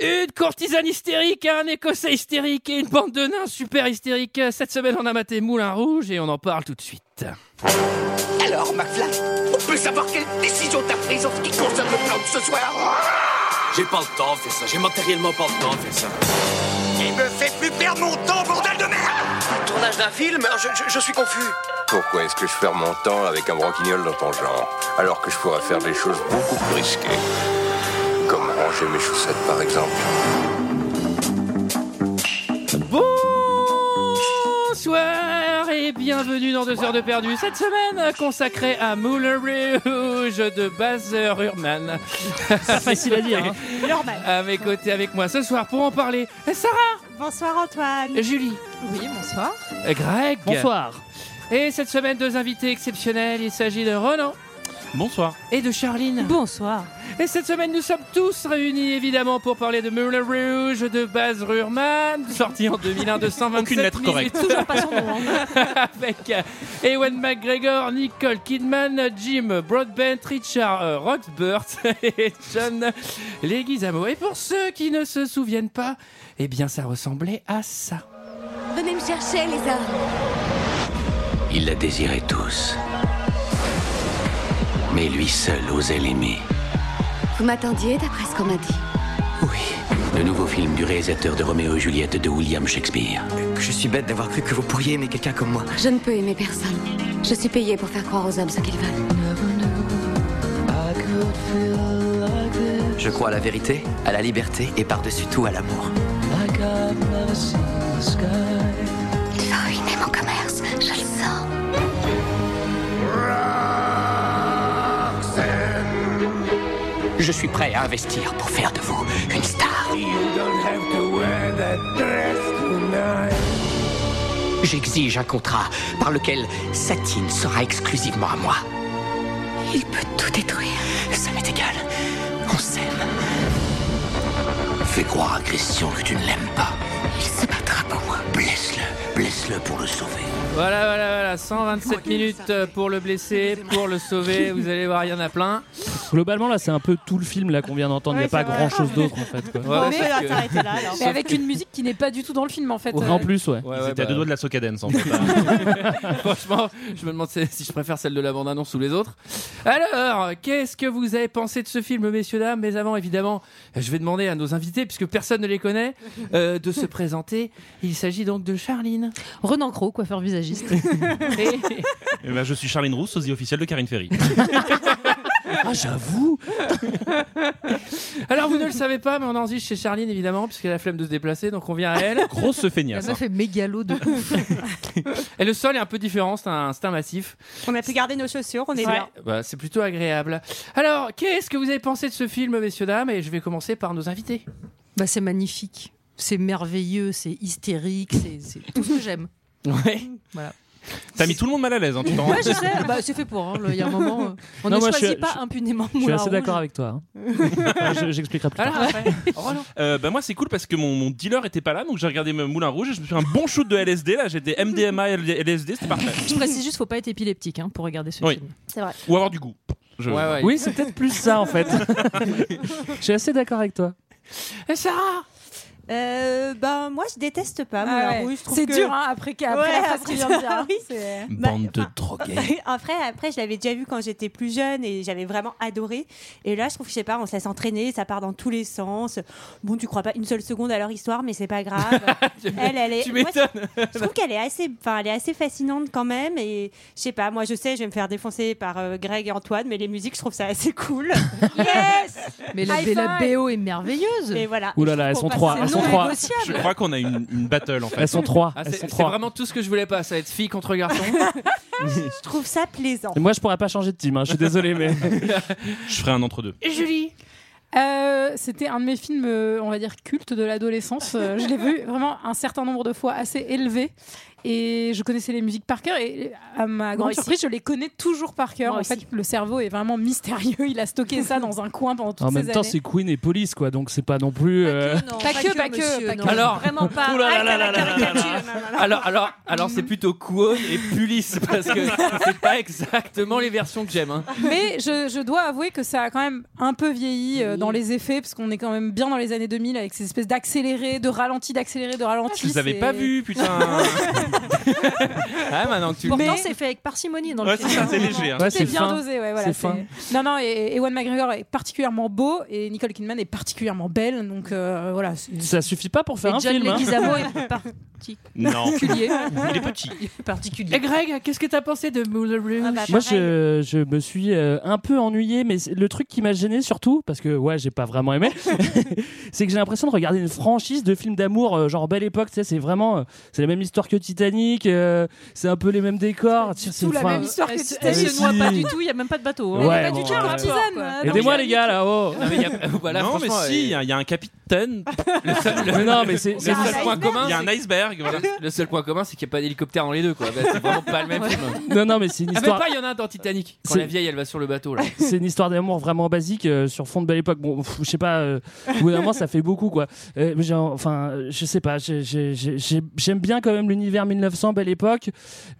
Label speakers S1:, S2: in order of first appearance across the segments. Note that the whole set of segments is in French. S1: Une courtisane hystérique, un écossais hystérique et une bande de nains super hystériques. Cette semaine, on a maté Moulin Rouge et on en parle tout de suite.
S2: Alors, McFly, on peut savoir quelle décision t'as prise en ce qui concerne le plan de ce soir
S3: J'ai pas le temps de faire ça, j'ai matériellement pas le temps de faire ça.
S2: Il me fait plus perdre mon temps, bordel de merde
S4: Tournage d'un film je, je- je suis confus.
S5: Pourquoi est-ce que je perds mon temps avec un broquignol dans ton genre, alors que je pourrais faire des choses beaucoup plus risquées Comme ranger mes chaussettes, par exemple.
S1: Bonsoir et bienvenue dans 2 heures de perdu. Cette semaine consacrée à Moulin Rouge de Bazer Urman. C'est facile à dire. hein.
S6: Normal.
S1: À mes côtés, avec moi ce soir pour en parler,
S7: Euh,
S1: Sarah,
S6: Bonsoir Antoine.
S1: Julie,
S6: Oui, bonsoir.
S1: Greg.
S8: Bonsoir.
S1: Et cette semaine, deux invités exceptionnels. Il s'agit de Ronan
S8: Bonsoir.
S1: et de Charline.
S6: Bonsoir.
S1: Et cette semaine, nous sommes tous réunis évidemment pour parler de Moulin Rouge de Baz Ruhrmann, sorti en 2001 de 127
S8: Aucune lettre
S1: minutes.
S8: correcte.
S6: Toujours pas son nom. hein.
S1: avec euh, Ewan McGregor, Nicole Kidman, Jim Broadbent, Richard euh, Roxburgh et John Leguizamo. Et pour ceux qui ne se souviennent pas, eh bien ça ressemblait à ça.
S9: Venez me chercher, les hommes.
S4: Il la désirait tous. Mais lui seul osait l'aimer.
S9: Vous m'attendiez d'après ce qu'on m'a dit.
S4: Oui. Le nouveau film du réalisateur de Roméo et Juliette de William Shakespeare.
S10: Je suis bête d'avoir cru que vous pourriez aimer quelqu'un comme moi.
S9: Je ne peux aimer personne. Je suis payée pour faire croire aux hommes ce qu'ils veulent.
S10: Je crois à la vérité, à la liberté et par-dessus tout à l'amour.
S9: Tu vas ruiner mon commerce, je le sens.
S4: Je suis prêt à investir pour faire de vous une star. J'exige un contrat par lequel Satine sera exclusivement à moi.
S9: Il peut tout détruire.
S4: Ça m'est égal. On s'aime. Fais croire à Christian que tu ne l'aimes pas. Il se battra pour moi. Blesse-le. Blesse-le pour le sauver.
S1: Voilà, voilà, voilà, 127 minutes euh, pour le blesser, pour le sauver, vous allez voir, il y en a plein.
S8: Globalement, là, c'est un peu tout le film là qu'on vient d'entendre. Il
S6: Ouais,
S8: n'y a pas
S6: c'est
S8: grand
S6: vrai.
S8: chose d'autre en fait. quoi.
S1: Ouais, sauf
S6: Bon, mais on va
S1: que-
S6: s'arrêter là alors.
S7: Mais avec une musique qui n'est pas du tout dans le film en fait.
S8: Ouais, En plus, ouais.
S1: Ouais,
S11: Ils
S1: ouais,
S11: étaient à
S1: bah,
S11: deux doigts de la socadence en fait.
S1: Franchement, je me demande si si je préfère celle de la bande-annonce ou les autres. Alors, qu'est-ce que vous avez pensé de ce film, messieurs, dames Mais avant, évidemment, je vais demander à nos invités, puisque personne ne les connaît, euh, de se présenter. Il s'agit donc de Charline.
S7: Renan Cros, coiffeur visagiste.
S1: Et-
S11: Eh ben, je suis Charline Roux, sosie officielle de Karine Ferry.
S8: Ah, j'avoue.
S1: Alors, vous ne le savez pas, mais on enregistre chez Charline, évidemment, puisqu'elle a la flemme de se déplacer, donc on vient à elle.
S11: Grosse
S7: La
S11: feignasse. hein.
S7: meuf est mégalo de ouf.
S1: Et le sol est un peu différent, c'est un, c'est un massif.
S6: On a pu garder nos chaussures, on est
S1: Ouais,
S6: bien.
S1: bah, c'est plutôt agréable. Alors, qu'est-ce que vous avez pensé de ce film, messieurs, dames Et je vais commencer par nos invités.
S7: Bah, c'est magnifique. C'est merveilleux, c'est hystérique, c'est- c'est tout ce que j'aime.
S1: Ouais.
S11: T'as mis tout le monde mal à l'aise, hein, tu t'en rends
S7: Ouais, je sais, bah, c'est fait pour. hein, le- Il y a un moment, euh, on
S8: Non,
S7: ne
S8: moi, je
S7: choisit
S8: suis-
S7: pas
S8: je-
S7: impunément.
S8: Je suis
S7: Moulin
S8: assez d'accord
S7: Rouge.
S8: avec toi. hein. Enfin, je- J'expliquerai plus
S1: Alors,
S8: tard.
S1: après, Roland.
S11: Euh, bah, moi, c'est cool parce que mon, mon dealer était pas là, donc j'ai regardé mon Moulin Rouge et je me suis fait un bon shoot de LSD. Là, j'étais MDMA LSD, c'était parfait.
S7: Je précise juste, faut pas être épileptique hein, pour regarder ce
S11: Oui.
S7: film.
S11: Ou avoir du goût. Je-
S1: Ouais, ouais.
S8: Oui, c'est peut-être plus ça en fait. Je suis assez d'accord avec toi.
S1: Et Sarah
S6: Euh, bah, moi je déteste pas Moulin Rouge, je trouve
S7: Ah C'est
S6: que-
S7: dur hein, après, qu'après
S6: Ouais,
S7: la phrase qu'il vient de dire. hein.
S6: oui.
S7: C'est-
S6: Bah,
S11: Bande de drogués.
S6: Après, après, je l'avais déjà vu quand j'étais plus jeune et j'avais vraiment adoré. Et là, je trouve, que, je sais pas, on se laisse entraîner, ça part dans tous les sens. Bon, tu crois pas une seule seconde à leur histoire, mais c'est pas grave. elle, elle est.
S1: Tu
S6: moi,
S1: m'étonnes
S6: je trouve qu'elle est assez, enfin, elle est assez fascinante quand même. Et je sais pas, moi, je sais, je vais me faire défoncer par euh, Greg et Antoine, mais les musiques, je trouve ça assez cool. yes.
S7: Mais la,
S6: High
S7: la
S6: five.
S7: BO est merveilleuse.
S6: Et voilà.
S8: Ouh là là, elles sont trois. Elles
S7: C'est
S8: sont
S7: non
S8: trois.
S11: Je
S7: négociable.
S11: crois qu'on a une, une battle en fait.
S8: Elles sont trois.
S1: Ah,
S8: Elles
S1: c'est
S8: sont
S1: c'est
S8: trois.
S1: vraiment tout ce que je voulais pas, ça va être fille contre garçon.
S6: Je trouve ça plaisant.
S8: Et moi, je pourrais pas changer de team. hein, Je suis désolé, mais
S11: Je ferai un entre deux.
S1: Julie
S7: Euh, c'était un de mes films, euh, on va dire, culte de l'adolescence. Euh, je l'ai vu vraiment un certain nombre de fois assez élevé.
S12: Et je connaissais les musiques par cœur et à ma
S13: Moi
S12: grande
S13: aussi.
S12: surprise, je les connais toujours par cœur.
S13: Moi
S12: en fait, le cerveau est vraiment mystérieux. Il a stocké ça dans un coin pendant toutes
S8: En
S12: ces
S8: même temps,
S12: années.
S8: c'est Queen et Police, quoi, donc c'est pas non plus. euh,
S12: pas Ah, que, pas que, pas que.
S1: Alors,
S12: vraiment pas.
S1: Ouh là là
S12: Halte à la
S1: là là là là là. Alors, alors, alors c'est plutôt Kwon et Pulis parce que c'est pas exactement les versions que j'aime. hein.
S12: Mais je, je dois avouer que ça a quand même un peu vieilli euh, dans les effets, parce qu'on est quand même bien dans les années 2000 avec ces espèces d'accélérés, de ralentis, d'accélérés, de ralentis.
S11: Je les avais
S12: c'est-
S11: pas vus, putain. ah, maintenant que tu le
S12: Pourtant,
S11: dis.
S12: c'est fait avec parcimonie dans
S11: Ouais,
S12: le film.
S11: c'est ça, c'est léger, hein.
S12: Tout
S11: Ouais,
S12: est
S11: c'est
S12: bien
S11: fin.
S12: dosé, ouais,
S11: C'est
S12: voilà. c'est- Non, non, et Ewan McGregor est particulièrement beau et Nicole Kidman est particulièrement belle, donc euh, voilà. c'est-
S8: Ça suffit pas pour faire
S12: Et
S8: un
S12: John
S8: film. hein.
S12: Leguizamo
S7: est
S8: Non.
S12: particulier.
S8: Il est petit.
S7: particulier.
S1: Et Greg, qu'est-ce que t'as pensé de Moulin Rouge
S8: Moi, je, je me suis euh, un peu ennuyé, mais c'est- le truc qui m'a gêné surtout, parce que ouais, j'ai pas vraiment aimé, c'est que j'ai l'impression de regarder une franchise de films d'amour, euh, genre Belle Époque, tu sais, c'est vraiment, euh, c'est la même histoire que Titanic, euh, c'est un peu les mêmes décors. tu sais, C'est
S7: Tout la
S8: enfin-
S7: même histoire que tu
S8: Ah,
S7: t'es
S8: si.
S7: se noie pas du tout, il n'y a même pas de bateau.
S8: Ouais,
S7: pas
S8: bon,
S7: du tout
S8: ouais.
S7: de
S8: Partisane,
S7: quoi.
S8: Aidez-moi les gars là-haut.
S1: Non, mais, y a- euh, voilà,
S11: non, mais
S1: franchement,
S11: si, il y a- il y, a un capitaine.
S1: Le seul,
S11: Mais non, mais c'est-
S1: le
S11: c'est
S1: seul
S11: juste-
S1: point commun.
S11: Il y a un
S1: iceberg. Le seul point commun, c'est qu'il n'y a pas d'hélicoptère dans les deux. quoi. Bah, c'est vraiment pas le même film.
S8: Non, non, mais c'est une
S1: Ah, mais
S8: histoire.
S1: pas, il y en a un dans Titanic. Quand
S8: C'est-
S1: la vieille, elle va sur le bateau. Là.
S8: c'est une histoire d'amour vraiment basique euh, sur fond de belle époque. Bon, pff, je sais pas, euh, au bout d'un moment, ça fait beaucoup quoi. Euh, j'ai- enfin, euh, je sais pas, j'ai- j'ai- j'ai- j'ai- j'aime bien quand même l'univers 1900, belle époque,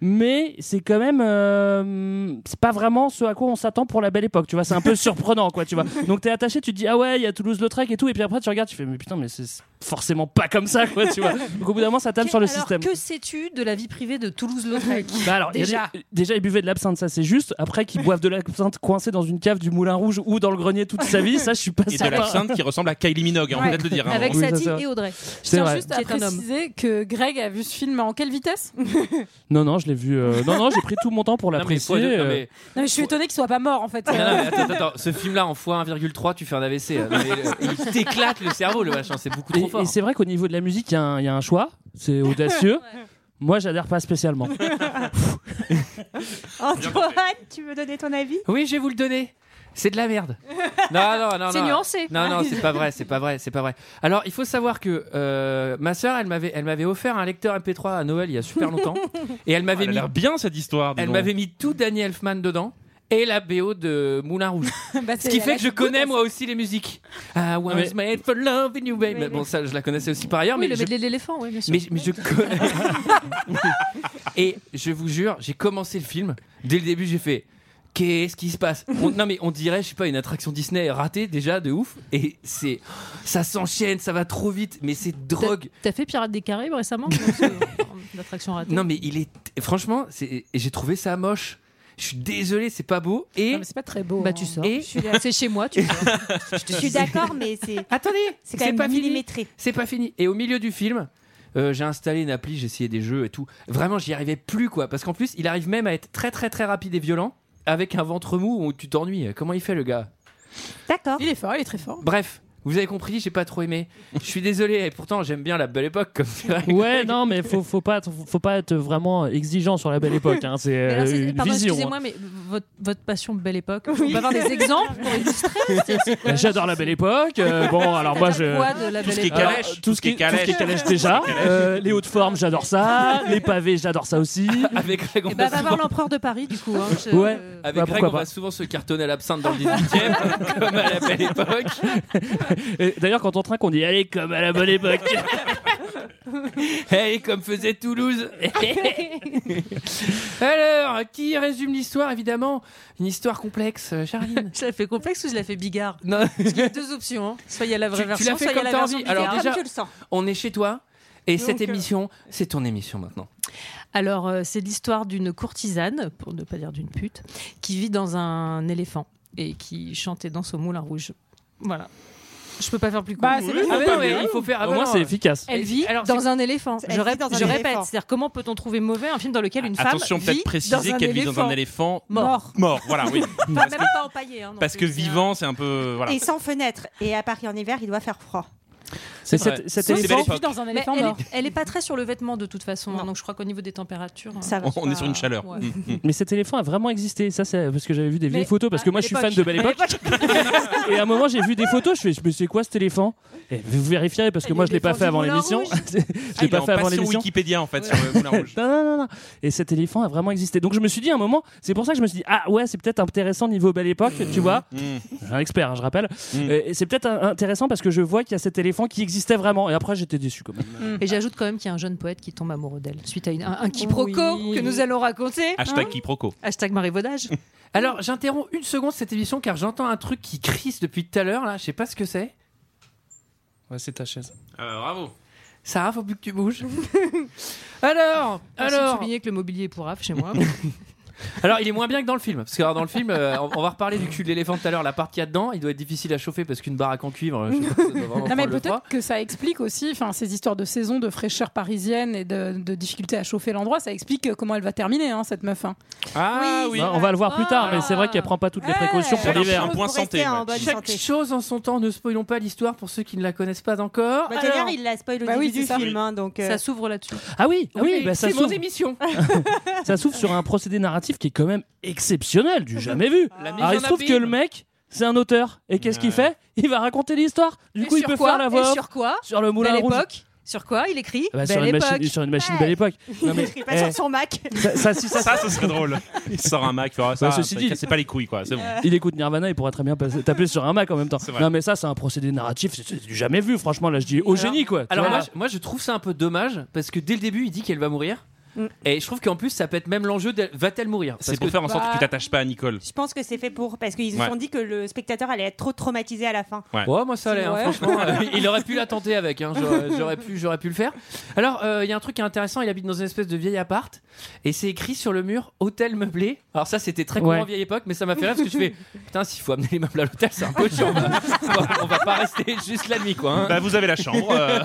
S8: mais c'est quand même, euh, c'est pas vraiment ce à quoi on s'attend pour la belle époque, tu vois. C'est un peu surprenant quoi, tu vois. Donc t'es attaché, tu te dis, ah ouais, il y a Toulouse-Lautrec et tout, et puis après tu regardes, tu fais, mais putain, mais c'est forcément pas comme ça quoi, tu vois. Donc au bout d'un moment, ça tape sur le
S7: Alors,
S8: système.
S7: que sais-tu de la vie privée de Toulouse-Lautrec
S8: Bah alors, il y a
S7: déjà.
S8: des- déjà, ils buvaient de l'absinthe, ça c'est juste. Après, qu'ils boivent de l'absinthe coincés dans une cave du Moulin Rouge ou dans le grenier toute sa vie, ça je suis pas
S11: Et de
S8: certain.
S11: l'absinthe qui ressemble à Kylie Minogue, hein, on peut peut-être le dire. hein.
S8: Avec
S11: Oui,
S8: Satie
S11: ça, ça.
S8: et Audrey.
S12: Je
S8: C'est
S12: tiens
S8: vrai.
S12: juste
S7: Qui
S12: à
S7: est un homme.
S12: préciser que Greg a vu ce film en quelle vitesse
S8: Non, non, je l'ai vu. euh, Non, non, j'ai pris tout mon temps pour l'apprécier.
S1: fois deux, non,
S8: euh,
S1: mais-
S12: Non, mais je suis étonné qu'il soit pas mort en fait.
S1: Non, non, mais attends, attends, ce film-là en x1,3, tu fais un AVC. là. Non, mais, euh, il t'éclate le cerveau, le machin, c'est beaucoup trop
S8: Et,
S1: fort.
S8: et c'est vrai qu'au niveau de la musique, il y, a un- il y a un choix. C'est audacieux. Moi, j'adhère pas spécialement.
S6: Antoine, tu veux donner ton avis
S1: Oui, je vais vous le donner. C'est de la merde. Non, non, non.
S6: C'est
S1: non.
S6: nuancé.
S1: Non, non, c'est pas vrai, c'est pas vrai, c'est pas vrai. Alors, il faut savoir que euh, ma sœur, elle m'avait, elle m'avait offert un lecteur MP3 à Noël il y a super longtemps, et elle m'avait
S11: Elle a l'air
S1: mis,
S11: bien cette histoire. dis
S1: elle
S11: donc.
S1: m'avait mis tout Daniel Elfman dedans et la BO de Moulin Rouge. Ce qui fait que je connais moi aussi les musiques. I was
S8: Ouais.
S1: made for love in you, babe. Bon, ça, je la connaissais aussi par ailleurs,
S7: Oui,
S1: mais
S7: le
S1: je-
S7: medley de l'éléphant, oui, bien sûr.
S1: mais, mais je connais. et je vous jure, j'ai commencé le film. Dès le début, j'ai fait. Qu'est-ce qui se passe On- Non mais on dirait, je sais pas, une attraction Disney ratée déjà de ouf. Et c'est, ça s'enchaîne, ça va trop vite. Mais c'est drogue.
S7: T'as fait Pirates des Caraïbes récemment donc, euh, L'attraction ratée.
S1: Non mais il est, franchement, c'est, et j'ai trouvé ça moche. Je suis désolé, c'est pas beau. Et
S12: c'est pas très beau.
S7: Bah tu sors.
S1: Et-
S7: Je suis là, C'est chez moi. Tu
S6: hein. Je suis d'accord, mais c'est.
S1: Attendez,
S6: c'est quand même
S1: pas fini.
S6: millimétré.
S1: C'est pas fini. Et au milieu du film, euh, j'ai installé une appli, j'ai essayé des jeux et tout. Vraiment, j'y arrivais plus quoi. Parce qu'en plus, il arrive même à être très très très rapide et violent avec un ventre mou où tu t'ennuies. Comment il fait le gars
S6: D'accord.
S12: Il est fort, il est très fort.
S1: Bref. Vous avez compris, j'ai pas trop aimé. Je suis désolé, et pourtant j'aime bien la belle époque comme dirait
S8: Ouais, non, mais faut, faut, pas, être- faut pas être vraiment exigeant sur la belle époque. hein. C'est
S7: Mais alors,
S8: euh,
S7: c'est-
S8: une
S7: pardon,
S8: vision.
S7: excusez-moi,
S8: hein.
S7: mais votre, votre passion Belle Époque, on peut avoir des exemples pour illustrer
S8: J'adore la belle époque. euh, bon, alors moi, je.
S7: quoi de la Tout ce Belle qui est Époque calèche,
S8: Alors, Tout ce qui est calèche. Tout ce qui est calèche déjà.
S7: Tout ce qui est
S8: Euh, les hautes formes, j'adore ça. Les pavés, j'adore ça aussi.
S1: Avec Greg, on
S7: Et
S1: va
S7: bah, va voir
S1: souvent,
S7: l'empereur de Paris, du coup. hein. Je-
S8: Ouais.
S1: avec
S8: Bah,
S1: Greg,
S8: pourquoi
S1: on va
S8: pas.
S1: souvent se cartonner à l'absinthe dans le 18ème, comme à la belle époque.
S8: Et D'ailleurs, quand on trinque, on dit allez comme à la bonne époque.
S1: Hey, comme faisait Toulouse. Alors, qui résume l'histoire Évidemment, une histoire complexe, euh, Charline.
S7: Je la fais complexe ou je la fais bigard
S1: Non.
S7: Parce qu'il y a deux options. hein. Soit il y a la vraie
S1: Tu- tu
S7: version,
S1: l'as fait
S7: soit il y
S1: comme
S7: a la
S1: t'as
S7: version
S1: envie.
S7: bigard. Ah,
S1: Alors, déjà- Comme tu le sens. On est chez toi et
S7: Donc,
S1: cette
S7: euh,
S1: émission, c'est ton émission maintenant.
S7: Alors, euh, c'est l'histoire d'une courtisane, pour ne pas dire d'une pute, qui vit dans un éléphant et qui chante et danse au Moulin Rouge. Voilà. Je peux pas faire plus court.
S12: Bah, c'est Oui, bien.
S1: Ah, mais non, mais il faut faire. ah,
S8: Au
S1: bah
S8: moins,
S1: non,
S8: c'est
S1: euh,
S8: efficace.
S7: hein. Elle vit
S1: Alors,
S7: dans
S1: c'est-
S7: un éléphant.
S1: Elle
S7: je
S1: vit
S7: rép-
S1: dans un
S7: je répète,
S1: éléphant.
S7: c'est-à-dire comment peut-on trouver mauvais un film dans lequel une femme
S11: Attention,
S7: vit
S11: peut-être préciser
S7: dans un
S11: qu'elle vit dans un éléphant
S7: Mort.
S11: Mort, voilà, oui.
S7: Enfin, même pas empaillé. hein, non
S11: Parce que
S7: plus, c'est un-
S11: vivant, c'est un peu. Voilà.
S6: Et sans fenêtre. Et à Paris en hiver, il doit faire froid.
S8: C'est cette, cet
S7: Sauf
S8: éléphant-
S7: si tu vis dans un éléphant mort. elle, est, pas très sur le vêtement de toute façon, hein, donc je crois qu'au niveau des températures. euh,
S11: On est sur une chaleur.
S7: Ouais.
S11: Mm, mm.
S8: Mais cet éléphant a vraiment existé, ça c'est parce que j'avais vu des
S7: Mais-
S8: vieilles photos, parce que
S7: Ah,
S8: moi
S7: à
S8: je suis fan
S7: l'époque.
S8: de Belle
S7: À
S8: Époque. et à un moment j'ai vu des photos, je fais, mais c'est quoi cet éléphant Et Vous vérifierez parce que moi je l'ai pas
S11: l'éléphant
S8: fait
S11: du
S8: avant
S11: Moulin
S8: l'émission.
S11: Rouge.
S8: Je l'ai
S11: Ah, il est en passion Wikipédia en fait sur le Moulin Rouge.
S8: non, non, non, non. Et cet éléphant a vraiment existé. Donc je me suis dit à un moment, c'est pour ça que je me suis dit, ah ouais, c'est peut-être intéressant niveau belle époque, tu vois.
S11: Mm,
S8: Je suis Un expert, hein, je rappelle. Euh, et c'est peut-être un- intéressant parce que je vois qu'il y a cet éléphant qui existait vraiment. Et après, j'étais déçu quand même.
S7: Mm. Et j'ajoute quand même qu'il y a un jeune poète qui tombe amoureux d'elle suite à une- un, un quiproquo que nous allons raconter. hein.
S11: quiproquo.
S7: Hashtag marivaudage.
S1: Alors, j'interromps une seconde cette émission car j'entends un truc qui crisse depuis tout à l'heure là, je sais pas ce que c'est.
S8: Ouais, c'est ta chaise.
S11: bravo.
S1: Sarah, faut plus que tu bouges. alors,
S7: Alors.
S1: alors.
S7: souligner que le mobilier est pour raf chez moi.
S1: Alors, il est moins bien que dans le film. Parce que alors, dans le film, euh, on, on va reparler du cul de l'éléphant tout à l'heure. La partie qu'il y a dedans, il doit être difficile à chauffer parce qu'une baraque en cuivre, euh, je sais pas, ça doit vraiment
S12: Non, mais
S1: prendre le
S12: peut-être que ça explique aussi enfin, ces histoires de saison, de fraîcheur parisienne et de, de difficulté à chauffer l'endroit. Ça explique comment elle va terminer, hein, cette meuf. hein.
S11: Ah
S8: Bah, on va le voir plus tard, mais c'est vrai qu'elle prend pas toutes les précautions pour
S11: Elle a
S8: l'hiver.
S11: un point Pour rester santé, en ouais. bonne
S1: Chaque
S11: santé.
S1: chose en son temps, ne spoilons pas l'histoire pour ceux qui ne la connaissent pas encore.
S6: Bah,
S1: Alors-
S6: D'ailleurs, il la spoil au
S1: Bah
S6: début
S1: oui,
S6: du
S1: c'est ça.
S6: film, hein, donc
S7: Ça s'ouvre là-dessus.
S8: Ah oui, ah oui,
S1: Oui,
S8: bah, ça
S1: c'est mon
S8: s'ouvre.
S1: émission.
S8: ça s'ouvre sur un procédé narratif qui est quand même exceptionnel, du jamais vu.
S1: La mise
S8: Alors, il
S1: en
S8: se trouve que
S1: abîme.
S8: le mec, c'est un auteur. Et qu'est-ce qu'il fait Il va raconter l'histoire. Du
S7: Et
S8: coup, il
S7: sur
S8: peut
S7: quoi
S8: faire la voix.
S7: Et
S8: off.
S7: sur quoi
S8: Sur le Moulin
S7: Belle
S8: Rouge.
S7: Époque. Sur quoi Il écrit
S8: Ah bah, sur,
S7: Belle
S8: une
S7: époque.
S8: machine, sur une machine belle époque. Non, mais,
S6: pas
S8: eh,
S6: sur son Mac.
S8: ça, ça, si ça,
S11: Ça, ce serait drôle. Il sort un Mac, il fera ça.
S8: Ouais, bah, ceci
S11: ça
S8: dit-
S11: casse pas les couilles quoi, c'est bon.
S8: il écoute Nirvana, il pourra très bien passer- taper sur un Mac en même temps. Non, mais ça, c'est un procédé narratif, c'est- c'est du jamais vu. Franchement, là, je dis au génie quoi. Tu
S1: Alors,
S8: vois,
S1: moi,
S8: là.
S1: je, moi, je trouve ça un peu dommage parce que dès le début, il dit qu'elle va mourir.
S6: Mm.
S1: Et je trouve qu'en plus, ça peut être même l'enjeu de va-t-elle mourir
S11: C'est pour faire en
S1: Bah,
S11: sorte que tu t'attaches pas à Nicole.
S6: Je pense que c'est fait pour, parce qu'ils se
S1: Ouais.
S6: sont dit que le spectateur allait être trop traumatisé à la fin.
S1: Ouais. moi ça allait, hein,
S6: Ouais.
S1: franchement. euh, il aurait pu la tenter avec, hein, j'aurais, j'aurais pu, j'aurais pu le faire. Alors, euh, il y a un truc qui est intéressant, il habite dans une espèce de vieil appart, et c'est écrit sur le mur hôtel meublé. Alors, ça, c'était très courant
S8: Ouais.
S1: à vieille époque, mais ça m'a fait rire parce que je fais putain, s'il faut amener les meubles à l'hôtel, c'est un peu chiant. on, va, on va pas rester juste la nuit, quoi. hein.
S11: Bah, vous avez la chambre. euh.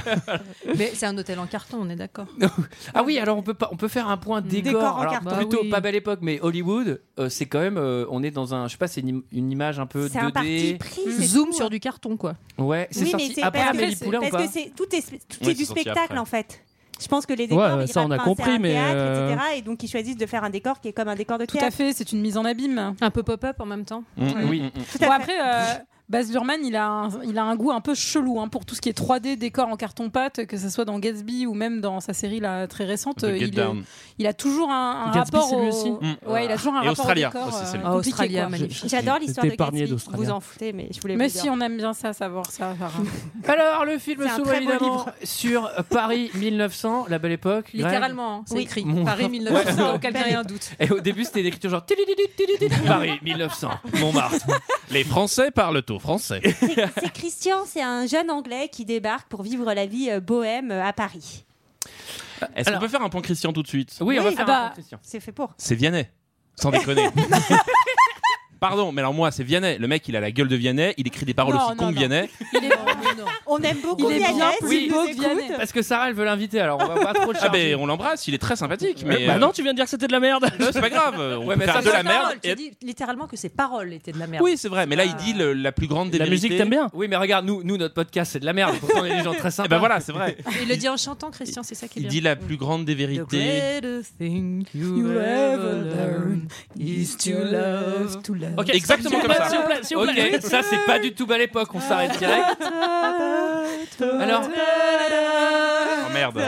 S7: Mais c'est un hôtel en carton, on est d'accord.
S1: Ah oui, alors on peut, pas, on peut faire un point décor.
S7: Décor en
S1: Alors,
S7: carton.
S1: Plutôt
S7: Bah oui.
S1: pas belle époque, mais Hollywood, euh, c'est quand même. euh, on est dans un. Je sais pas, c'est une, im- une image un peu 2D.
S7: Zoom sur du carton, quoi.
S1: Ouais, c'est
S6: oui,
S1: sorti
S6: mais c'est
S1: après
S6: parce que
S1: Amélie
S6: c'est-
S1: Poulain ou
S6: parce
S1: pas
S6: que c'est- tout est, tout
S1: Ouais,
S6: est du
S1: c'est sorti
S6: spectacle
S1: après.
S6: en fait. Je pense que les
S8: Ouais,
S6: décors,
S8: ouais,
S6: ils
S8: ça, on a
S6: racontent, c'est un
S8: compris, mais,
S6: théâtre,
S8: euh,
S6: etc. Et donc ils choisissent de faire un décor qui est comme un décor de
S12: Tout à
S6: théâtre.
S12: fait, c'est une mise en abîme.
S7: Un peu pop-up en même temps.
S11: Mmh,
S1: Mm, Oui.
S12: Bon, après, euh, Baz Luhrmann, il a, un, il a un goût un peu chelou hein, pour tout ce qui est 3D, décor en carton-pâte, que ce soit dans Gatsby ou même dans sa série là, très récente.
S11: The
S12: euh,
S11: Get
S12: il, est-
S11: Down. Mm.
S12: il a toujours un, un
S8: Gatsby,
S12: rapport
S8: c'est lui
S12: au-
S8: aussi
S12: Ouais, il a toujours un
S11: Et
S12: rapport
S11: Australia
S12: au décor.
S11: aussi, c'est lui.
S12: euh, compliqué,
S7: Australia,
S12: quoi.
S7: magnifique.
S6: J'adore l'histoire
S8: J'étais
S6: de
S8: épargné
S6: Gatsby.
S8: d'Australia.
S6: Vous en foutez, mais je voulais
S12: Mais
S6: vous dire.
S12: si, on aime bien ça, savoir ça. Sarah.
S1: Alors, le film
S12: C'est un
S1: s'ouvre
S12: très beau
S1: évidemment
S12: livre.
S1: sur euh, Paris 1900, la belle époque. Greg.
S7: Littéralement, hein, c'est
S1: Oui.
S7: écrit.
S1: Mon-
S7: Paris 1900, auquel j'ai rien doute.
S1: Et au début, c'était l'écriture genre. tilididit, tilididit, Paris 1900, Montmartre.
S11: Les Français parlent au français.
S6: C'est Christian, c'est un jeune anglais qui débarque pour vivre la vie euh, bohème euh, à Paris.
S11: Est-ce qu'on peut faire un point Christian tout de suite
S1: Oui, on va faire
S6: ah
S1: un
S6: bah,
S1: point, Christian.
S6: C'est fait pour.
S11: C'est Vianney. Sans déconner. Pardon, mais alors moi, c'est Vianney. Le mec, il a la gueule de Vianney. Il écrit des paroles
S12: Non,
S11: aussi
S12: non,
S11: cons que
S12: non.
S11: Vianney.
S6: On aime beaucoup
S12: Il est bien
S6: Vianney,
S12: plus
S6: s'il
S12: beau
S6: nous
S12: que
S6: écoute.
S12: Vianney.
S1: Parce que Sarah, elle veut l'inviter, alors on va pas trop le
S11: Ah,
S1: charger.
S11: ben on l'embrasse. Il est très sympathique. Mais
S8: Bah
S11: euh,
S8: non, tu viens de dire que c'était de la merde.
S11: non, c'est pas grave. On
S1: Ouais,
S11: peut
S1: mais
S11: faire
S1: ça,
S11: de
S1: c'est
S11: la merde.
S7: J'ai dit littéralement que ses paroles étaient de la merde.
S11: Oui, c'est vrai. Mais là, il dit le- la plus grande des
S8: La musique,
S11: vérités.
S8: t'aimes bien
S1: Oui, mais regarde, nous, nous notre podcast, c'est de la merde. Pourtant, on est des gens très sympas.
S11: Eh ben voilà, c'est vrai.
S7: Et il le dit en chantant, Christian, c'est ça qui
S11: Il
S7: est bien.
S11: dit la plus grande des vérités.
S7: greatest thing
S8: you ever learned
S7: is to love,
S11: Oh,
S7: to love.
S1: Ok,
S11: Exactement
S1: s'il vous
S11: comme
S1: plaît,
S11: ça.
S1: s'il vous plaît, s'il vous plaît. Ah.
S11: Ok.
S1: ça, c'est pas du tout belle époque, on s'arrête direct. Alors,
S11: Oh merde.
S6: Euh,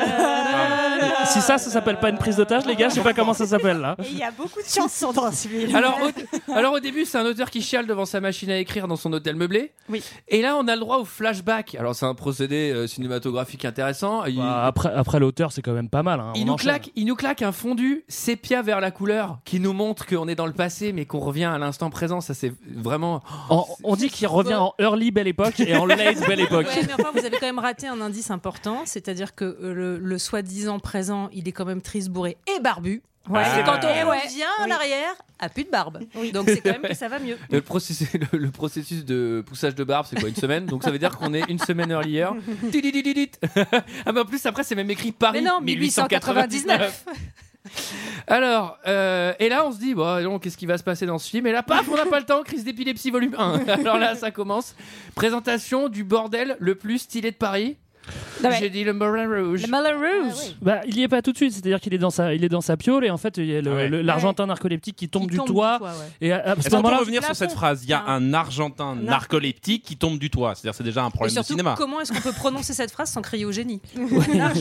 S8: Si ça, ça s'appelle pas une prise d'otage, les gars, je sais pas comment ça s'appelle hein. là.
S6: Et il y a beaucoup de chansons dans ce film.
S1: alors, au, alors, au début, c'est un auteur qui chiale devant sa machine à écrire dans son hôtel meublé.
S6: Oui.
S1: Et là, on a le droit au flashback. Alors, c'est un procédé euh, cinématographique intéressant. Il,
S8: Bah, après, après l'auteur, c'est quand même pas mal. hein,
S1: il
S8: on
S1: nous
S8: enchaîne.
S1: claque, il nous claque un fondu sépia vers la couleur qui nous montre qu'on est dans le passé mais qu'on revient à l'instant présent. Ça, c'est vraiment.
S8: En- on dit qu'il revient en early belle époque et en late belle époque.
S7: Ouais, mais enfin, vous avez quand même raté un indice important, c'est-à-dire que euh, le, le soi-disant présent, il est quand même triste, bourré et barbu.
S6: Ouais.
S7: Et quand
S6: Eh
S7: on
S6: ouais.
S7: revient en arrière, a plus de barbe. Donc c'est quand même que ça va mieux.
S1: Le processus, le, le processus de poussage de barbe, c'est quoi une semaine Donc ça veut dire qu'on est une semaine earlier. Tididididit. ah bah en plus après c'est même écrit Paris
S7: Mais non,
S1: 1899. Alors euh, et là on se dit bon donc, qu'est-ce qui va se passer dans ce film Et là paf on n'a pas le temps crise d'épilepsie volume 1. Alors là ça commence présentation du bordel le plus stylé de Paris.
S12: Non, mais-
S1: J'ai dit le Moulin Rouge.
S12: Le Moulin Rouge.
S8: Bah, il y est pas tout de suite, c'est-à-dire qu'il est dans sa, il est dans sa piole et en fait il y a le- le- l'argentin narcoleptique qui tombe, du,
S11: tombe
S8: toit,
S11: du toit, ouais.
S8: et à, à ce
S11: Est-ce qu'on peut
S8: moment-là-
S11: revenir sur cette phrase Il y a un Argentin narcoleptique qui tombe du toit. C'est-à-dire, c'est déjà un
S7: Et
S11: problème de
S7: surtout,
S11: cinéma.
S7: comment est-ce qu'on peut prononcer cette phrase sans crier au génie
S11: Attends, je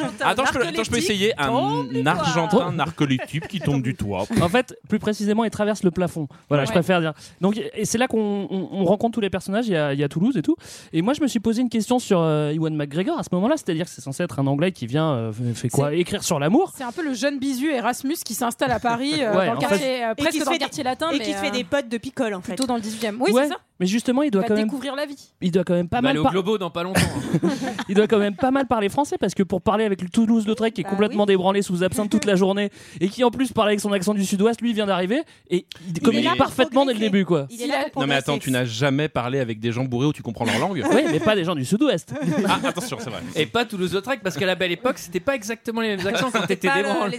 S11: peux, attends, je peux essayer un Argentin narcoleptique qui tombe du toit.
S8: En fait, plus précisément, il traverse le plafond. Voilà, je
S11: Ouais.
S8: préfère dire. Donc, et c'est là qu'on on- on rencontre tous les personnages. Il y, a, il y a Toulouse et tout. Et moi, je me suis posé une question sur euh, Ewan McGregor à ce moment-là, c'est-à-dire que c'est censé être un Anglais qui vient euh, fait quoi Écrire sur l'amour.
S12: C'est un peu le jeune bisu Erasmus qui s'installe à Paris, euh,
S8: Ouais,
S12: dans le
S8: en
S12: quartier,
S8: fait-
S12: euh,
S6: Et qui
S12: presque
S6: se
S12: dans
S6: fait
S12: le quartier
S6: des-
S12: latin.
S6: et qui se fait des
S12: potes de picole en fait. Plutôt dans le 18 e Oui,
S8: Ouais,
S12: c'est ça.
S8: Mais justement, il doit
S12: va
S8: quand même.
S12: découvrir la vie.
S8: Il doit quand même pas
S1: Bah,
S8: mal.
S1: aller au
S8: par-
S1: Globo dans pas longtemps. hein.
S8: il doit quand même pas mal parler français parce que pour parler avec le Toulouse-Lautrec qui est complètement débranlé sous absinthe toute la journée et qui en plus parle avec son accent du sud-ouest, lui il vient d'arriver et il communique parfaitement dès le début quoi.
S11: Non, mais attends, tu n'as jamais parlé avec des gens bourrés où tu comprends leur langue
S8: Oui, mais pas des gens du sud-ouest.
S11: Ah, attention, c'est vrai.
S1: Et pas Toulouse-Lautrec, parce qu'à la belle époque, c'était pas exactement les mêmes accents quand t'étais
S11: C'était
S1: débranle.
S11: quoi la-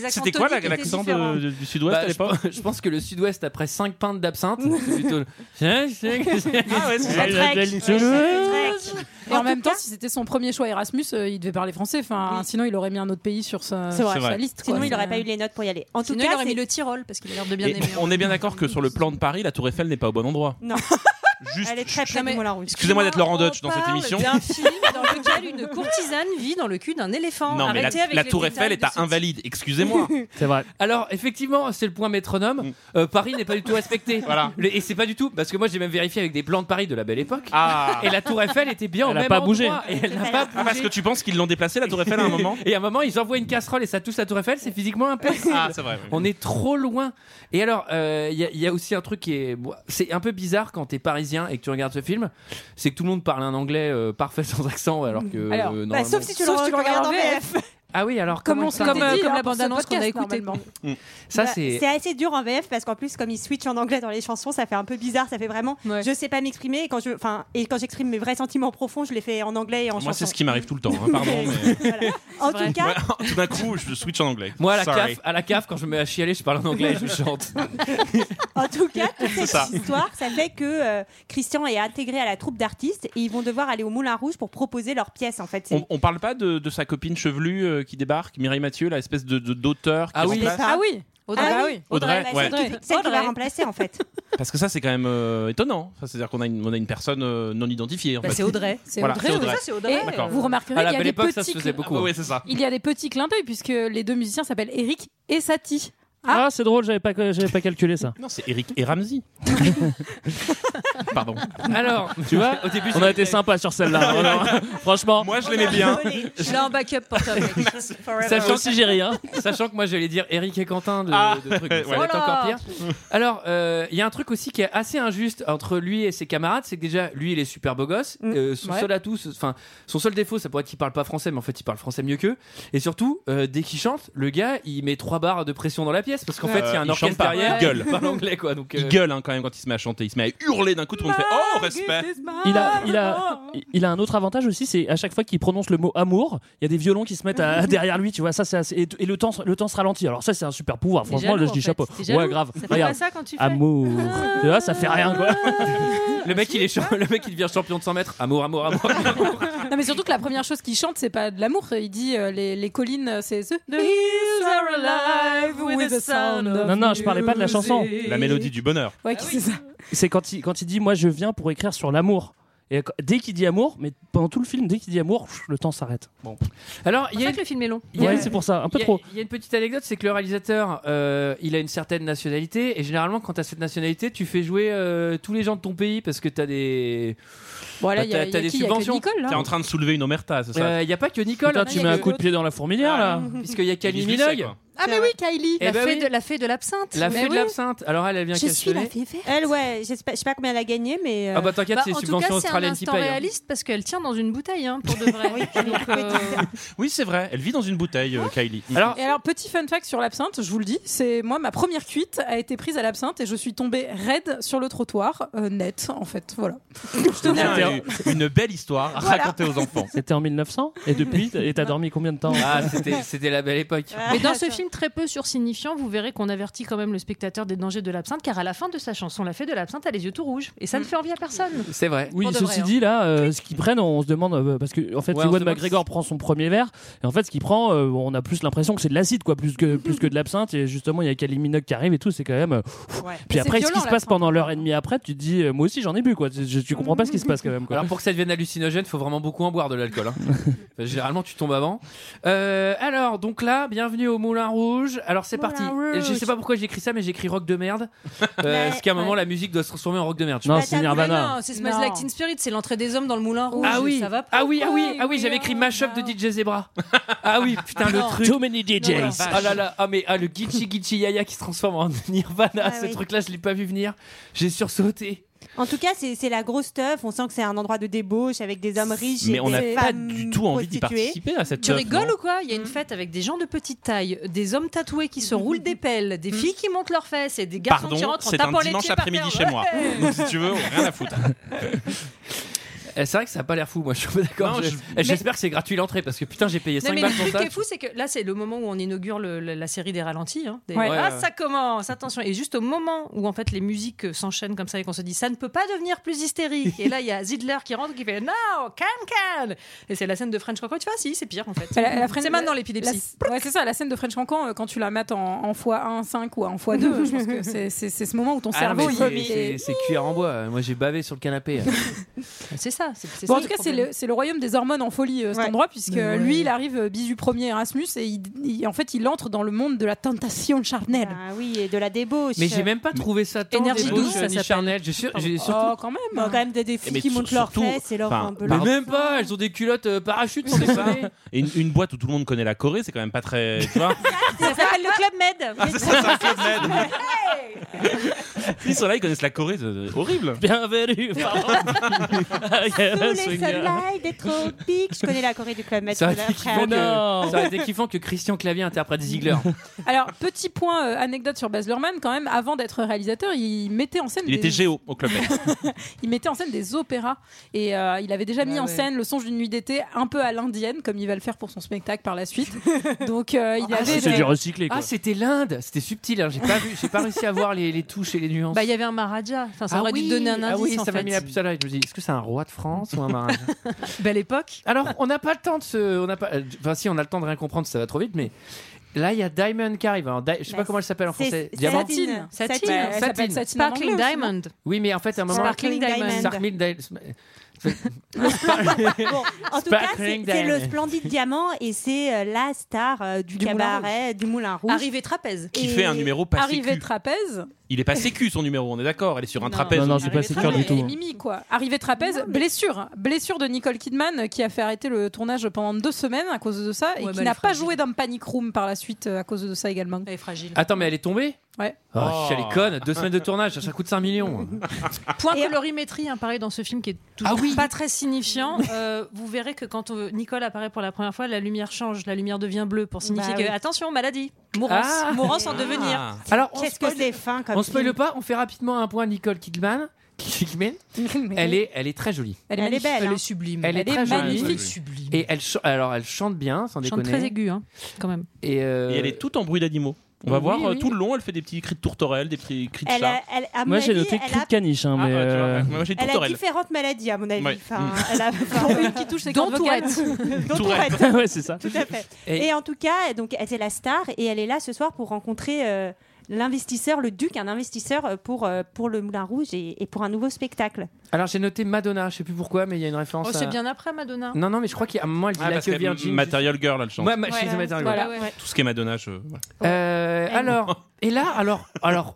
S11: l'accent de- de- du sud-ouest
S1: Bah,
S11: à
S1: je,
S11: l'époque
S1: pense- je pense que le sud-ouest, après 5 pintes d'absinthe, c'est plutôt. Ah ouais,
S12: c'est ça. Et en même temps, si c'était son premier choix Erasmus, euh, il devait parler français. Enfin, sinon, il aurait mis un autre pays sur sa,
S11: C'est vrai. C'est
S12: sur sa
S11: vrai.
S12: liste.
S6: Sinon, il
S12: n'aurait
S6: aurait pas eu les notes pour y aller. En tout
S7: Sinon,
S6: cas,
S7: il aurait mis
S6: c'est-
S7: le Tyrol parce qu'il a l'air de bien
S11: Et
S7: aimer.
S11: on est bien hein. d'accord que sur le plan de Paris, la Tour Eiffel n'est pas au bon endroit.
S6: Non.
S11: Juste,
S7: Elle est très près
S11: Excusez-moi d'être Laurent Dutch dans cette émission.
S7: d'un film dans lequel une courtisane vit dans le cul d'un éléphant.
S11: Non, mais la,
S7: Arrêtez avec
S11: la
S7: les
S11: Tour
S7: détails
S11: Eiffel est
S7: de
S11: à invalide. Excusez-moi.
S8: C'est vrai.
S1: Alors, effectivement, c'est le point métronome. Euh, Paris n'est pas du tout respecté.
S11: Voilà.
S1: Le- et c'est pas du tout, parce que moi j'ai même vérifié avec des plans de Paris de la belle époque.
S11: Ah.
S1: Et la Tour Eiffel était bien au
S11: Elle a
S1: même
S11: pas bougé.
S1: endroit, Et elle n'a pas bougé.
S11: Ah, parce que tu penses qu'ils l'ont déplacée, la Tour Eiffel, à un moment
S1: Et à un moment, ils envoient une casserole et ça touche la Tour Eiffel, c'est physiquement impossible.
S11: Ah, c'est vrai, oui.
S1: On est trop loin. Et alors, euh, il y, a- il y a aussi un truc qui est. bon, C'est un peu bizarre quand t'es parisien et que tu regardes ce film, c'est que tout le monde parle un anglais euh, parfait sans accent, alors que. euh,
S6: Alors, bah,
S1: normalement-
S6: sauf si tu le regardes en VF.
S1: Ah oui, alors
S6: Comme
S1: comment
S6: on
S1: il
S6: se
S1: parle
S6: l'était
S1: Comme, euh,
S6: dit,
S1: comme
S6: hein,
S1: la
S6: pour
S1: bande
S6: ce
S1: annonce qu'on a
S6: podcast,
S1: écoutée.
S6: normalement.
S1: Ça,
S6: Bah,
S1: c'est.
S6: c'est assez dur en VF parce qu'en plus comme ils switchent en anglais dans les chansons, ça fait un peu bizarre, ça fait vraiment je sais pas m'exprimer et quand je enfin et quand j'exprime mes vrais sentiments profonds, je les fais en anglais et en
S11: Moi,
S6: chanson.
S11: c'est ce qui m'arrive tout le temps. hein, Pardon. mais-
S6: En tout cas,
S11: Ouais, tout d'un coup, je switch en anglais.
S1: Moi, à la,
S11: Sorry.
S1: CAF, à la CAF, quand je me mets à chialer, je parle en anglais et je chante.
S6: en tout cas, toute
S1: C'est
S6: cette
S1: ça.
S6: histoire, ça fait que euh, Christian est intégré à la troupe d'artistes et ils vont devoir aller au Moulin Rouge pour proposer leurs pièces en fait. C'est-
S11: On, on parle pas de, de sa copine chevelue euh, qui débarque, Mireille Mathieu, la espèce de de- d'auteur. qui remplace
S12: Ah oui. Audrey.
S6: Ah
S12: Ah
S6: oui.
S12: oui.
S11: Audrey,
S6: Bah,
S11: ouais.
S6: celle qui- Celle qui va remplacer en fait.
S11: Parce que ça, c'est quand même euh, étonnant. Enfin, C'est-à-dire qu'on a une, on a une personne euh, non identifiée. en
S7: Bah,
S11: fait.
S7: c'est Audrey.
S12: C'est
S11: Voilà,
S12: Audrey, oui, ça, c'est Audrey. Et
S11: D'accord.
S12: vous remarquerez À la qu'il y a belle des époque, ça se petits faisait
S1: beaucoup.
S11: Ah, ouais, c'est ça.
S12: Il y a des petits clins d'œil puisque les deux musiciens s'appellent Eric et Satie.
S8: Ah, c'est drôle, j'avais pas, j'avais pas calculé ça.
S11: Non, c'est Eric et Ramsey. Pardon.
S1: Alors,
S8: tu vois,
S1: au début,
S8: on a été sympa sur celle-là. vraiment. Franchement,
S11: moi je l'aimais bien.
S7: Je l'ai en backup pour toi. mec.
S1: Sachant
S8: si j'ai hein. rien.
S1: Sachant que moi j'allais dire Eric et Quentin de,
S11: Ah.
S1: de trucs, mais ça
S11: Ouais.
S1: va être encore
S11: Voilà.
S1: pire. Alors, euh, il y a un truc aussi qui est assez injuste entre lui et ses camarades, c'est que déjà lui il est super beau gosse. Euh, son
S11: Mm. Ouais.
S1: seul atout, ce- enfin son seul défaut, ça pourrait être qu'il parle pas français, mais en fait il parle français mieux qu'eux. Et surtout, euh, dès qu'il chante, le gars il met trois barres de pression dans la pièce parce qu'en fait il y
S11: Euh,
S1: a un
S11: il chante
S1: orchestre
S11: pas,
S1: derrière.
S11: il gueule.
S1: parle anglais quoi. Donc,
S11: Il
S1: euh,
S11: gueule hein, quand même quand il se met à chanter. Il se met à hurler d'un coup, tout le monde fait Oh, respect
S8: il
S7: Ah,
S8: a, il a, il a un autre avantage aussi, c'est à chaque fois qu'il prononce le mot amour, il y a des violons qui se mettent à- derrière lui, tu vois. Ça, c'est assez- et, et le temps, se- le temps se ralentit. Alors ça, c'est un super pouvoir.
S7: T'es
S8: Franchement,
S7: jaloux,
S8: là, je dis
S7: en fait.
S8: chapeau.
S7: T'es jaloux.
S8: Ouais, grave.
S7: Ça fait pas
S8: Regarde.
S7: ça quand tu fais. Ah,
S8: Amour.
S11: Ah.
S8: Tu vois, ça fait rien, quoi.
S1: le mec il est cha- le mec il devient champion de 100 mètres. Amour, amour, amour.
S12: Non mais surtout que la première chose qu'il chante c'est pas de l'amour, il dit euh, les, les collines c'est The hills are alive with the sound of Ah
S8: Non, non, je parlais pas de la
S12: music.
S8: chanson.
S11: La mélodie du bonheur.
S12: Ouais, qui- c'est ça.
S8: C'est quand il, quand il dit, moi, je viens pour écrire sur l'amour. Et quand- dès qu'il dit amour, mais pendant tout le film, dès qu'il dit amour, pff, le temps s'arrête. Bon.
S1: Alors, il y a
S7: que le film est long.
S1: Il y a-
S8: Ouais, c'est pour ça, un peu
S1: il y a-
S8: trop.
S1: Il y a une petite anecdote, c'est que le réalisateur, euh, il a une certaine nationalité, et généralement, quand t'as cette nationalité, tu fais jouer euh, tous les gens de ton pays parce que t'as des.
S12: Bon, là,
S1: Bah,
S12: il y a-
S1: t'as-
S12: il y
S1: t'as
S12: a
S1: des
S12: qui Il y a que
S1: subventions.
S12: Nicole, hein. là
S11: T'es en train de soulever une omerta, c'est ça
S1: Euh, Il n'y a pas que Nicole.
S8: Putain, tu mets un coup de pied dans la fourmilière, là.
S1: Puisqu'il y a Kylie
S8: Elise Lucet,
S1: Minogue,
S8: quoi.
S7: Ah, mais oui, Kylie,
S1: Eh
S7: la,
S11: bah
S1: ben
S7: fée
S1: oui.
S7: de, la fée de l'absinthe.
S1: la
S7: Mais
S1: fée de
S7: oui.
S1: l'absinthe. Alors elle, elle vient questionnée.
S6: Elle, ouais, je sais pas, je sais pas combien elle a gagné, mais. euh,
S1: Ah bah t'inquiète, c'est
S7: en tout
S1: subvention
S7: cas,
S1: australienne qui
S7: C'est un
S1: paye,
S7: instant
S1: hein.
S7: réaliste parce qu'elle tient dans une bouteille, hein, pour de vrai. Donc, euh,
S11: Oui, c'est vrai. Elle vit dans une bouteille, euh, Kylie.
S12: Et alors, petit fun fact sur l'absinthe, je vous le dis, c'est moi, ma première cuite a été prise à l'absinthe et je suis tombée raide sur le trottoir, euh, net, en fait. Voilà.
S11: Bien, une, une belle histoire à
S12: Voilà.
S11: raconter aux enfants.
S8: C'était en 1900 et depuis, et t'as dormi combien de temps
S1: Ah, c'était c'était la belle époque.
S7: Mais dans ce film, très peu sursignifiant, vous verrez qu'on avertit quand même le spectateur des dangers de l'absinthe, car à la fin de sa chanson, la fée de l'absinthe a les yeux tout rouges. Et ça ne fait envie à personne.
S1: C'est vrai.
S8: Oui,
S7: Pour de
S8: ceci
S7: vrai, hein.
S8: dit, là, euh, ce qu'ils prennent, on se demande, euh, parce que en fait,
S1: Ouais, on se
S8: Ewan
S1: demande
S8: McGregor prend son premier verre, et en fait, ce qu'il prend, euh, on a plus l'impression que c'est de l'acide, quoi, plus que, plus que de l'absinthe, et justement, il y a Kylie Minogue qui arrive et tout, c'est quand même. euh, pff. Puis
S1: C'est
S8: après, ce
S1: violent,
S8: qui se passe pendant l'heure et demie après, tu te dis, euh, moi aussi, j'en ai bu, quoi, tu, je- tu comprends pas ce qui se passe quand même, quoi.
S1: Alors pour que ça devienne hallucinogène, faut vraiment beaucoup en boire de l'alcool. hein. Enfin, Généralement, tu tombes avant. Euh, alors, donc là, bienvenue au Moulin Rouge. Alors c'est parti.
S6: Rouge.
S1: Je sais pas pourquoi j'écris ça, mais j'écris rock de merde. Euh, parce qu'à un moment, la musique doit se transformer en rock de merde. je
S8: Non,
S1: pense.
S8: c'est Bah, t'as Nirvana.
S7: Non, c'est Smells Like Teen Spirit, c'est l'entrée des hommes dans le moulin rouge.
S1: Ah oui,
S7: ça va pas.
S1: ah oui, ah oui, ah oui, j'avais écrit mashup de DJ Zebra. Ah oui, putain le
S7: Non.
S1: truc.
S8: Too many DJs.
S1: Oh la vache. Ah là là, ah mais ah le Gitchi Gitchi Yaya qui se transforme en Nirvana, ce
S6: oui.
S1: truc-là je l'ai pas vu venir. J'ai sursauté.
S6: En tout cas, c'est c'est la grosse stuff. On sent que c'est un endroit de débauche avec des hommes riches.
S11: Mais
S6: et
S11: on
S6: des
S11: n'a pas
S6: femmes
S11: du tout envie d'y
S6: prostituées.
S11: participer à cette
S7: Tu
S11: teuf,
S7: rigoles
S11: non
S7: ou quoi
S6: Hmm.
S7: Il y a une fête avec des gens de petite taille, des hommes tatoués qui se roulent des pelles,
S6: Hmm.
S7: des filles qui montent leurs fesses et des garçons qui
S11: Pardon,
S7: rentrent en
S11: c'est un
S7: tapant les
S11: dimanche
S7: pieds par
S11: après-midi
S7: terre.
S11: chez moi.
S7: Ouais.
S11: Donc si tu veux, rien à foutre.
S1: Eh, C'est vrai que ça a pas l'air fou, moi je suis un peu d'accord.
S11: Non,
S1: Je-
S11: je-
S1: eh, J'espère que c'est gratuit l'entrée parce que putain j'ai payé
S7: Non,
S1: 5
S7: mais
S1: balles
S7: le
S1: pour
S7: truc
S1: ça.
S7: qui est fou, c'est que là, c'est le moment où on inaugure le- le- la série des ralentis. hein, des-
S1: Ouais. Ouais,
S7: ah,
S1: ouais.
S7: ça commence, attention. Et juste au moment où en fait les musiques euh, s'enchaînent comme ça et qu'on se dit ça ne peut pas devenir plus hystérique. Et là, il y a Zidler qui rentre qui fait non, can can. Et c'est la scène de French Cockroach. Tu vois, si, c'est pire en fait.
S12: Bah, la- la French-
S7: C'est maintenant
S12: la-
S7: l'épilepsie.
S12: la- Ouais, c'est ça, la scène de French Cancan, euh, quand tu la mates en, en x1, 5 ou en x2, je pense que c'est c'est- c'est ce moment où ton
S1: Ah,
S12: cerveau
S1: mais
S12: il-
S1: c'est-
S12: il
S1: c'est-
S12: est-
S1: c'est cuir en bois. euh, Moi j'ai bavé sur le canapé.
S7: C'est ça.
S12: Bon, en tout cas, c'est le, c'est le royaume des hormones en folie, euh, cet endroit, puisque
S1: Mais ouais.
S12: lui, il arrive euh, bisu premier Erasmus et il, il- en fait, il entre dans le monde de la tentation charnelle.
S6: Ah oui, et de la débauche.
S1: mais j'ai même pas trouvé ça tant
S12: Énergie
S1: débauche,
S12: douce, ça
S1: ni
S12: s'appelle.
S1: charnelle. J'ai sur- j'ai surtout
S12: Oh, quand même.
S6: Bon, quand même, des des filles qui montent leurs fesses et leur
S11: enfin,
S6: rampe.
S1: Mais
S11: Pardon.
S1: même pas, elles ont des culottes euh, parachutes sans déconner.
S11: Et une, une boîte où tout le monde connaît la Corée, c'est quand même pas très. Tu vois
S6: Ça s'appelle le Club Med.
S11: Ah, c'est ça, c'est un club med. Ils sont là, ils connaissent la Corée, c'est horrible. Ah,
S8: Bienvenue.
S6: Sous les soleils des tropiques. Je connais la Corée du Club Med.
S1: Ça aurait,
S6: je la
S1: été
S6: ferai
S1: kiffant
S6: à-
S1: que, ça aurait été kiffant que Christian Clavier interprète Ziegler.
S12: Alors, petit point euh, anecdote sur Baz Luhrmann, quand même, avant d'être réalisateur, il mettait en scène
S11: Il
S12: des-
S11: était géo au club med.
S12: il mettait en scène des opéras et euh, il avait déjà mis en
S7: ouais.
S12: scène le songe d'une nuit d'été un peu à l'indienne comme il va le faire pour son spectacle par la suite donc euh, il
S1: Ah,
S12: avait
S1: c'est du
S8: recyclé,
S1: Ah, c'était l'Inde, c'était subtil. hein, J'ai pas vu, j'ai pas réussi à voir les, les touches et les nuances.
S7: Bah, il y avait un Maharaja. Enfin, ça
S1: ah
S7: aurait
S1: oui,
S7: dû te donner un indice.
S1: ah oui,
S7: en
S1: ça m'a
S7: fait.
S1: mis la puce à l'oreille. Je me dis, est-ce que c'est un roi de France ou un marin
S7: Belle époque.
S1: Alors, on n'a pas le temps de se, on n'a pas, euh, enfin si, on a le temps de rien comprendre, ça va trop vite, mais. Là, il y a Diamond qui arrive. hein, Di- Je sais pas comment elle s'appelle en
S7: Bah, c'est-
S1: français.
S7: c'est
S1: Diamant
S7: Satine. Satine.
S1: Satine.
S6: Euh,
S7: Elle s'appelle Satine en anglais Sparkling aussi, non Diamond.
S1: Oui, mais en fait, à un moment.
S7: Sparkling Diamond.
S1: Sparkling Diamond.
S6: Bon, en tout cas, c'est
S1: Sparkling
S6: c'est le
S1: Diamond.
S6: splendide diamant et c'est euh, la star euh, du, cabaret, du Moulin Rouge.
S7: Arrivée trapèze.
S11: Qui fait un numéro pas
S12: arrivé
S11: sécu.
S12: trapèze
S11: Il est pas sécu son numéro, on est d'accord, elle est sur un trapèze.
S8: Non, non, c'est pas sécure du tout.
S12: et Mimi quoi arrivé trapèze blessure blessure de Nicole Kidman qui a fait arrêter le tournage pendant deux semaines à cause de ça et
S7: Ouais,
S12: qui
S7: bah,
S12: n'a
S7: elle est
S12: pas joué dans Panic Room par la suite euh, à cause de ça également
S7: elle est fragile
S1: Attends, mais elle est tombée
S12: ouais
S1: Oh, chien, les connes. Deux semaines de tournage, ça coûte 5 millions.
S7: Point colorimétrie, hein, pareil dans ce film qui est
S1: Ah
S7: toujours pas très signifiant. Euh, vous verrez que quand on- Nicole apparaît pour la première fois, la lumière change, la lumière devient bleue pour signifier
S6: Bah
S7: que
S6: oui.
S7: attention, maladie, mourance,
S1: Ah.
S7: mourance en
S1: Ah.
S7: devenir.
S1: Alors, on
S6: Qu'est-ce que c'est fin comme
S1: On spoil
S6: film.
S1: pas, on fait rapidement un point à Nicole Kidman. Kidman. Elle est, elle est très jolie.
S6: Elle est
S7: magnifique.
S6: belle,
S7: elle
S6: hein.
S7: est sublime,
S1: Elle est très jolie.
S7: magnifique,
S1: Oui.
S7: sublime.
S1: Et elle, cha- alors elle chante bien, sans
S7: Chante
S1: déconner.
S7: très aiguë, hein, quand même.
S1: Et, euh,
S11: Et elle est toute en bruit d'animaux. On va
S1: Oui,
S11: voir euh,
S1: oui.
S11: tout le long, elle fait des petits cris de tourterelle, des petits cris de
S6: Elle
S11: chat.
S6: a- elle- à mon
S8: Moi, j'ai
S6: avis,
S8: noté
S6: elle
S8: cri
S6: a-
S8: de caniche,
S1: Ah,
S8: hein, mais.
S11: ouais, tu vois,
S8: euh,
S11: moi, j'ai
S6: Elle a
S11: tourterelle.
S6: différentes maladies, à mon avis.
S11: Ouais.
S6: Enfin,
S11: Mm.
S6: elle a, enfin,
S12: une qui touche ses
S7: Dont
S12: cordes vocales.
S6: Tourette. Dont
S11: Tourette.
S6: Tourette.
S8: ouais, c'est ça.
S6: Tout à fait.
S1: Et-
S6: Et, en tout cas, donc, elle est la star et elle est là ce soir pour rencontrer euh, l'investisseur, le duc, un investisseur euh, pour, euh, pour le Moulin Rouge et, et pour un nouveau spectacle.
S1: Alors j'ai noté Madonna, je sais plus pourquoi, mais il y a une référence.
S7: Oh, c'est
S1: à-
S7: bien après Madonna.
S1: Non, non, mais je crois qu'à un moment elle dit
S11: Ah,
S1: Like
S11: parce
S1: a
S11: qu'elle est
S1: Virgin.
S11: Material Girl, elle chante.
S1: Ouais, ma- she's a
S7: Ouais,
S1: Material
S7: voilà,
S1: Girl.
S7: ouais.
S11: Tout ce qui est Madonna, je. voilà.
S1: Euh, alors, et là, alors, alors,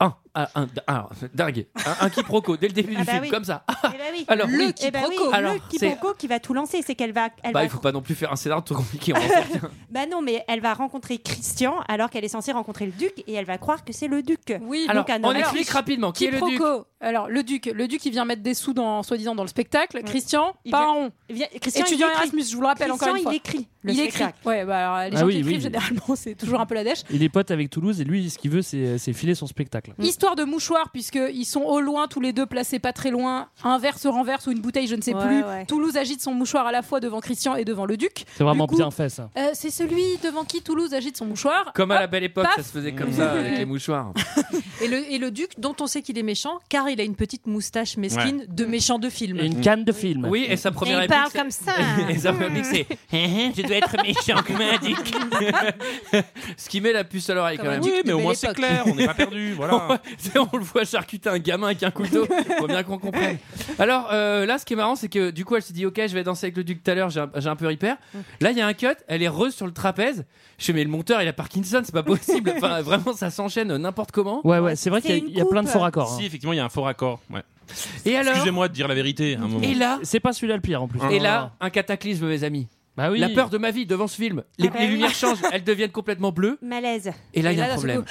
S1: un, un, un, un- dingue, un, un quiproquo dès le début
S6: Ah
S1: du
S6: bah
S1: film,
S6: oui.
S1: comme ça.
S6: Eh ben oui.
S1: Alors, oui.
S6: Eh ben oui,
S1: Alors,
S6: le quiproquo qui va tout lancer, c'est qu'elle va, elle
S1: Bah,
S6: va
S1: il faut pas non plus faire un scénario trop compliqué. on va en faire qu'un.
S6: Bah non, mais elle va rencontrer Christian alors qu'elle est censée rencontrer le duc et elle va croire que c'est le duc.
S12: Oui,
S1: Alors,
S12: donc un
S1: on
S12: homme
S1: explique
S12: riche.
S1: rapidement qui est le duc.
S12: Quiproquo. Alors le duc, le duc, il vient mettre des sous dans soi-disant dans le spectacle. Christian,
S6: Il
S12: pas
S6: vient-
S12: un rond.
S6: Eh bien, Christian,
S12: Étudiant
S6: il écrit.
S12: Erasmus, je vous le rappelle
S6: Christian,
S12: encore une fois.
S6: il écrit. le
S12: il écrit.
S6: spectacle.
S12: Ouais, bah, alors, les
S8: Ah
S12: gens
S8: oui,
S12: qui écrivent
S8: oui.
S12: généralement, c'est toujours un peu la dèche.
S8: Il est pote avec Toulouse et lui, ce qu'il veut, c'est c'est filer son spectacle.
S12: Histoire histoire de mouchoirs, puisqu'ils sont au loin, tous les deux placés pas très loin. Un verre se renverse ou une bouteille, je ne sais
S8: Ouais,
S12: plus.
S8: ouais.
S12: Toulouse agite son mouchoir à la fois devant Christian et devant le duc.
S8: C'est vraiment
S12: Du coup,
S8: bien fait ça.
S12: euh, c'est celui devant qui Toulouse agite son mouchoir.
S1: Comme à la belle époque,
S12: paf.
S1: ça se faisait comme ça avec les mouchoirs.
S7: Et le, et le duc, dont on sait qu'il est méchant, car il a une petite moustache mesquine
S1: Ouais.
S7: de méchant de film.
S1: Et une canne
S8: de film.
S1: Mm. Oui, et sa première
S7: Mmh. il
S1: réplique,
S7: parle
S1: c'est-
S7: comme ça.
S1: Et sa première réplique, c'est Hein, hein, Je dois être méchant comme un duc. Ce qui met la puce à l'oreille quand
S11: Comme un
S1: même.
S11: duc Oui, de mais au belle moins, c'est époque. clair, on n'est pas perdu, voilà.
S1: on, on le voit charcuter un gamin avec un couteau. Faut bien qu'on comprenne. Alors euh, là, ce qui est marrant, c'est que du coup, elle se dit Ok, je vais danser avec le duc tout à l'heure, j'ai un, j'ai un peu hyper. Là, il y a un cut, elle est reuse sur le trapèze. Je fais Mais le monteur, il a Parkinson, c'est pas possible. Enfin, vraiment, ça s'enchaîne n'importe comment.
S8: Ouais, ouais, c'est vrai
S1: C'est
S8: qu'il y a-
S1: une
S8: il y, a plein de
S1: coupe.
S8: faux raccords. hein.
S11: Si, effectivement, il y a un faux raccord. Ouais.
S1: Et alors
S11: Excusez-moi de dire la vérité. À un moment.
S1: Et là
S8: C'est pas celui-là le pire en plus. Ah.
S1: Et là, un cataclysme, mes amis.
S8: Bah oui.
S1: La peur de ma vie devant ce film.
S12: Ah
S1: Les,
S6: bah
S1: les
S6: oui.
S1: lumières changent, elles deviennent complètement bleues.
S6: Malaise.
S1: Et là, il y a un problème.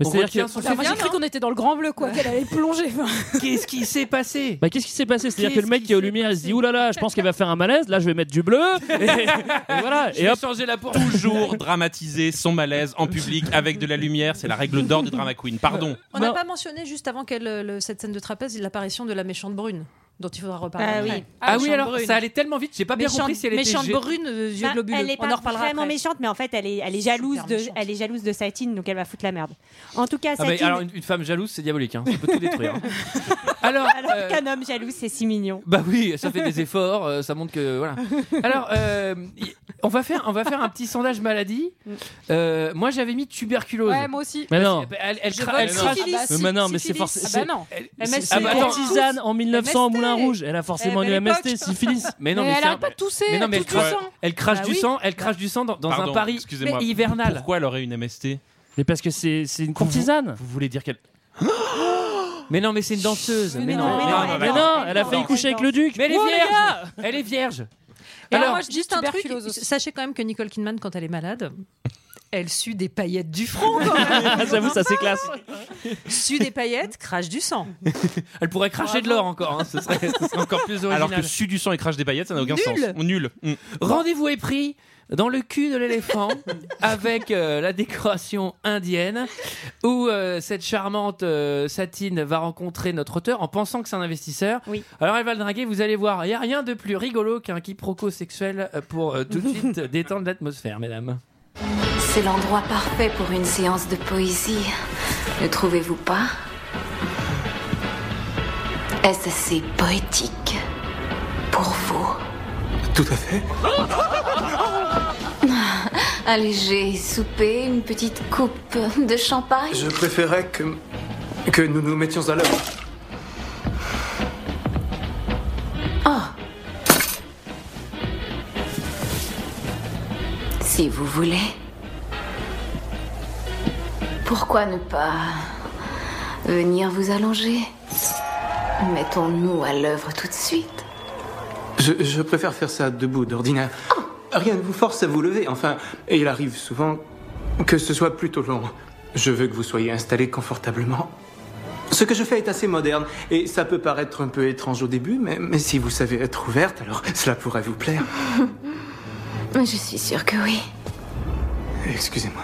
S8: Mais
S1: On
S8: c'est-à-dire
S1: retient
S8: que-
S1: son
S12: Enfin, moi, j'ai cru qu'on était dans le grand bleu, quoi, qu'elle allait plonger.
S1: Qu'est-ce qui s'est passé
S8: Bah, qu'est-ce qui s'est passé C'est-à-dire que
S1: Qu'est-ce
S8: le mec qui est aux lumières, il se dit Ouh là là, je pense qu'elle va faire un malaise, là je vais mettre du bleu. Et, et voilà.
S11: Je
S8: Et
S11: vais
S8: hop.
S1: changer la peau.
S11: Toujours dramatiser son malaise en public avec de la lumière, c'est la règle d'or des drama queen. Pardon.
S7: On n'a pas mentionné juste avant qu'elle, euh, le- cette scène de trapèze, l'apparition de la méchante brune, dont il faudra reparler.
S6: Ah
S7: après.
S6: oui.
S1: Ah oui,
S7: méchante
S1: alors
S7: brune.
S1: ça allait tellement vite, j'ai pas bien
S7: Méchante-
S1: compris si elle était
S7: méchante
S1: gé-
S7: brune, euh, yeux
S6: Bah,
S7: globuleux.
S6: Elle est
S7: On
S6: pas
S7: en reparlera
S6: vraiment
S7: après.
S6: méchante, mais en fait, elle est, elle est jalouse de, elle est jalouse de Satine, donc elle va foutre la merde. En tout cas,
S1: Ah
S8: bah,
S1: mais
S6: Satine,
S1: alors une, une femme jalouse, c'est diabolique, hein. ça peut tout détruire. alors, euh,
S6: qu'un homme jaloux, c'est si mignon.
S1: bah oui, ça fait des efforts, euh, ça montre que voilà. Alors, euh, y- on va faire, on va faire un petit sondage maladie. Euh, moi, j'avais mis tuberculose.
S12: Mm. Ouais, moi aussi.
S8: Mais non.
S1: Elle, elle,
S12: Je
S1: cra-
S12: vote
S1: elle crache-
S12: syphilis.
S8: Mais maintenant, mais c'est forcément.
S12: Ah bah non.
S8: C'est
S12: MST.
S8: c'est
S1: Ah bah attends.
S8: courtisane en 1900 au Moulin Rouge. Elle a forcément
S12: Eh,
S8: une
S12: belle
S8: MST,
S12: époque.
S8: syphilis.
S1: Mais non,
S12: Mais
S1: mais,
S12: elle
S1: c'est un-
S12: arrête pas de tousser,
S1: Mais non,
S12: elle
S1: mais elle
S12: tousse du
S1: crache,
S12: sang.
S1: elle crache
S12: Bah
S1: du
S12: oui.
S1: sang, elle crache du sang dans, dans
S11: Pardon,
S1: un Paris
S11: excusez-moi,
S1: hivernal.
S11: Pourquoi elle aurait une MST
S8: Mais parce que c'est c'est une courtisane.
S11: Vous voulez dire qu'elle.
S1: Mais non, mais c'est une danseuse. Mais, non,
S8: Mais non, mais non, elle a failli coucher avec le duc.
S1: Mais elle est
S8: Oh, les gars
S1: vierge. Elle est vierge.
S7: Et alors,
S1: Alors-
S7: moi, je dis juste un truc. Sachez quand même que Nicole Kidman, quand elle est malade, elle sue des paillettes du front. quand
S1: Ah,
S7: même.
S8: J'avoue, ça c'est classe.
S7: sue des paillettes, crache du sang.
S1: Elle pourrait cracher de l'or encore. hein, Ce, serait, ce serait encore plus original.
S11: Alors que su du sang et crache des paillettes, ça n'a aucun
S1: Nul.
S11: sens. Nul. Mm.
S1: Rendez-vous est pris dans le cul de l'éléphant avec euh, la décoration indienne où euh, cette charmante euh, Satine va rencontrer notre auteur en pensant que c'est un investisseur. Alors elle va le draguer, vous allez voir, il n'y a rien de plus rigolo qu'un quiproquo sexuel euh, pour euh, tout de suite détendre l'atmosphère, mesdames.
S9: C'est l'endroit parfait pour une séance de poésie, ne trouvez-vous pas Est-ce assez poétique pour vous
S4: Tout à fait.
S9: Un léger souper, une petite coupe de champagne
S4: Je préférais que, que nous nous mettions à l'œuvre.
S9: Ah. Si vous voulez. Pourquoi ne pas venir vous allonger Mettons-nous à l'œuvre tout de suite.
S4: Je, je préfère faire ça debout, d'ordinaire. Rien ne vous force à vous lever, enfin, et il arrive souvent que ce soit plutôt long. Je veux que vous soyez installés confortablement. Ce que je fais est assez moderne, et ça peut paraître un peu étrange au début, mais, mais si vous savez être ouverte, alors cela pourrait vous plaire.
S9: Je suis sûre que oui.
S4: Excusez-moi.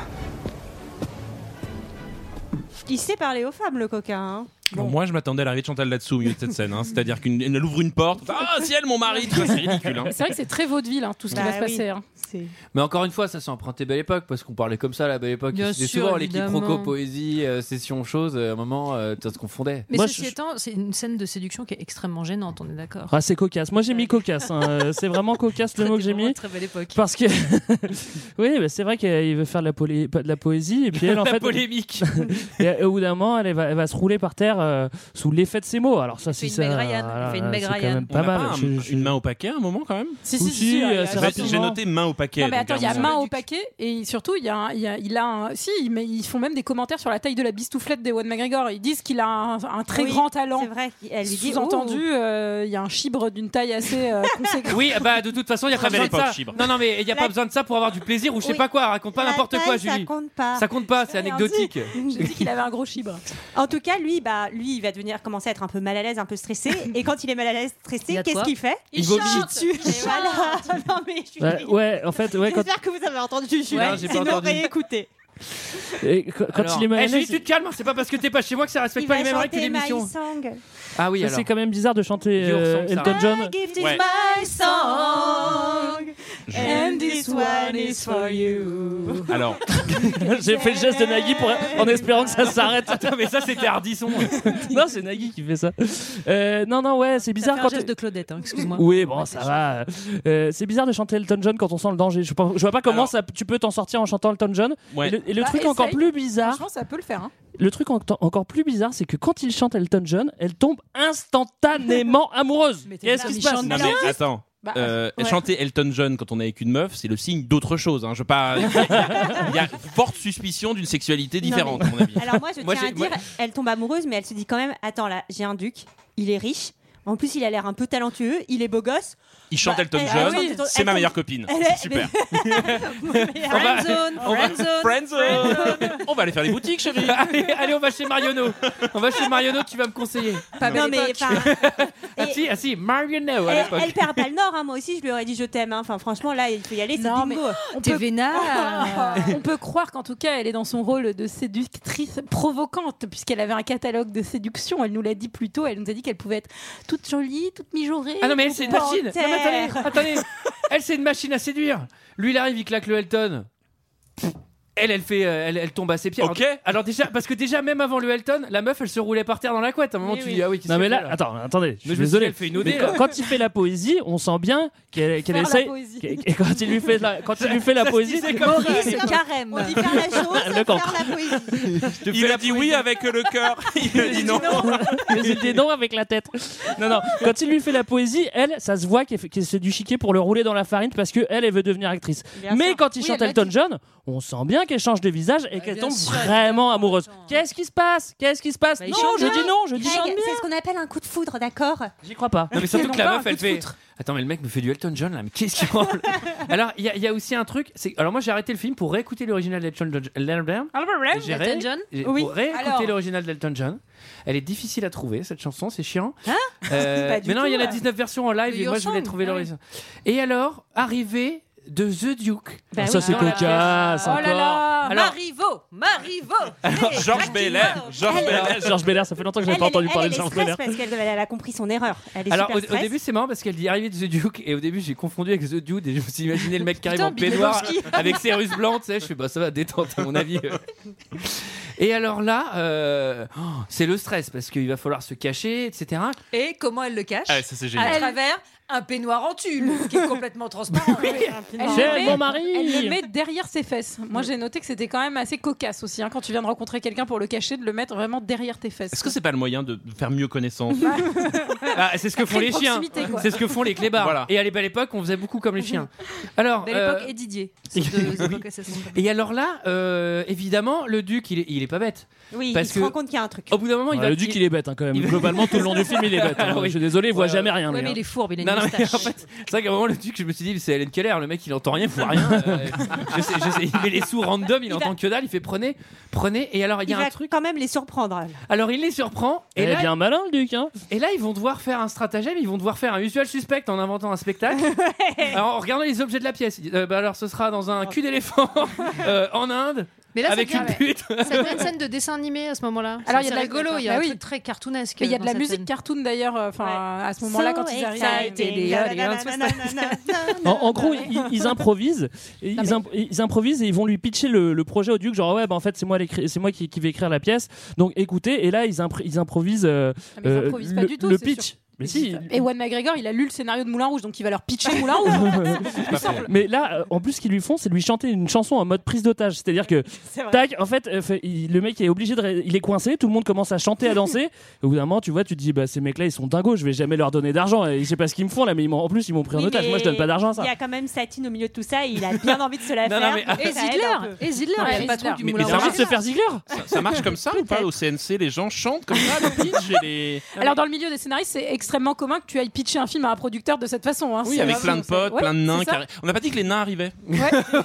S6: Il sait parler aux femmes, le coquin. hein.
S11: Bon, moi, je m'attendais à l'arrivée de Chantal là-dessous au milieu de cette scène. hein. C'est-à-dire qu'une elle ouvre une porte. Ah, ciel, mon mari Tu vois, C'est ridicule. hein.
S12: C'est vrai que c'est très vaudeville, hein, tout ce qui
S6: Bah
S12: va se
S6: oui.
S12: passer. hein.
S1: Mais encore une fois, ça s'est emprunté belle époque parce qu'on parlait comme ça à la belle époque.
S7: Bien
S1: C'était
S7: sûr,
S1: souvent les
S7: évidemment.
S1: quiproquos, poésie, euh, session, chose. euh, à un moment, euh, ça se confondait.
S7: Mais ceci étant, c'est une scène de séduction qui est extrêmement gênante, on est d'accord.
S8: Ah, c'est cocasse. Moi, j'ai mis cocasse. hein. Euh, C'est vraiment cocasse le mot que j'ai mis.
S7: Très belle époque.
S8: Parce que. oui, bah, c'est vrai qu'il veut faire de la, polé- de la poésie. Et puis elle, en
S1: La
S8: fait.
S1: polémique.
S8: et au bout d'un moment, elle va, elle va se rouler par terre euh, sous l'effet de ses mots. Alors, ça, c'est
S7: fait une
S8: ça.
S7: Meg Ryan. Elle
S8: voilà,
S7: fait une Meg
S8: c'est quand
S7: Ryan.
S8: même
S11: On
S8: pas
S11: a
S8: mal.
S11: pas un-
S8: Je- je-
S11: une main au paquet à un moment quand même
S12: Si,
S8: si, si, euh,
S11: assez
S8: assez
S11: rapidement. J'ai
S8: rapidement.
S11: noté main au paquet.
S12: Non, mais
S11: donc,
S12: attends,
S11: à un
S12: il y a
S11: moment-
S12: main au paquet et surtout, il y a, un- il y a- il a un. Si, mais ils font même des commentaires sur la taille de la bistouflette d'Ewan McGregor. Ils disent qu'il a un, un très
S6: Oui,
S12: grand talent.
S6: C'est vrai. Elle lui dit oh.
S12: Sous-entendu, euh, il y a un chibre d'une taille assez euh, conséquente.
S1: Oui, ah bah de toute façon, il n'y a pas
S11: Très
S1: besoin
S11: belle
S1: de ça.
S11: époque, Chibre.
S1: Non, non, mais il n'y a pas
S6: La-
S1: besoin de ça pour avoir du plaisir ou je sais
S6: Oui.
S1: pas quoi. Raconte pas
S6: La
S1: n'importe quoi,
S6: taille,
S1: Julie.
S6: Ça compte pas.
S1: Ça compte pas, c'est
S6: Rien
S1: anecdotique.
S6: dit.
S12: J'ai dit qu'il avait un gros chibre.
S6: En tout cas, lui, bah, lui, il va devenir commencer à être un peu mal à l'aise, un peu stressé. Et quand il est mal à l'aise,
S7: Il y
S6: stressé,
S7: a
S6: qu'est-ce
S7: quoi
S6: qu'il fait
S1: Il Il vomit. chante,
S6: Chie dessus. Voilà. Non mais je suis.
S8: Ouais, ouais, en fait, ouais, quand,
S6: J'espère que vous avez entendu Julie.
S1: Non, j'ai pas
S6: Sinon,
S1: entendu.
S6: réécoutez.
S8: Et qu- quand il est mal à l'aise-
S1: Eh, tu te calmes, hein, c'est pas parce que t'es pas chez moi que ça respecte pas les mêmes règles que l'émission. Ah oui,
S8: Ça,
S1: alors.
S8: c'est quand même bizarre de chanter
S1: Your
S8: euh,
S1: song, ça.
S8: Elton John.
S6: Gift
S1: Ouais.
S6: is my song, and this one is for you.
S11: Alors,
S8: j'ai fait le geste de Nagui pour, en espérant que ça s'arrête.
S1: Attends, mais ça c'était Ardisson.
S8: non, c'est Nagui qui fait ça. Euh, non, non, ouais, c'est bizarre
S7: fait un
S8: quand.
S7: geste de Claudette, hein, excuse-moi.
S8: Oui, bon, ça va. Euh, c'est bizarre de chanter Elton John quand on sent le danger. Je, pense- je vois pas comment ça, tu peux t'en sortir en chantant Elton John.
S11: Ouais.
S8: Et le, et le
S12: Bah,
S8: truc
S12: essaye.
S8: encore plus bizarre,
S12: Franchement, ça peut le faire. hein.
S8: le truc en- encore plus bizarre, c'est que quand il chante Elton John, elle tombe instantanément amoureuse. Qu'est-ce qui se passe
S11: Non mais attends.
S8: Bah,
S11: Euh,
S8: ouais.
S11: Chanter Elton John quand on est avec une meuf, c'est le signe d'autre chose. Hein. Je veux pas. Il y a forte suspicion d'une sexualité différente, à mon avis.
S6: Alors moi, je tiens à
S11: j'ai- moi-
S6: dire, elle tombe amoureuse, mais elle se dit quand même, attends là, j'ai un duc, il est riche. En plus, il a l'air un peu talentueux, il est beau gosse.
S11: Il chante
S6: Bah,
S11: Elton
S6: elle-
S11: John,
S6: elle chante Elton-
S11: c'est ma
S6: elle
S11: meilleure
S6: tombe-
S11: copine.
S6: elle est-
S11: Super.
S7: Friendzone,
S11: on va-
S7: friendzone,
S11: friendzone. On va aller faire les boutiques, chérie.
S1: allez, allez, on va chez Mariono. On va chez Mariono, tu vas me conseiller.
S6: Pas Non, belle mais, époque.
S1: ah si, ah si, Mariono à
S6: Elle,
S1: l'époque.
S6: elle perd pas le nord, hein, moi aussi je lui aurais dit je t'aime. hein. Enfin franchement là il faut y aller, c'est
S12: Non,
S6: bingo.
S12: mais-
S6: On
S12: T'es
S6: peut-
S12: vénard. On peut croire qu'en tout cas, elle est dans son rôle de séductrice provocante, puisqu'elle avait un catalogue de séduction. Elle nous l'a dit plus tôt. Elle nous a dit qu'elle pouvait être toute jolie, toute mijaurée.
S1: Ah non mais elle c'est une machine. Non,
S12: panthère.
S1: mais attendez, attendez. Elle c'est une machine à séduire. Lui il arrive, il claque le Elton. Elle, elle fait, euh, elle, elle tombe à ses pieds.
S11: Ok.
S1: Alors, alors déjà, parce que déjà même avant le Elton, la meuf elle se roulait par terre dans la couette. À un moment
S8: Oui,
S1: tu
S8: oui.
S1: dis ah oui. qu'est-ce
S8: Non, mais
S1: qu'elle
S8: là,
S1: fait,
S8: attends, attendez, je
S1: Mais je me
S8: suis
S1: suis dit,
S8: désolé.
S1: elle fait une OD,
S8: Mais
S1: là.
S8: quand, quand il fait la poésie, on sent bien qu'elle qu'elle
S1: Faire la
S8: essaye.
S1: poésie.
S8: qu'elle- qu'elle- quand il lui fait la, quand il lui fait la
S1: Ça se
S8: poésie, Ah,
S1: disait comme ça, à
S12: Maurice
S1: l'époque.
S12: Carême.
S6: On dit faire la chose,
S8: Le
S6: faire
S8: camp.
S6: la poésie.
S11: Il a dit oui avec le cœur. Il a dit non.
S8: Mais c'était non avec la tête. Non, non. Quand il lui fait la poésie, elle, ça se voit qu'elle fait- qu'elle se du chiquet pour le rouler dans la farine parce que elle, elle veut devenir actrice.
S1: Bien
S8: Mais
S1: sûr.
S8: quand il
S1: Oui,
S8: chante
S1: elle l'a
S8: Elton John, on sent bien qu'elle change de visage et qu'elle tombe vraiment amoureuse.
S12: Ah,
S8: Qu'est-ce qui se passe Qu'est-ce qui se passe Non, je dis non, je dis chante
S6: Greg,
S8: bien.
S6: C'est ce qu'on appelle un coup de foudre, d'accord
S8: J'y crois pas.
S1: Non mais surtout que
S6: Non,
S1: la
S6: pas
S1: meuf
S6: un
S1: elle
S6: coup de
S1: fait Attends mais le mec me fait du Elton John là mais qu'est-ce qu'il branle Alors il y, a- il y a aussi un truc c'est alors moi j'ai arrêté le film pour réécouter l'original d'Elton John L'Albert.
S7: Albert,
S1: J'ai
S7: Elton
S1: ré-
S7: John
S1: j'ai-
S7: Oui.
S1: Pour réécouter
S7: Alors.
S1: l'original d'Elton John, elle est difficile à trouver cette chanson, c'est chiant.
S7: Hein
S1: Euh,
S7: Pas du
S1: mais non, il y en
S7: tout,
S1: a
S7: ouais.
S1: 19 versions en live
S7: De
S1: et
S7: Your
S1: moi je voulais
S7: Song,
S1: trouver
S7: ah oui.
S1: l'original. Et alors, arrivé de The Duke.
S7: Bah Ça, oui. c'est
S1: Dans la
S8: Ah, cocasse,
S1: pièce.
S8: Oh là encore.
S7: Ah,
S8: là,
S1: Alors,
S6: Oh,
S7: Marivaux, Marivaux.
S11: Georges Belair. Georges
S6: Elle-
S11: Belair.
S8: Georges Belair, ça fait longtemps que
S6: Elle,
S8: j'ai pas
S6: elle-
S8: entendu
S6: elle,
S8: parler
S6: elle
S8: de
S6: est
S8: Georges
S6: stress
S8: Belair.
S6: parce qu'elle elle a compris son erreur. Elle est
S1: Alors
S6: super
S1: au, au
S6: stress.
S1: début c'est marrant parce qu'elle dit arrivé de The Duke et au début j'ai confondu avec The Dude et je me suis imaginé le mec qui arrive
S6: Putain,
S1: en
S6: Bill
S1: peignoir
S6: Lebowski.
S1: avec ses russes blancs, tu sais, je suis bah ça va détente à mon avis. euh. et alors là euh, oh, c'est le stress parce qu'il va falloir se cacher etc.
S7: Et comment elle le cache
S1: Ah, ça, c'est génial.
S7: À travers un peignoir en tulle, ce qui est complètement transparent.
S12: Elle le
S8: J'aime
S12: met-
S8: mon mari.
S12: Elle le met derrière ses fesses. Moi, j'ai noté que c'était quand même assez cocasse aussi, hein, quand tu viens de rencontrer quelqu'un pour le cacher, de le mettre vraiment derrière tes fesses.
S11: Est-ce que c'est pas le moyen de faire mieux connaissance
S1: Ah, c'est ce que font
S12: Sacrée
S1: les chiens.
S12: proximité, quoi.
S1: C'est ce que font les clébards.
S11: Voilà.
S1: Et à la belle époque, on faisait beaucoup comme les chiens. Alors,
S7: Belle
S1: euh,
S7: époque et Didier. Ces deux époques assez semblables.
S1: et alors là, euh, évidemment, le duc, il est, il est pas bête.
S6: Oui,
S1: Parce
S6: il
S1: que-
S6: se rend compte qu'il y a un truc.
S1: Au bout d'un moment, il
S8: Ouais,
S1: va.
S8: le duc, il est bête hein, quand même.
S1: il va-
S8: Globalement, tout le long du film, il est bête. hein.
S1: Alors oui.
S8: Je suis désolé, il voit
S1: Ouais,
S8: jamais rien. lui,
S7: Ouais, mais
S8: hein.
S7: il est fourbe, il a une
S1: Non, non, mais
S7: moustache.
S1: en fait, c'est vrai qu'à un moment, le duc, je me suis dit, c'est Hélène Keller, le mec, il entend rien, il voit rien. Euh, je sais, je sais, il met les sous random, il, entend que dalle, il fait prenez, prenez. Et alors, il y
S6: Il
S1: a un
S6: va
S1: truc.
S6: quand même les surprendre.
S1: Alors, il les surprend. Et
S8: Elle est
S1: là,
S8: bien malin, le duc. Hein.
S1: Et là, ils vont devoir faire un stratagème, ils vont devoir faire un usual suspect en inventant un spectacle. alors, en regardant les objets de la pièce, ils disent, euh, bah, alors ce sera dans un cul d'éléphant euh, en Inde,
S13: Mais là, ça
S1: avec
S13: fait-
S1: une
S13: ouais.
S1: pute.
S13: C'est plein de scènes de dessin animé à ce moment-là.
S12: Alors,
S13: C'est
S12: il y a de la-
S13: rigolo, il y a
S12: Bah
S13: un
S12: oui.
S13: truc très cartoonesque.
S12: Mais il y a de
S13: dans
S12: la
S13: cette
S12: musique
S13: scène.
S12: cartoon d'ailleurs, euh, enfin à ce moment-là quand ils arrivent.
S1: Ah,
S8: En, en gros, ils, ils improvisent. et Ils, imp- ils improvisent et ils vont lui pitcher le, le projet au duc, genre ouais, bah, en fait c'est moi, l'écri- c'est moi qui, qui vais écrire la pièce. Donc écoutez, et là ils, impr- ils improvisent. euh,
S12: Ah, mais ils
S8: euh,
S12: improvisent pas
S8: le,
S12: du tout,
S8: le
S12: c'est
S8: pitch.
S12: sûr.
S8: Mais si.
S12: Et Juan McGregor, il a lu le scénario de Moulin Rouge, donc il va leur pitcher Moulin Rouge.
S8: Mais là, euh, en plus, ce qu'ils lui font, c'est lui chanter une chanson en mode prise d'otage. C'est-à-dire que,
S6: vrai.
S8: tac, en fait, euh, fait, il- le mec est obligé de. ré- Il est coincé, tout le monde commence à chanter, à danser. Au bout d'un moment, tu vois, tu te dis, bah, ces mecs-là, ils sont dingos, je vais jamais leur donner d'argent. Et je sais pas ce qu'ils me font là, mais ils m'ont- en plus, ils m'ont pris en
S6: Oui,
S8: otage. Moi, je donne
S6: mais
S8: pas d'argent à ça.
S6: Il y a quand même Satine au milieu de tout ça et il a bien envie de se la
S1: Non,
S6: faire.
S1: non, mais-
S6: donc
S13: Et
S6: ça aide un
S13: Zidler
S6: peu.
S13: Et Zidler,
S12: Non,
S13: il y a
S12: mais-
S13: le patron du
S11: mais-
S13: moulin
S11: mais
S8: T'as
S11: ça
S13: Rouge.
S8: envie de se faire zigler
S11: ça, ça marche comme ça ou pas au CNC Les gens chantent comme ça, le pitch et les.
S12: Alors dans le milieu des scénaristes, c'est extrêmement commun que tu ailles pitcher un film à un producteur de cette façon. hein.
S11: Oui,
S12: C'est
S11: avec plein
S12: vraiment-
S11: de potes,
S12: Ouais,
S11: plein de nains.
S12: c'est
S11: qui
S12: ça.
S11: arri- On n'a pas dit que les nains arrivaient.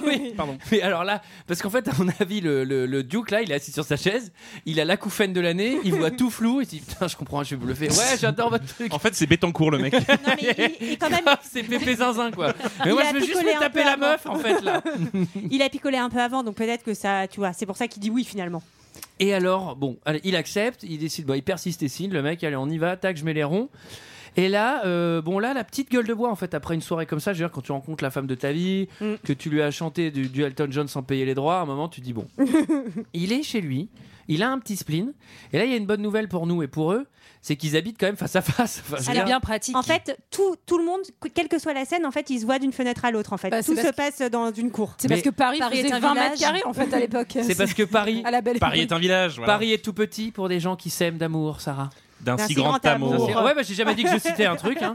S1: oui, pardon. Mais alors là, parce qu'en fait, à mon avis, le, le- le Duke, là, il est assis sur sa chaise, il a l'acouphène de l'année, il voit tout flou, il se dit Putain, je comprends, je vais bluffer. Ouais, j'adore votre truc.
S11: En fait, c'est Bétancourt le mec.
S1: c'est Pépé Zinzin, quoi.
S6: Il
S1: Mais moi,
S6: a
S1: je veux juste
S6: picolé
S1: me
S6: un
S1: taper
S6: peu
S1: la
S6: avant.
S1: meuf, en fait, là.
S6: Il a picolé un peu avant, donc peut-être que ça, tu vois, c'est pour ça qu'il dit oui finalement.
S1: Et alors, bon, allez, il accepte, il décide, bon, il persiste et signe, le mec, allez, on y va, tac, je mets les ronds. Et là, euh, bon, là, la petite gueule de bois, en fait, après une soirée comme ça, je veux dire, quand tu rencontres la femme de ta vie, que tu lui as chanté du, du Elton John sans payer les droits, à un moment, tu dis, bon, il est chez lui, il a un petit spleen, et là, il y a une bonne nouvelle pour nous et pour eux, c'est qu'ils habitent quand même face à face. Enfin, je veux dire-
S7: pratique.
S6: En fait, tout, tout le monde, que- quelle que soit la scène, en fait, ils se voient d'une fenêtre à l'autre. En fait,
S12: Bah, c'est
S6: tout
S12: parce
S6: se passe dans une cour.
S12: C'est
S1: Mais-
S12: parce que Paris,
S6: Paris est
S12: faisait
S6: un
S12: 20 mètres
S6: village.
S12: carrés en fait à l'époque.
S1: C'est parce que Paris,
S12: à la belle
S11: Paris est un village. voilà.
S1: Paris est tout petit pour des gens qui s'aiment d'amour, Sarah.
S11: D'un si grand amour.
S1: D'un si- Ouais, bah, j'ai jamais dit que je citais un truc. hein.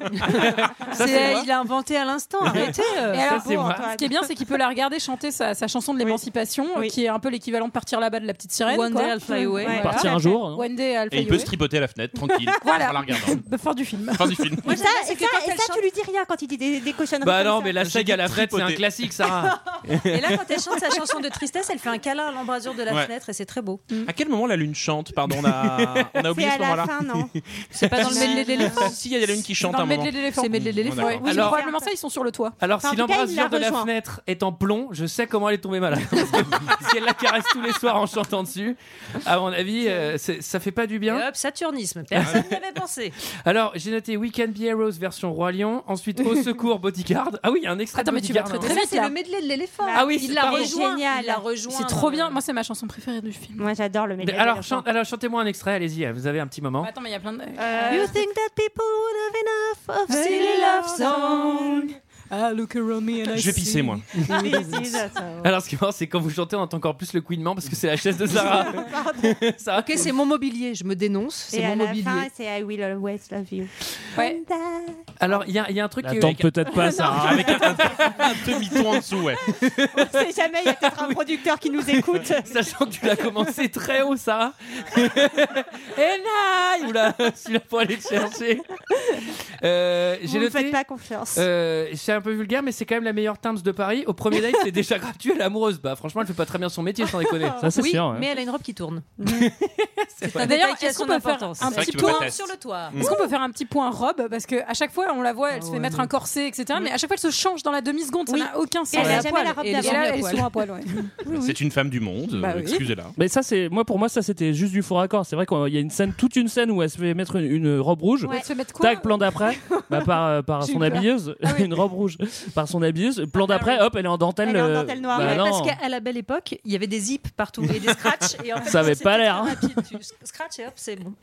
S1: Ça, c'est moi.
S7: euh, il a inventé à l'instant, arrêtez. euh.
S12: Et
S1: Ça,
S12: alors,
S1: c'est
S12: bon,
S1: moi.
S12: ce qui est bien, c'est qu'il peut la regarder chanter sa, sa chanson de l'émancipation, euh, qui est un peu l'équivalent de partir là-bas de la petite sirène.
S7: One
S12: quoi.
S7: day I'll fly
S12: Mm.
S7: away.
S12: Ouais,
S11: Partir
S12: voilà.
S11: un jour, hein.
S12: One day I'll
S11: Et
S12: fly
S11: il peut
S12: away.
S11: se tripoter à la fenêtre, tranquille.
S12: Voilà.
S11: En la regardant.
S12: Fin du film.
S11: Fin du film.
S6: Et ça, et ça, et ça, tu lui dis rien quand il dit des, des cochonneries.
S1: Bah
S6: comme
S1: non,
S6: ça.
S1: mais la saga à la frette, c'est un classique,
S13: Ah.
S1: Sarah.
S13: Et là, quand elle chante sa chanson de tristesse, elle fait un câlin à l'embrasure de la
S11: Ouais.
S13: fenêtre et c'est très beau.
S11: À quel moment la lune chante Pardon, on a, on a oublié
S13: C'est
S11: ce
S13: à la
S11: moment-là.
S13: fin, non
S11: C'est
S7: pas dans le medley de l'éléphant
S11: Si, il y a la lune qui
S12: Dans
S11: chante
S12: le
S11: un moment.
S12: medley de l'éléphant.
S11: C'est
S12: medley
S11: de l'éléphant, ouais.
S12: Oui,
S1: Alors-
S12: probablement ça, ils sont sur le toit.
S1: Alors, si l'embrasure de la
S12: fenêtre
S1: fenêtre est en plomb, je sais comment elle est tombée malade. Parce que si elle la caresse tous les soirs en chantant dessus, à mon avis, euh, c'est- ça fait pas du
S13: Et
S1: bien.
S13: hop, Saturnisme, personne n'y avait pensé.
S1: Alors, j'ai noté We Can Be Heroes version Roi Lion, ensuite Au secours Bodyguard. Ah oui, il y a un extrait
S12: Attends,
S1: de
S12: mais tu vas
S1: Bodyguard.
S12: très,
S1: hein.
S12: très vite.
S13: C'est
S12: là. Bah
S13: le medley de l'éléphant.
S1: Ah oui,
S13: il
S1: c'est
S13: l'a
S1: pardon.
S13: rejoint.
S6: Génial.
S13: Il l'a rejoint. euh,
S12: C'est trop bien. Moi, c'est ma chanson préférée du film.
S6: Moi, j'adore le
S1: Mais
S6: mec.
S1: alors, chan- alors, chantez-moi un extrait, allez-y, vous avez un petit moment.
S12: Attends, mais il y a plein
S13: Euh,
S12: de. Euh,
S6: You think that people would have enough of
S12: Silly
S6: silly
S12: love
S6: love song?
S12: I look around me and I
S1: Je vais pisser,
S12: see.
S1: moi. Alors, ce qui est marrant, c'est quand vous chantez, on entend encore plus le couinement parce que c'est la chaise de Sarah. Sarah.
S13: Ok, c'est mon mobilier. Je me dénonce. C'est
S6: Et
S13: mon
S6: à la
S13: mobilier.
S6: fin, c'est I will always love you.
S12: Ouais.
S1: Alors, il y, a- il y a un truc. qui-
S8: Attends, peut-être pas, Sarah.
S11: hein, Avec un, demi-ton en dessous, ouais.
S6: On sait jamais, il y a peut-être un producteur qui nous écoute.
S1: Sachant que tu l'as commencé très haut, Sarah. Et naï Oula, celui-là pour aller le chercher. Euh,
S6: Vous
S1: J'ai
S6: ne
S1: noté.
S6: faites pas confiance.
S1: euh, c'est un peu vulgaire, mais c'est quand même la meilleure Times de Paris. Au premier date, c'est déjà gratuit à l'amoureuse. Bah, franchement, elle fait pas très bien son métier, sans déconner.
S13: oui, mais elle a une robe qui tourne.
S1: C'est un
S12: D'ailleurs,
S13: détail qui a
S12: est-ce qu'on
S13: son
S12: peut faire Mm.
S13: importance.
S12: un
S13: C'est vrai
S12: petit
S13: que tu peux pas
S12: point
S13: tester. Sur le toit. Ah
S12: Est-ce qu'on peut faire un petit point robe Parce que à chaque fois, on la voit, elle se fait mettre un corset, etc. Mais à chaque fois, elle se change dans la demi seconde. Ça n'a aucun sens.
S6: elle a
S12: est à
S6: jamais
S12: poil.
S6: la robe
S12: Et là,
S6: d'avant.
S12: Elle est souvent à poil. ouais.
S11: C'est une femme du monde,
S12: Bah
S11: euh,
S12: oui.
S11: excusez-la.
S8: Mais ça, c'est moi pour moi, ça c'était juste du faux raccord. C'est vrai qu'il y a une scène, toute une scène où elle se fait mettre une, une robe rouge.
S12: Elle se fait mettre quoi
S8: Tac, plan d'après, bah, par, euh, par
S12: J'ai
S8: son
S12: eu peur.
S8: habilleuse, une robe rouge, par son habilleuse. Plan d'après, hop, elle est en dentelle.
S13: Elle est en
S8: euh,
S13: dentelle noire.
S8: bah
S13: Ouais,
S8: non.
S13: parce qu'à la belle époque, il y avait des zips partout et des scratchs. Et en fait,
S8: Ça avait
S13: c'est
S8: pas l'air,
S13: très
S8: hein.
S13: rapide. Tu scratches et hop, c'est bon.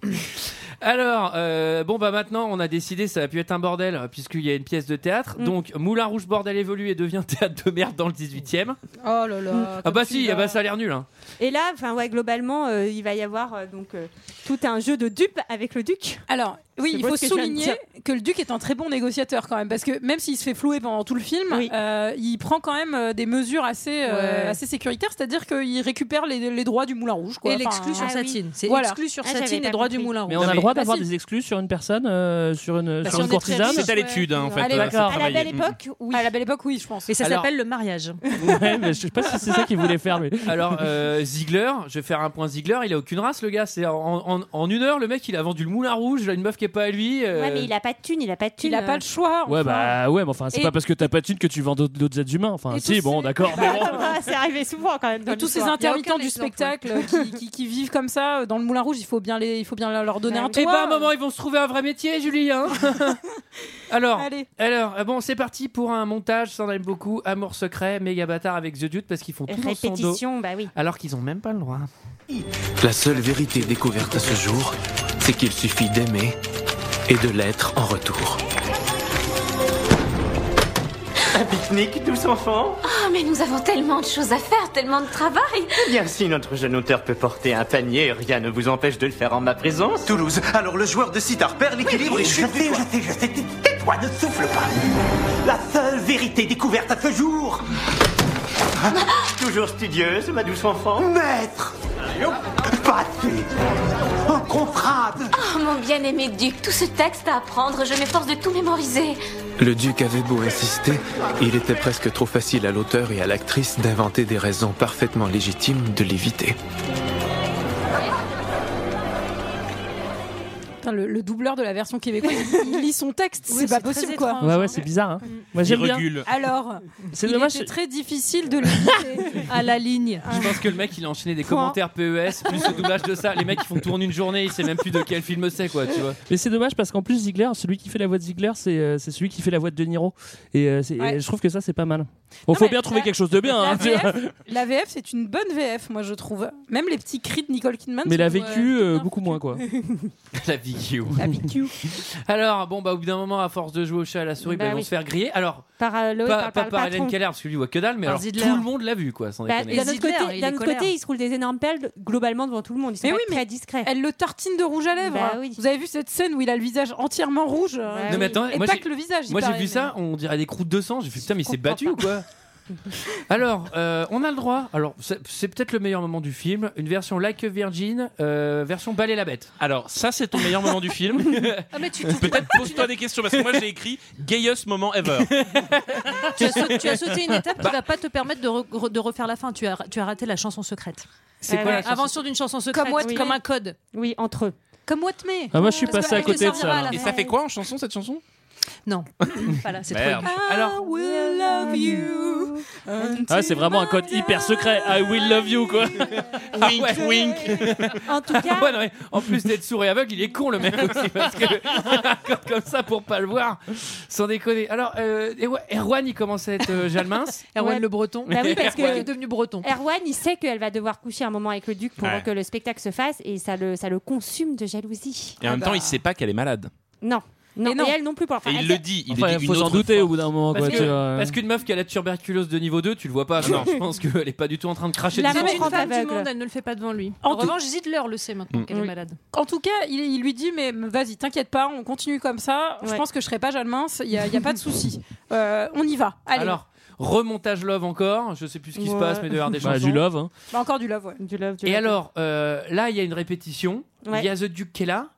S1: Alors, euh, bon, bah maintenant, on a décidé, ça a pu être un bordel, euh, puisqu'il y a une pièce de théâtre.
S6: Mm.
S1: Donc, Moulin Rouge Bordel évolue et devient théâtre de merde dans le 18 e
S12: Oh là là.
S1: Ah, bah si, ah bah, ça a l'air nul. hein.
S6: Et là, enfin ouais, globalement, euh, il va y avoir euh, donc euh, tout un jeu de dupes avec le duc.
S12: Alors, Oui,
S6: C'est
S12: il
S6: beau
S12: faut
S6: ce que je viens de
S12: souligner
S6: dire.
S12: que le duc est un très bon négociateur quand même, parce que même s'il se fait flouer pendant tout le film, euh, il prend quand même euh, des mesures assez, euh,
S13: Ouais.
S12: assez sécuritaires, c'est-à-dire qu'il récupère les, les droits du Moulin Rouge. Quoi.
S13: Et l'exclut
S6: Ah
S13: sur Satine. C'est exclu sur Satine et droits du
S12: Ah,
S13: Moulin
S8: Mais
S13: Rouge.
S8: on a
S13: Mais
S8: le droit d'avoir
S13: facile.
S8: des exclus sur une personne, euh, sur une,
S13: Bah,
S8: sur
S13: si
S8: une
S13: on est très
S8: courtisane.
S13: riche, C'est à ouais. l'étude, hein, en fait,
S7: Ah,
S8: Allez,
S13: euh, ça
S8: d'accord.
S13: travaille.
S6: À la belle époque, oui.
S12: À la belle époque, oui, je pense.
S13: Et ça
S1: Alors-
S13: s'appelle le mariage.
S8: Ouais, mais je sais pas si c'est ça qu'il voulait faire. Mais...
S1: Alors, euh, Ziegler, je vais faire un point Ziegler, il a aucune race, le gars. C'est en, en- en une heure, le mec, il a vendu le Moulin Rouge, une meuf qui est pas à lui. euh,
S6: Ouais, mais il a pas de thune, il a pas de thune. euh,
S12: Il a pas le choix.
S8: Ouais, bah ouais, mais enfin, c'est
S12: Et-
S8: pas parce que t'as pas de thune que tu vends d'autres d'autres êtres humains. Enfin,
S12: Et
S8: si,
S12: tous
S8: bon,
S12: ces-
S8: d'accord.
S12: Bah,
S8: mais bon.
S12: attends,
S6: Ah, c'est arrivé souvent quand même. dans
S12: Et tous ces
S6: l'histoire. Il y a
S12: intermittents
S6: aucun
S12: du
S6: exemple, hein.
S12: spectacle euh,
S6: ouais.
S12: qui, qui- qui vivent comme ça euh, dans le Moulin Rouge, il faut bien, les, il faut bien leur donner un toit.
S1: Eh ben, à un moment, ils vont se trouver un vrai métier, Julie. hein. alors, alors, euh, bon, c'est parti pour un montage, ça en aime beaucoup. Amour secret, méga bâtard avec The Dude parce qu'ils font toujours son dos.
S6: Répétition, bah oui.
S1: Alors qu'ils ont même pas le droit.
S14: La seule vérité découverte à ce jour, c'est qu'il suffit d'aimer et de l'être en retour.
S4: Un pique-nique, tous enfants
S9: Oh, mais nous avons tellement de choses à faire, tellement de travail.
S15: Eh bien, si notre jeune auteur peut porter un panier, rien ne vous empêche de le faire en ma présence. Toulouse, alors le joueur de sitar perd
S2: l'équilibre et chute du toit. Tais-toi, ne souffle pas.
S15: La seule vérité découverte à ce jour,
S2: Toujours studieuse, ma douce enfant
S16: Maître Pâté En contrainte
S9: Oh, mon bien-aimé duc, tout ce texte à apprendre, je m'efforce de tout mémoriser.
S4: Le duc avait beau insister, il était presque trop facile à l'auteur et à l'actrice d'inventer des raisons parfaitement légitimes de l'éviter.
S6: Putain, le, le doubleur de la version québécoise, il lit son texte,
S12: Oui,
S6: c'est pas
S12: c'est très
S6: possible quoi.
S12: étrange.
S8: Ouais, ouais, c'est bizarre. hein. Moi,
S11: Il
S8: j'aime bien.
S11: recule.
S6: Alors,
S8: C'est
S12: il
S8: dommage,
S12: était
S8: c'est-
S12: très difficile de le lister à la ligne.
S1: Je pense que le mec il a enchaîné des commentaires PES plus le doublage de ça. Les mecs ils font tourner une journée, il sait même plus de quel film c'est quoi, tu vois.
S8: Mais c'est dommage parce qu'en plus Ziegler, celui qui fait la voix de Ziegler, c'est euh, c'est celui qui fait la voix de De Niro. Et, euh, c'est-
S6: Ouais.
S8: et je trouve que ça, c'est pas mal. Bon, faut
S6: mais
S8: bien trouver quelque chose de bien.
S6: La
S8: hein, tu vois.
S6: VF, la VF, c'est une bonne VF, moi je trouve. Même les petits cris de Nicole Kidman.
S8: Mais
S6: sont,
S8: la
S6: euh,
S8: vécu, euh, beaucoup moins quoi.
S1: La VQ.
S6: La VQ.
S1: Alors, bon, bah, au bout d'un moment, à force de jouer au chat et à la souris,
S6: Bah
S1: bah, ils vont
S6: oui.
S1: se faire griller. Alors,
S6: Par euh, Loé,
S1: pas,
S6: par,
S1: pas
S6: par le
S1: par Hélène
S6: patron.
S1: Keller, parce que lui, il voit que dalle, mais
S6: Par
S1: alors
S6: Zidler.
S1: tout le monde l'a vu, quoi, sans
S6: Bah,
S1: déconner.
S6: d'un autre
S12: Zidler,
S6: côté,
S12: il
S6: d'un
S12: est
S6: autre
S12: colère.
S6: côté, ils se roulent des énormes pelles globalement devant tout le monde. Ils sont
S12: Mais
S6: pas
S12: oui, mais
S6: très discrets.
S12: Elle le tartine de rouge à lèvres.
S6: Bah oui. Bah
S12: Vous avez vu cette scène où il a le visage entièrement rouge euh,
S1: Non, mais attends,
S12: Et
S1: moi,
S12: pas
S1: j'ai-
S12: que le visage. il
S1: Moi, j'ai
S12: paraît,
S1: vu
S12: mais-
S1: ça, on dirait des croûtes de sang. J'ai fait putain, mais il s'est battu ou quoi Alors, euh, on a le droit. Alors, c'est c'est peut-être le meilleur moment du film. Une version Like a Virgin, euh, version Balai la Bête.
S11: Alors, ça, c'est ton meilleur moment du film.
S12: Ah, mais tu,
S11: Peut-être pose-toi des questions parce que moi j'ai écrit gayest moment ever.
S12: Ah tu as, sauté, tu as sauté une étape
S11: Bah.
S12: qui va pas te permettre de, re- re- de refaire la fin. Tu as, tu as raté la chanson secrète.
S1: C'est quoi la chanson
S12: Invention d'une chanson secrète.
S6: What May.
S12: comme un code.
S6: Oui, entre eux.
S12: Comme What May.
S8: Ah, moi, je suis
S12: Parce
S8: passé à
S12: que elle
S8: côté
S12: te
S8: de ça,
S12: servira à
S8: là.
S12: la
S8: Et
S12: fin.
S11: ça fait quoi en chanson cette chanson
S12: Non. voilà, c'est
S11: Merde.
S12: trop. Ah,
S1: Alors,
S12: will love you.
S6: Euh,
S8: Ah, c'est vraiment un code hyper secret. I will love you quoi.
S11: Wink, wink.
S6: En tout cas,
S1: Ouais, non, mais en plus d'être sourd et aveugle, il est con le mec aussi parce que un code comme ça pour pas le voir, sans déconner. Alors, euh, Erwan- Erwan, il commence à être euh, Jalmins.
S12: Erwan
S6: Ouais.
S12: le breton.
S6: Bah oui, parce que-
S12: Erwan est devenu breton.
S6: Erwan, il sait qu'elle va devoir coucher un moment avec le duc pour
S11: Ouais.
S6: que le spectacle se fasse et ça le, ça le consume de jalousie.
S11: Et en même
S12: bah.
S11: temps, il sait pas qu'elle est malade.
S6: Non. Non,
S12: Ah Et non.
S6: et elle non plus. Pour... enfin,
S11: Et il
S6: elle-
S11: le dit. Il
S8: Enfin,
S11: le dit
S8: faut
S11: une
S8: s'en
S11: autre
S8: douter
S11: fois.
S8: au bout d'un moment
S1: Parce
S8: quoi.
S1: que-
S8: tu vois. hein. Ah
S1: parce qu'une meuf qui a la tuberculose de niveau 2, tu le vois pas. Non, je pense qu'elle est pas du tout en train de cracher
S6: La
S1: du sang.
S12: C'est une
S6: Rends
S12: femme du
S6: aveugle.
S12: monde, elle ne le fait pas devant lui.
S6: En
S12: En,
S6: tout-
S12: revanche, Zidler le sait maintenant
S11: Mm.
S12: qu'elle
S6: Oui.
S12: est malade.
S6: En tout cas, il, il lui dit mais vas-y, t'inquiète pas, on continue comme ça.
S12: Je pense que je serai pas Jalmin, il n'y a, y a pas de souci.
S6: Euh, on y va.
S12: Allez,
S1: Alors, remontage love encore. Je sais plus ce qui se
S6: Ouais.
S1: passe, mais derrière des
S8: Bah,
S1: chansons.
S8: du love. hein.
S6: Bah, encore du love, ouais. Du love, du
S1: Et
S6: love.
S1: alors, euh, là, il y a une répétition.
S6: Ouais.
S1: Il y a The Duke qui est là.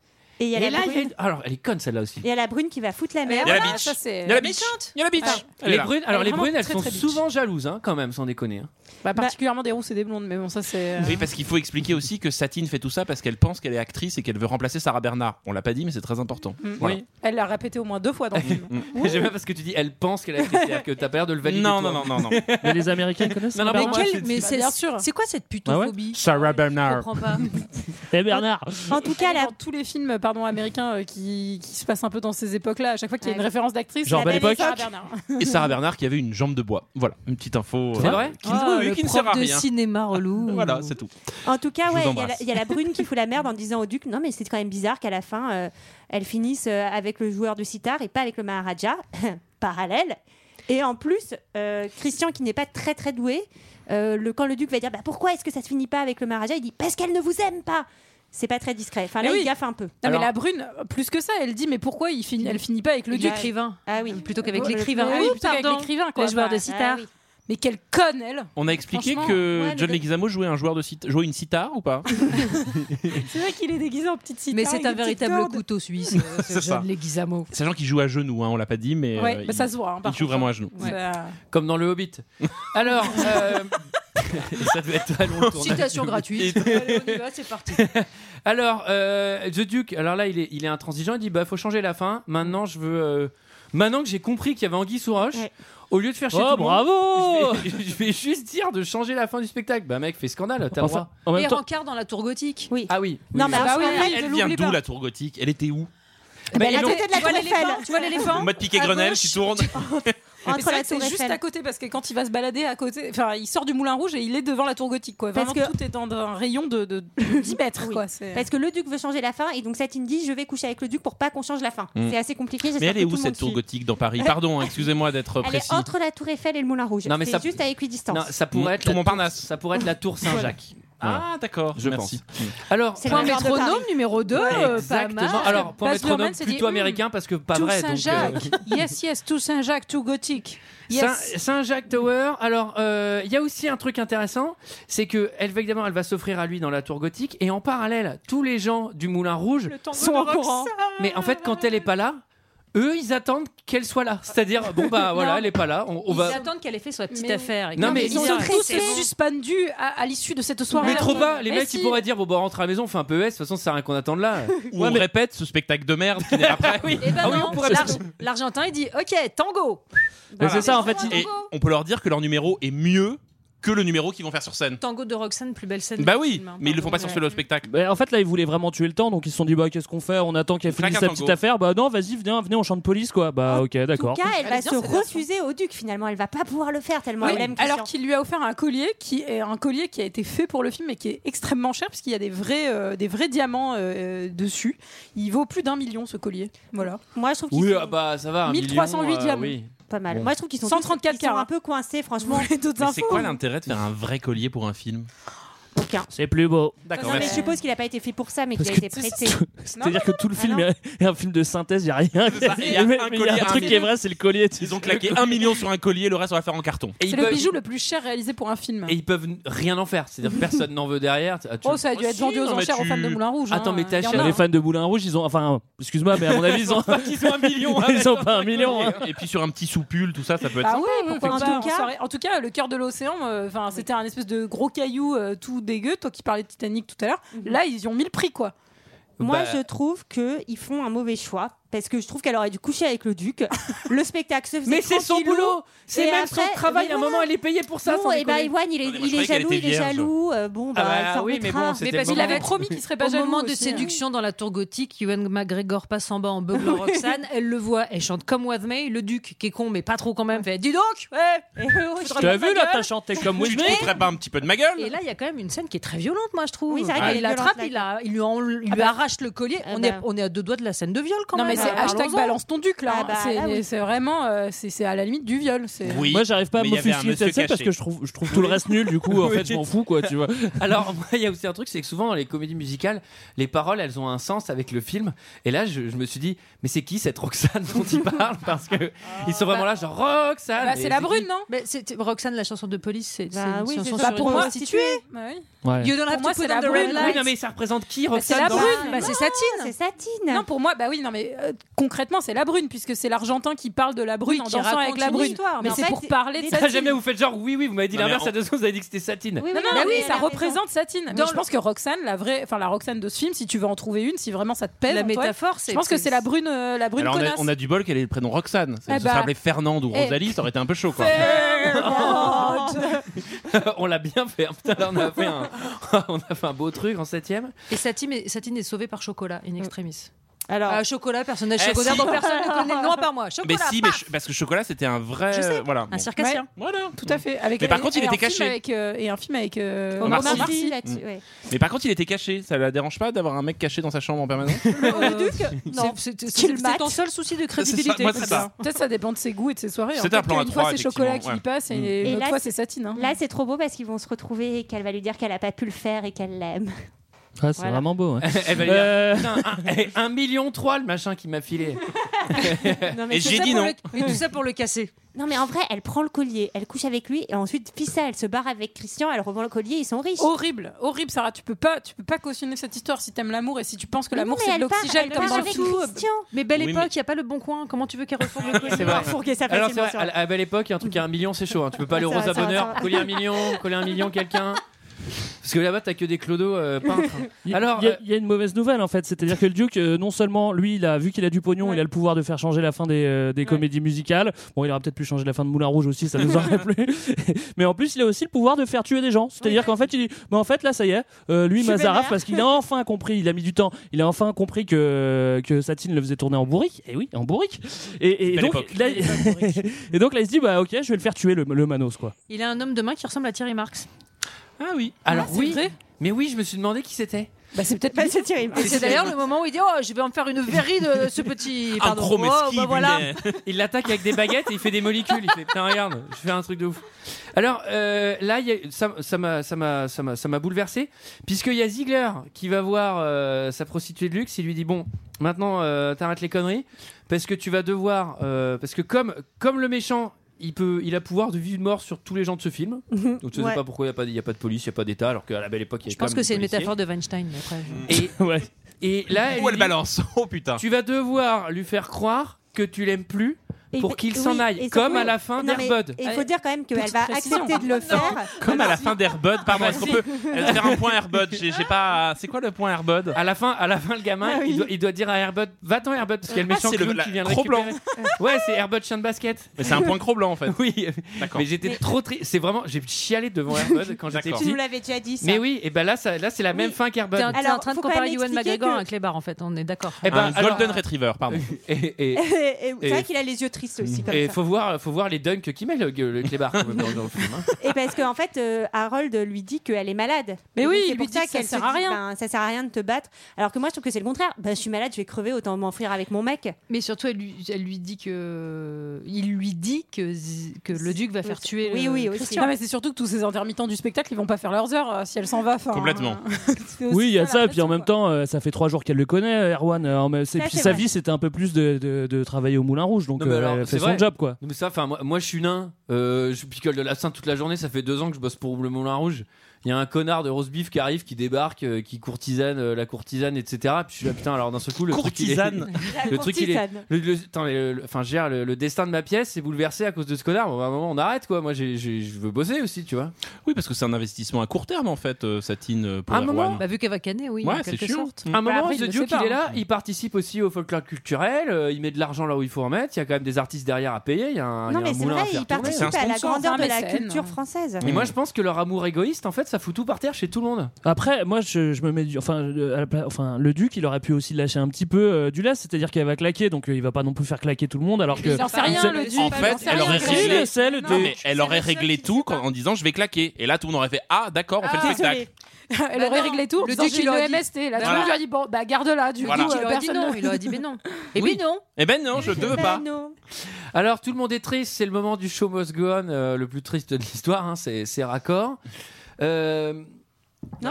S6: Et il y a
S1: Et
S6: la
S1: là, il y a
S6: brune.
S1: une- Alors, elle est conne celle-là aussi.
S6: Il y a la brune qui va foutre la merde.
S11: Il y a la bitch.
S12: ça c'est.
S11: Il y a Ah, la bitch.
S12: méchante.
S11: Il y a la
S6: Ah.
S11: bitch. Elle est
S1: Les
S11: là.
S1: brunes, alors
S12: Elle est
S1: les
S12: vraiment
S1: brunes, elles
S12: très,
S1: sont
S12: très bitch.
S1: souvent jalouses, hein, quand même, sans déconner. hein.
S12: Bah, particulièrement des rousses et des blondes, mais bon, ça c'est. euh,
S11: Oui, parce qu'il faut expliquer aussi que Satine fait tout ça parce qu'elle pense qu'elle est actrice et qu'elle veut remplacer Sarah Bernard. On l'a pas dit, mais c'est très important.
S12: Mm.
S11: Voilà. Mm.
S1: Oui.
S12: Elle l'a répété au moins deux fois dans le film.
S1: J'aime
S12: Ah
S1: bien parce que tu dis, elle pense qu'elle a actrice, c'est-à-dire que t'as pas l'air de le valider.
S11: Non,
S1: toi.
S11: non, non, non, non.
S8: Mais les Américains connaissent.
S1: Non, non,
S8: ça,
S1: mais
S8: Bernard
S1: quel-
S12: Quelle- mais c'est
S6: bien sûr.
S12: C'est quoi cette
S8: Ah ouais
S12: putophobie
S11: Sarah
S12: Je
S11: Bernard.
S12: comprends pas.
S8: Eh, Bernard.
S6: En tout cas,
S12: Elle est
S6: la
S12: dans tous les films pardon, américains euh, qui, qui se passent un peu dans ces époques-là, à chaque fois qu'il y a une
S6: Ouais.
S12: référence d'actrice,
S8: Genre
S12: la
S8: Belle
S12: belle
S8: Époque.
S12: Sarah Bernard.
S11: Et Sarah Bernard qui avait une jambe de bois. Voilà, une petite info.
S1: C'est
S11: euh,
S1: vrai
S11: qui,
S12: Ah,
S11: ne- oui, qui ne sert à rien.
S12: cinéma relou.
S11: Voilà, c'est tout.
S6: En tout cas,
S11: Je
S6: ouais,
S11: vous
S6: il y a la-
S11: embrasse.
S6: il y, a la brune qui fout la merde en disant au duc non, mais c'est quand même bizarre qu'à la fin, euh, elle finisse euh, avec le joueur de sitar et pas avec le Maharaja. Parallèle. Et en plus, euh, Christian, qui n'est pas très très doué, euh, le, quand le duc va dire bah, pourquoi est-ce que ça se finit pas avec le Maharaja, il dit parce qu'elle ne vous aime pas. C'est pas très discret. Enfin, Ah là,
S12: Mais oui.
S6: il gaffe un peu.
S12: Non,
S1: Alors-
S12: mais la brune, plus que ça, elle dit mais pourquoi il finit, elle finit pas avec le
S6: Il
S12: duc
S6: a-
S12: écrivain Oh,
S6: Ah oui.
S7: Plutôt qu'avec
S6: Euh,
S7: l'écrivain.
S6: euh,
S12: Oui,
S6: oui,
S12: plutôt qu'avec
S6: pardon.
S12: l'écrivain, quoi.
S7: Le joueur de
S12: Bah,
S7: sitar.
S6: Ah oui.
S12: Mais quelle conne elle
S11: On a expliqué
S12: Franchement,
S11: que
S6: ouais, mais
S11: John
S6: de-
S11: Leguizamo jouait un joueur de cit- jouait une sitar ou pas
S6: C'est vrai qu'il est déguisé en petite sitar.
S7: Mais c'est
S6: avec
S7: un
S6: des petites
S7: véritable
S6: cordes.
S7: couteau suisse.
S11: C'est ça.
S12: John Leguizamo.
S11: Sachant qu'il joue à genoux, hein, on l'a pas dit, mais
S12: Ouais,
S11: euh,
S12: bah,
S11: il,
S12: ça se voit. hein, par
S11: il joue
S12: contre.
S11: vraiment à genoux.
S12: Ouais. Ça-
S1: Comme dans Le Hobbit. Alors, euh, ça devait être très long le tournage.
S7: Citation gratuite. Allez, on y va, c'est parti.
S1: Alors, euh, The Duke, alors là, il est, il est intransigeant. Il dit Bah, faut changer la fin. Maintenant, je veux. euh, Maintenant que j'ai compris qu'il y avait Anguille sous roche,
S6: Ouais.
S1: au lieu de faire chier
S8: Oh
S1: tout le monde,
S8: bravo.
S1: je, vais, je vais juste dire de changer la fin du spectacle. Bah, mec, fais scandale, t'as le
S8: Enfin,
S1: droit.
S8: en
S7: Et
S8: même temps.
S7: rencard dans la tour gothique.
S6: Oui.
S1: Ah oui.
S6: Non,
S1: oui,
S6: mais
S1: oui.
S7: bah
S6: alors,
S12: oui,
S6: après,
S12: elle
S6: ne
S11: Elle vient
S6: l'oublie
S11: d'où
S6: pas.
S11: la tour gothique Elle était où
S6: Bah,
S11: Bah, ils
S6: à
S11: l'ont-
S6: côté de la
S12: Tu vois
S6: tour Eiffel.
S12: l'éléphant Tu vois l'éléphant
S11: En mode piquet grenelle qui tourne.
S12: Mais c'est
S6: Entre
S12: vrai
S6: la
S12: que c'est
S6: tour
S12: juste
S6: Eiffel.
S12: à côté parce que quand il va se balader à côté, enfin, il sort du Moulin Rouge et il est devant la tour gothique. Quoi.
S6: Parce
S12: Vraiment,
S6: que-
S12: tout est dans un rayon de, de 10 mètres.
S6: Oui.
S12: Quoi. C'est-
S6: Parce que le duc veut changer la fin et donc Satine dit je vais coucher avec le duc pour pas qu'on change la fin.
S11: Mm.
S6: C'est assez compliqué.
S11: Mais
S6: j'espère
S11: elle est
S6: que tout
S11: où
S6: le
S11: cette
S6: monde
S11: tour
S6: suit.
S11: gothique D'en Paris Pardon, excusez-moi d'être
S6: Elle est
S11: précis.
S6: entre la Tour Eiffel et le Moulin Rouge.
S1: Non, mais
S6: c'est
S1: ça-
S6: juste à équidistance.
S1: Non, ça pourrait être
S11: Tour
S1: la-
S11: Montparnasse.
S1: Ça pourrait être la tour Saint-Jacques.
S11: Ah, d'accord,
S1: je
S11: merci.
S1: pense. Alors,
S12: C'est le point métronome numéro
S1: euh,
S12: 2, pas
S1: Exactement.
S12: mal.
S1: Alors, pour
S12: Baz
S1: métronome,
S12: Luhrmann s'est dit,
S1: plutôt
S12: hmm,
S1: américain parce que pas
S12: tout
S1: vrai. donc, euh,
S12: Saint-Jacques. yes, yes, tout Saint-Jacques, tout gothique.
S1: Saint-
S12: Yes.
S1: Saint-Jacques Tower. Alors, euh, il y a aussi un truc intéressant, c'est que elle, va- évidemment, elle va s'offrir à lui dans la tour gothique, et en parallèle, tous les gens du Moulin Rouge sont
S12: de
S1: au courant. Mais en fait, quand elle est pas là, eux, ils attendent qu'elle soit là. C'est-à-dire, bon bah voilà,
S12: Non.
S1: elle est pas là, on, on
S7: Ils
S1: va.
S7: attendent qu'elle ait fait sa petite
S12: Mais-
S7: affaire. et
S1: Non,
S7: que-
S1: mais
S12: Ils
S1: ils
S12: sont
S1: sont
S12: tous
S1: stressés.
S12: suspendus à, à l'issue de cette soirée.
S1: Mais trop bas, les
S12: Eh
S1: mecs
S12: si.
S1: ils pourraient dire bon bah on rentre à la maison, on fait un PES, de toute façon ça sert à rien qu'on attende là.
S11: Ou on répète ce spectacle de merde qui n'est pas prêt.
S12: Eh ben
S11: Ah oui,
S12: non,
S11: on pourrait-
S12: l'Arge- l'Argentin il dit OK, tango.
S11: Voilà.
S12: Voilà.
S11: Et on peut leur dire que leur numéro est mieux que le numéro qu'ils vont faire sur scène.
S7: Tango de Roxane, plus belle scène.
S11: Bah
S7: du
S11: oui,
S7: film, hein.
S11: mais ils le font pas sur
S7: Ouais.
S11: le spectacle.
S8: Bah, en fait, là, ils voulaient vraiment tuer le temps, donc ils se sont dit, bah, qu'est-ce qu'on fait On attend qu'elle
S11: Claque
S8: finisse
S11: un
S8: sa
S11: tango.
S8: petite affaire. Bah, non, vas-y, venez, venez, on chante police, quoi. Bah, ok,
S6: En
S8: d'accord.
S6: tout cas, elle va
S12: Elle vient,
S6: se
S12: cette version.
S6: refuser au duc finalement. Elle va pas pouvoir le faire tellement
S12: Oui,
S6: elle aime
S12: alors
S6: Christian.
S12: qu'il lui a offert un collier qui est un collier qui a été fait pour le film mais qui est extrêmement cher puisqu'il y a des vrais euh, des vrais diamants euh, dessus. Il vaut plus d'un million ce collier. Voilà.
S6: Moi, je trouve qu'ils
S1: Oui,
S6: sont
S1: ah bah ça va. un
S12: 1308
S1: million, euh,
S12: diamants.
S1: oui.
S6: pas mal.
S11: Bon.
S6: Moi, je trouve qu'ils sont
S12: 134
S6: tous- ils sont
S12: carats.
S6: un peu coincés, franchement.
S11: Mais c'est quoi l'intérêt de faire un vrai collier pour un film
S6: Aucun.
S8: C'est plus beau.
S11: D'accord,
S6: Non, mais
S11: merci.
S6: je suppose qu'il a pas été fait pour ça, mais
S8: Parce
S6: qu'il a
S8: que
S6: été
S8: tu sais,
S6: prêté.
S8: tout- C'est-à-dire que
S12: Ah,
S8: tout le film est est un film de synthèse, il n'y a rien.
S11: ça, il y a
S8: Mais-
S11: un
S8: mais il y
S11: collier,
S8: a un
S11: un
S8: truc qui est
S11: million.
S8: vrai, c'est le collier. tu
S11: Ils ont
S8: sais.
S11: claqué un million sur un collier, le reste on va faire en carton.
S1: Et
S12: C'est
S1: ils,
S12: le
S1: peuvent,
S12: bijou le plus cher réalisé pour un film.
S1: et ils peuvent rien en faire, c'est-à-dire que personne n'en veut derrière. Ah, tu-
S12: Oh, ça a dû être vendu aux
S11: non, mais
S12: enchères aux
S11: tu-
S12: fans de Moulin Rouge.
S1: Attends,
S12: hein.
S1: mais t'as
S12: Il y en
S1: acheté-
S12: a,
S1: Non.
S8: Les
S12: hein.
S8: fans de Moulin Rouge, ils ont. Enfin, excuse-moi, mais à mon avis, ils ont.
S11: Ils ont un million. hein,
S8: Ils ont
S11: d'accord.
S8: pas un million. hein.
S11: Et puis sur un petit soupule, tout ça, ça peut être.
S12: Ah
S11: sympa.
S12: oui, pourquoi
S6: En
S12: pas,
S6: tout
S12: en
S6: cas-
S12: soirée. En tout cas, le cœur de l'océan, euh, enfin, c'était un espèce de gros caillou euh, tout dégueu. Toi qui parlais de Titanic tout à l'heure, là ils y ont mis le prix quoi.
S6: Moi,
S1: Bah-
S6: je trouve qu'ils font un mauvais choix parce que je trouve qu'elle aurait dû coucher avec le duc. le spectacle se faisait
S1: Mais c'est son
S6: tranquillou.
S1: boulot, c'est
S6: Et
S1: même
S6: après-
S1: son travail.
S6: mais
S1: À un
S6: voilà.
S1: moment, elle est payée pour ça.
S6: Bon,
S1: sans
S7: eh
S6: et
S7: ben,
S6: bah,
S1: déconner.
S6: Iwan, il est,
S11: Attendez, moi,
S6: il
S11: je
S6: est
S11: croyais qu'elle
S6: jaloux,
S11: était
S6: il est
S11: vierge.
S6: jaloux. euh, bon, bah,
S1: bah,
S6: elle s'en
S1: oui, mais
S6: remettra.
S1: bon, c'est-
S7: Mais
S1: C'était
S7: parce
S1: le
S7: qu'il
S1: moment.
S7: avait
S12: promis qu'il serait pas
S7: Au
S12: jaloux
S7: moment de
S12: aussi, hein.
S7: séduction dans la tour gothique, Ewan McGregor passe en bas en beuglant Roxane, elle le voit, elle chante comme With Me, le duc qui est con mais pas trop quand même fait dis donc ouais,
S8: Tu l'as vu là, t'as chanté comme
S11: Tu
S8: Whitney
S11: te foutrais pas un petit peu de ma gueule
S7: Et là il y a quand même une scène qui est très violente moi je trouve.
S6: Oui, c'est vrai
S7: Ah,
S6: qu'elle
S7: il
S6: est
S7: l'attrape,
S6: violente,
S7: il, a- il lui, en- il lui
S6: Ah bah.
S7: arrache le collier,
S6: Ah
S7: on,
S6: bah.
S7: est, on est à deux doigts de la scène de viol quand
S12: non
S7: même.
S12: mais c'est
S7: Euh,
S12: hashtag
S7: parlons-en.
S12: balance ton duc là. hein.
S6: Ah bah,
S12: c'est
S6: là, oui. Bah
S12: c'est vraiment, euh, c'est c'est à la limite du viol. c'est-
S11: Oui.
S8: Moi, j'arrive pas à
S11: mais il y avait un
S8: m'offusquer de
S11: monsieur
S8: cette scène parce
S11: caché.
S8: que je trouve, je trouve tout le reste nul. Du coup, en fait, je m'en fous, quoi, tu vois.
S1: Alors, moi, il y a aussi un truc, c'est que souvent dans les comédies musicales, les paroles, elles ont un sens avec le film. Et là, je, je me suis dit, mais c'est qui cette Roxane dont ils parlent Parce que ils sont vraiment là, genre Roxane.
S12: Ah, Bah,
S1: mais
S12: c'est la
S1: qui
S12: brune non
S7: Mais c'est- Roxane, la chanson de police, c'est c'est
S6: Bah
S7: une
S6: oui,
S7: chanson
S6: c'est
S12: Bah,
S7: sur
S12: pour
S7: une
S12: moi
S7: prostituée.
S12: prostituée. Bah oui.
S8: Ouais.
S7: You don't have
S12: Pour moi, c'est
S7: to put
S12: la
S7: on the
S12: brune.
S7: red
S1: Oui,
S7: light.
S1: non, mais ça représente qui
S12: Bah, c'est
S1: Roxane
S12: la
S1: dans-
S12: brune. Bah, c'est Satine.
S6: C'est Satine.
S12: Non, pour moi, bah oui, non, mais euh, concrètement, c'est la brune, puisque c'est l'Argentin qui parle de la brune
S7: Oui,
S12: en
S7: qui
S12: dansant
S7: raconte
S12: avec la
S7: une
S12: brune.
S7: histoire,
S12: Mais
S7: mais en
S12: c'est
S6: fait,
S12: pour
S6: c'est-
S12: parler de
S6: c'est-
S1: Ah,
S12: Satine.
S1: jamais vous faites genre, oui, oui, vous m'avez dit
S11: Non, mais
S1: l'inverse,
S11: on-
S1: à deux secondes, vous avez dit que c'était Satine.
S12: Non, non,
S6: mais
S12: mais oui,
S6: elle
S12: ça
S6: a raison.
S12: représente Satine. Mais
S7: Dans
S12: je
S7: le-
S12: pense que Roxane, la vraie, enfin la Roxane de ce film, si tu veux en trouver une, si vraiment ça te pèse,
S7: La
S12: Antoine,
S7: métaphore, c'est
S12: je pense que c'est la brune, euh, la brune
S11: Alors on a,
S12: connasse.
S11: on a du bol qu'elle ait le prénom Roxane. Ça
S12: Eh
S11: se
S12: bah.
S11: serait appelé Fernande ou
S12: Eh.
S11: Rosalie, ça aurait été un peu chaud quoi.
S12: Oh, Fernande.
S1: on l'a bien fait. hein. Putain, là, on a fait un, on a fait un beau truc en septième.
S7: Et Satine est, Satine est sauvée par Chocolat, in extremis.
S6: Alors,
S7: Ah, Chocolat, personnage
S11: Eh,
S7: secondaire
S11: si.
S7: dont personne ne connaît le nom à part moi. Oh, Chocolat,
S11: Mais si, mais
S7: paf
S11: je- parce que Chocolat c'était un vrai. euh,
S7: Je sais.
S11: Voilà.
S7: un
S11: bon.
S7: circassien.
S12: Ouais.
S11: Voilà.
S12: Tout à fait. Avec,
S11: Mais par contre,
S12: et
S11: il
S12: un
S11: était
S12: film
S11: caché.
S12: avec, euh, et un film avec euh,
S11: Omar Sy.
S12: Sy. Euh,
S6: Marcy, là-dessus. ouais.
S11: Mais par contre, il était caché. Ça la dérange pas d'avoir un mec caché dans sa chambre en permanence
S7: Euh, c'est- c'est-
S12: Qu'il
S7: C'est c'est
S12: mate.
S7: ton seul souci de
S11: C'est ça,
S7: crédibilité.
S11: moi, c'est ça.
S12: Peut-être ça dépend de ses goûts et de ses soirées. hein.
S11: C'est un
S12: Peut-être
S11: plan à
S12: qu'une fois
S11: trois,
S12: c'est chocolat qui
S11: effectivement,
S12: y passe et,
S6: Et
S12: une autre
S6: là,
S12: fois
S6: c'est-
S12: c'est satine. hein.
S6: Là, c'est trop beau parce qu'ils vont se retrouver et qu'elle va lui dire qu'elle a pas pu le faire et qu'elle l'aime.
S8: Ah, c'est
S6: Voilà.
S8: vraiment beau. hein.
S11: Eh ben,
S1: Elle va lui dire,
S8: Euh,
S1: putain, un, eh, un million trois, le machin qui m'a filé.
S11: Et j'ai dit non.
S7: Et tout ça pour le casser.
S6: Non, mais en vrai, elle prend le collier, elle couche avec lui et ensuite, Fissa, elle se barre avec Christian, elle revend le collier, ils sont riches.
S12: Horrible, horrible Sarah, tu peux pas, tu peux pas cautionner cette histoire si t'aimes l'amour et si tu penses que
S6: Mais non,
S12: l'amour
S6: mais
S12: c'est de
S6: elle part-
S12: l'oxygène
S6: elle
S12: comme
S6: part
S12: dans
S6: avec
S12: tout.
S6: Christian.
S7: Mais belle
S11: Oui,
S7: époque, il
S11: mais-
S7: n'y a pas le bon coin. Comment tu veux qu'elle refourgue le collier
S1: C'est vrai.
S6: Pour que ça fasse
S1: Alors c'est
S6: émotion.
S1: vrai, à, à belle époque, un truc à un million, c'est chaud. hein. Tu peux pas aller au
S6: Ça va,
S1: Rosa
S6: ça va, ça
S1: Bonheur,
S6: va.
S1: coller un million, coller un million quelqu'un. Parce que là-bas, t'as que des clodos euh, peintres.
S8: Il y-
S1: Alors,
S8: il y,
S1: euh,
S8: a- il y a une mauvaise nouvelle en fait, c'est-à-dire que le Duke, euh, non seulement lui, il a vu qu'il a du pognon, il a le pouvoir de faire changer la fin des, euh, des comédies musicales. Bon, il aura peut-être pu changer la fin de Moulin Rouge aussi, ça nous aurait plu. Mais en plus, il a aussi le pouvoir de faire tuer des gens. C'est-à-dire qu'en fait, il dit, mais en fait, là, ça y est, euh, lui,
S6: Je suis
S8: Mazaraf,
S6: vénère.
S8: parce qu'il a enfin compris, il a mis du temps, il a enfin compris que que Satine le faisait tourner en bourrique. Et oui, en bourrique. Et, et
S11: Belle
S8: donc,
S11: époque.
S8: là, et donc là, il se dit, bah ok, je vais le faire tuer le, le Manos quoi.
S7: Il a un homme de main qui ressemble à Thierry Marx.
S11: Ah oui.
S1: alors
S12: c'est
S1: oui,
S12: vrai
S1: mais oui, je me suis demandé qui c'était.
S13: Bah, c'est peut-être
S12: pas c'est terrible.
S7: Et c'est d'ailleurs le moment où il dit Oh, je vais en faire une verrie de ce petit. Pardon.
S1: gros
S7: Oh, bah voilà.
S1: Il l'attaque avec des baguettes et il fait des molécules. Il fait, putain, regarde, je fais un truc de ouf. Alors euh, là, il y a- ça ça m'a ça m'a- ça m'a- ça m'a bouleversé, puisqu'il y a Ziegler qui va voir euh, sa prostituée de luxe. Il lui dit Bon, maintenant, euh, t'arrêtes les conneries, parce que tu vas devoir. euh, parce que comme, comme le méchant. Il, peut, il a pouvoir de vie ou de mort sur tous les gens de ce film.
S7: Mhm.
S1: Donc je sais
S7: Ouais.
S1: pas pourquoi il n'y a, pas- il y a pas de police, il n'y a pas d'État, alors qu'à la belle époque, il y avait
S7: Je pense
S1: quand
S7: que
S1: même
S7: c'est une
S1: des policiers.
S7: métaphore de Weinstein. mais Après.
S1: Et, et là,
S11: Ou
S1: lui
S11: elle
S1: dit,
S11: balance. Oh putain.
S1: Tu vas devoir lui faire croire que tu l'aimes plus
S6: Et
S1: pour
S6: il-
S1: qu'il
S6: oui,
S1: s'en
S6: et
S1: aille,
S6: ça-
S1: comme
S6: oui.
S1: à la fin
S6: Non, mais-
S1: d'Airbud.
S6: et Il faut dire quand même qu'elle
S12: Petite
S6: va
S12: précision.
S6: accepter de le faire.
S11: Comme à la fin d'Airbud, pardon, est-ce qu'on peut euh, faire un point Airbud J'ai j'ai pas. C'est quoi le point Airbud
S1: À la fin, à la fin, le gamin,
S11: Ah oui.
S1: il, doit, il doit dire à Airbud, va-t'en Airbud, parce qu'il y a le
S11: Ah,
S1: méchant
S11: c'est le-
S1: clown
S11: la-
S1: qui vient le
S11: Cro-Blanc.
S1: récupérer. ouais, c'est Airbud chien de basket.
S11: Mais c'est un point cro-blanc en fait.
S1: Oui, euh, mais j'étais
S11: Mais-
S1: trop triste. C'est vraiment, j'ai chialé devant Airbud quand j'étais
S11: D'accord.
S1: petit.
S11: Tu
S6: nous l'avais déjà dit, ça.
S1: Mais oui, et ben là, ça, là, c'est la même fin
S7: T'es
S1: qu'Airbud.
S7: en t'es en train de
S6: faut quand
S7: comparer
S6: même
S7: Ewan
S6: expliquer
S7: McGregor
S6: que-
S7: à un clébar en fait, on est d'accord.
S1: Eh ben,
S11: Un
S1: alors-
S11: Golden Retriever, pardon.
S1: Et- et-
S6: Et- et c'est vrai
S1: et-
S6: qu'il a les yeux tristes aussi. Comme
S1: Et
S6: ça.
S1: faut voir, faut voir les dunks qu'il met le, le clébard quand même, dans, dans le film. hein.
S6: Et parce qu'en fait, euh, Harold lui dit qu'elle est malade.
S7: Mais
S6: Et
S7: oui, il
S6: donc, c'est
S7: lui
S6: pour
S7: dit
S6: ça
S7: que ça
S6: qu'elle se
S7: sert à rien.
S6: ben, ça sert à rien de te battre. Alors que moi, je trouve que c'est le contraire. Ben, je suis malade, je vais crever, autant m'enfuir avec mon mec.
S7: Mais surtout, elle lui, elle lui dit que. Il lui dit que, Z- que le duc va faire tuer. le- Christian.
S13: Non, mais c'est surtout que tous ces intermittents du spectacle, ils vont pas faire leurs heures euh, si elle s'en va. enfin,
S12: hein,
S11: Complètement.
S13: c'est aussi
S8: Oui, il y a
S13: la
S8: ça, et puis en même temps, euh, ça fait trois jours qu'elle le connaît, euh, Erwan. euh, en même- c'est-
S1: Ça,
S8: puis
S1: c'est
S8: sa
S1: vrai.
S8: vie, c'était un peu plus de, de- de travailler au Moulin Rouge, donc
S1: Non, mais
S8: euh,
S1: alors,
S8: elle
S1: c'est
S8: fait son
S1: vrai.
S8: job, quoi.
S1: Non, Mais ça, enfin, moi, moi, je suis nain. Euh, je picole de la sainte toute la journée. Ça fait deux ans que je bosse pour le Moulin Rouge. Il y a un connard de roast beef qui arrive, qui débarque, euh, qui courtisane euh, la courtisane, etc. Puis je suis là, putain, alors d'un seul coup, le
S11: Courtisane.
S1: truc. Il
S11: La
S1: est, le truc, il est.
S11: courtisane.
S1: le- le- attends, mais, euh, le- Enfin, gère le, le destin de ma pièce, c'est bouleversé à cause de ce connard. Bon, à un moment, on arrête, quoi. Moi, j'ai- j'ai- je veux bosser aussi, tu vois.
S11: Oui, parce que c'est un investissement à court terme en fait, euh, Satine euh, pour
S1: Un moment.
S11: Erwan.
S7: Bah, vu qu'elle va canner, oui,
S11: Ouais,
S7: en
S11: c'est
S7: quelque
S11: sûr.
S7: sorte.
S1: À un moment,
S7: Bah, Après,
S1: The
S7: il le
S1: Duke, il
S7: sait
S1: est
S7: pas,
S1: là,
S7: hein.
S1: il participe aussi au folklore culturel, euh, il met de l'argent là où il faut en mettre, il y a quand même des artistes derrière à payer, il y a un,
S6: non,
S1: Ah, il y a un
S6: mais c'est
S1: moulin
S6: vrai,
S1: à faire
S6: il
S1: tourner.
S6: participe à la grandeur
S13: un
S6: de la
S13: mécène.
S6: culture française.
S1: Et
S11: Mm.
S1: moi, je pense que leur amour égoïste, en fait, ça fout tout par terre chez tout le monde.
S8: Après, moi, je, je me mets du, enfin, le, à la pla- enfin, le duc, il aurait pu aussi lâcher un petit peu euh, du lest, c'est-à-dire qu'il va claquer, donc euh, il va pas non plus faire claquer tout le monde, alors que.
S13: Il en sait rien, le duc.
S11: En
S13: il
S11: fait,
S13: en sait
S11: elle
S13: rien.
S11: aurait
S8: Si,
S11: réglé,
S8: le sel,
S11: Non,
S8: de-
S11: mais elle aurait réglé tout quand- en disant je vais claquer. Et là, tout le monde aurait fait Ah, d'accord, on fait le spectacle.
S13: Elle aurait réglé tout.
S7: Le
S13: Le
S7: duc, il
S13: duc,
S7: aurait
S13: le
S12: E
S7: dit-
S13: MST. Là, tout
S11: Voilà.
S13: le monde lui a dit bon, bah garde-la. Du
S11: Voilà.
S13: coup,
S7: Il
S13: euh,
S7: aurait dit
S13: personne
S7: non,
S13: ne-
S7: il aurait dit mais non. Et
S1: Oui.
S7: puis non.
S11: Eh ben non, je ne veux pas.
S1: Alors, tout le monde est triste, c'est le moment du show must go on, euh, le plus triste de l'histoire, hein, c'est c'est raccord. Euh,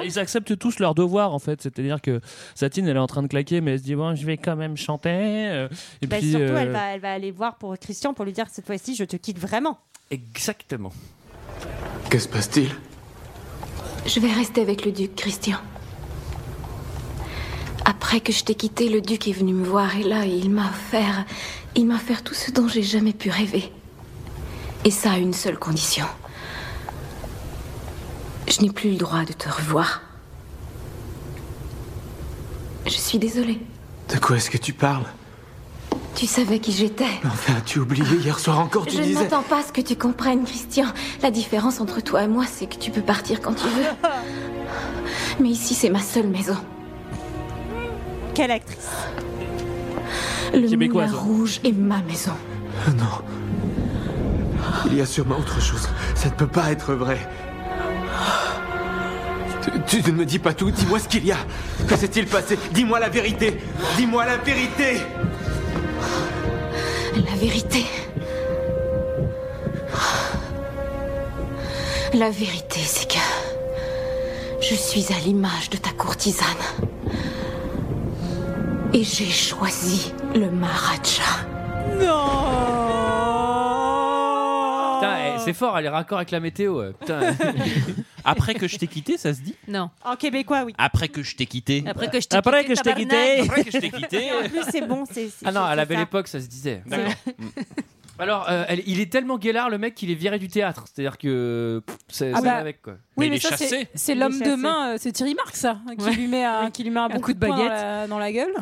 S8: Ils acceptent tous leur devoir en fait, c'est-à-dire que Satine elle est en train de claquer mais elle se dit bon je vais quand même chanter euh, et
S6: Bah,
S8: puis
S6: surtout,
S8: euh,
S6: elle, va, elle va aller voir pour Christian pour lui dire cette fois-ci, je te quitte vraiment.
S1: Exactement.
S4: Que se passe-t-il
S9: Je vais rester avec le duc, Christian. Après que je t'ai quitté, le duc est venu me voir et là, il m'a offert. Il m'a offert tout ce dont j'ai jamais pu rêver. Et ça à une seule condition. Je n'ai plus le droit de te revoir. Je suis désolée.
S4: De quoi est-ce que tu parles
S9: Tu savais qui j'étais.
S4: Enfin, tu oublié hier soir encore, tu
S9: Je ne
S4: disais.
S9: m'attends pas à ce que tu comprennes, Christian. La différence entre toi et moi, c'est que tu peux partir quand tu veux. Mais ici, c'est ma seule maison.
S6: Quelle actrice
S9: Le
S4: Québécoise. hein.
S9: Moulin Rouge est ma maison.
S4: Ah Non. Il y a sûrement autre chose. Ça ne peut pas être vrai. Tu, tu ne me dis pas tout. Dis-moi ce qu'il y a. Que s'est-il passé Dis-moi la vérité. Dis-moi la vérité.
S9: La vérité. La vérité, c'est que je suis à l'image de ta courtisane. Et j'ai choisi le Maharaja.
S1: Putain, eh, c'est fort, elle est raccord avec la météo. euh, putain.
S11: Après que je t'ai quitté, ça se dit
S7: Non.
S6: En québécois, Ah oui.
S11: Après que je t'ai quitté.
S7: Après que je
S8: t'ai Après quitté, que je t'ai tabarnak. quitté.
S11: Après que je t'ai quitté.
S6: En plus, c'est bon. c'est c'est-
S1: Ah non, à
S6: c'est
S1: la belle
S6: ça.
S1: époque, ça se disait.
S11: D'accord. Mm.
S1: Alors, euh, elle- il est tellement guélard, le mec, qu'il est viré du théâtre. C'est-à-dire que. pff, C'est
S13: Ah
S1: c'est
S13: bah,
S1: avec, quoi.
S13: Oui, mais, ça, c'est- c'est l'homme de main, euh, c'est Thierry Marx, ça, hein, qui,
S7: Ouais.
S13: lui met un, qui lui met un, bon
S7: coup de
S13: poing
S7: baguette.
S13: dans la, dans la gueule.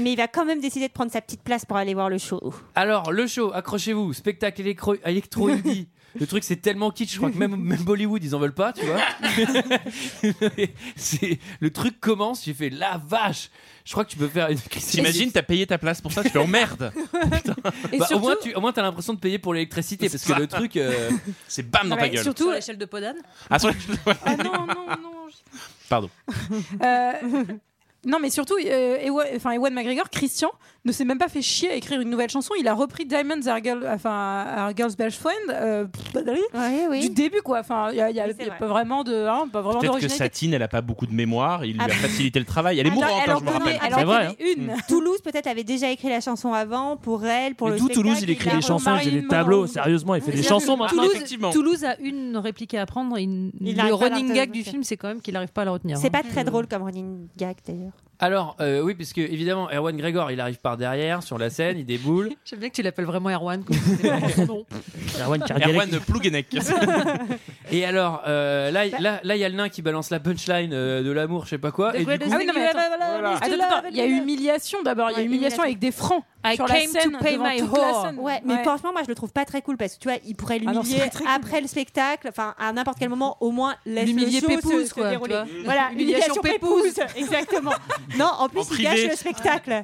S6: Mais il va quand même décider de prendre sa petite place pour aller voir le show.
S1: Alors, le show, accrochez-vous, spectacle électro- électro-indie. Le truc, c'est tellement kitsch, je crois que même, même Bollywood, ils en veulent pas, tu vois. C'est- le truc commence, j'ai fait la vache. Je crois que tu peux faire une
S11: T'imagines, t'as payé ta place pour ça, tu fais oh merde
S7: Et
S1: Bah, Au
S7: surtout-
S1: moins, tu au moins, t'as l'impression de payer pour l'électricité parce que
S11: ça.
S1: le truc. euh,
S11: C'est bam dans ta gueule.
S7: Ah bah, Surtout à l'échelle de Podane.
S11: Ah, sur- Pardon.
S12: Euh, non, mais surtout, euh, Ewa- enfin, Ewan McGregor, Christian, ne s'est même pas fait chier à écrire une nouvelle chanson. Il a repris Diamonds Are, Girl- enfin, Are Girl's Best Friend euh, pff, du début, quoi. Enfin, il y a, il y a- il y a pas vraiment de, hein, pas vraiment
S11: Peut-être que
S12: d'originalité.
S11: Satine, elle a pas beaucoup de mémoire, il lui
S12: Ah
S11: a
S12: bah.
S11: facilité le travail. Elle est
S12: Attends,
S11: mourante,
S12: elle
S11: hein,
S12: en
S11: je me
S12: connaît-
S11: rappelle.
S12: elle en C'est vrai,
S1: hein.
S6: Et une. Toulouse peut-être avait déjà écrit la chanson avant pour elle, pour
S8: hein. Mais
S6: le
S8: d'où
S6: spectacle,
S8: Toulouse, il écrit
S6: la
S8: des chansons, il fait des
S6: remariée
S8: tableaux.
S6: de
S8: Sérieusement, il fait des
S7: C'est-à-dire
S8: chansons
S7: que
S8: maintenant.
S7: Toulouse, Toulouse a une réplique à apprendre. et une-
S6: Il
S7: le
S6: arrive pas à la
S7: running
S6: retenir.
S7: gag du film, c'est quand même qu'il n'arrive pas à la retenir.
S6: C'est
S7: hein.
S6: pas très drôle comme running gag d'ailleurs.
S1: Alors, euh, oui, puisque évidemment, Erwan Gregor, il arrive par derrière sur la scène, il déboule.
S7: J'aime bien que tu l'appelles vraiment Erwan.
S1: Erwan
S11: Karguelek. Erwan Plouguenec.
S1: Et alors, euh, là, là, là, il y a le nain qui balance la punchline euh, de l'amour, je sais pas quoi. Et du coup,
S12: Ah oui, non, mais attends, voilà. Attends, attends, il y a eu humiliation d'abord, il y a eu humiliation avec des francs
S6: I
S12: sur
S6: came
S12: la scène
S6: to pay
S12: devant
S6: my
S12: toute la
S6: whore.
S12: scène.
S6: Ouais, mais franchement, moi je le trouve pas très cool parce que tu vois, il pourrait
S12: Ah non,
S6: l'humilier
S12: c'est pas très cool.
S6: après le spectacle, enfin à n'importe quel moment, au moins laisse
S7: L'humilier
S6: le show
S7: pépouse,
S6: se, se
S7: quoi, tu
S6: dérouler.
S7: vois.
S6: Voilà,
S7: Humiliation
S6: l'humiliation pépouse, exactement. Non, en plus
S1: En
S6: il
S1: privé.
S6: gâche le spectacle.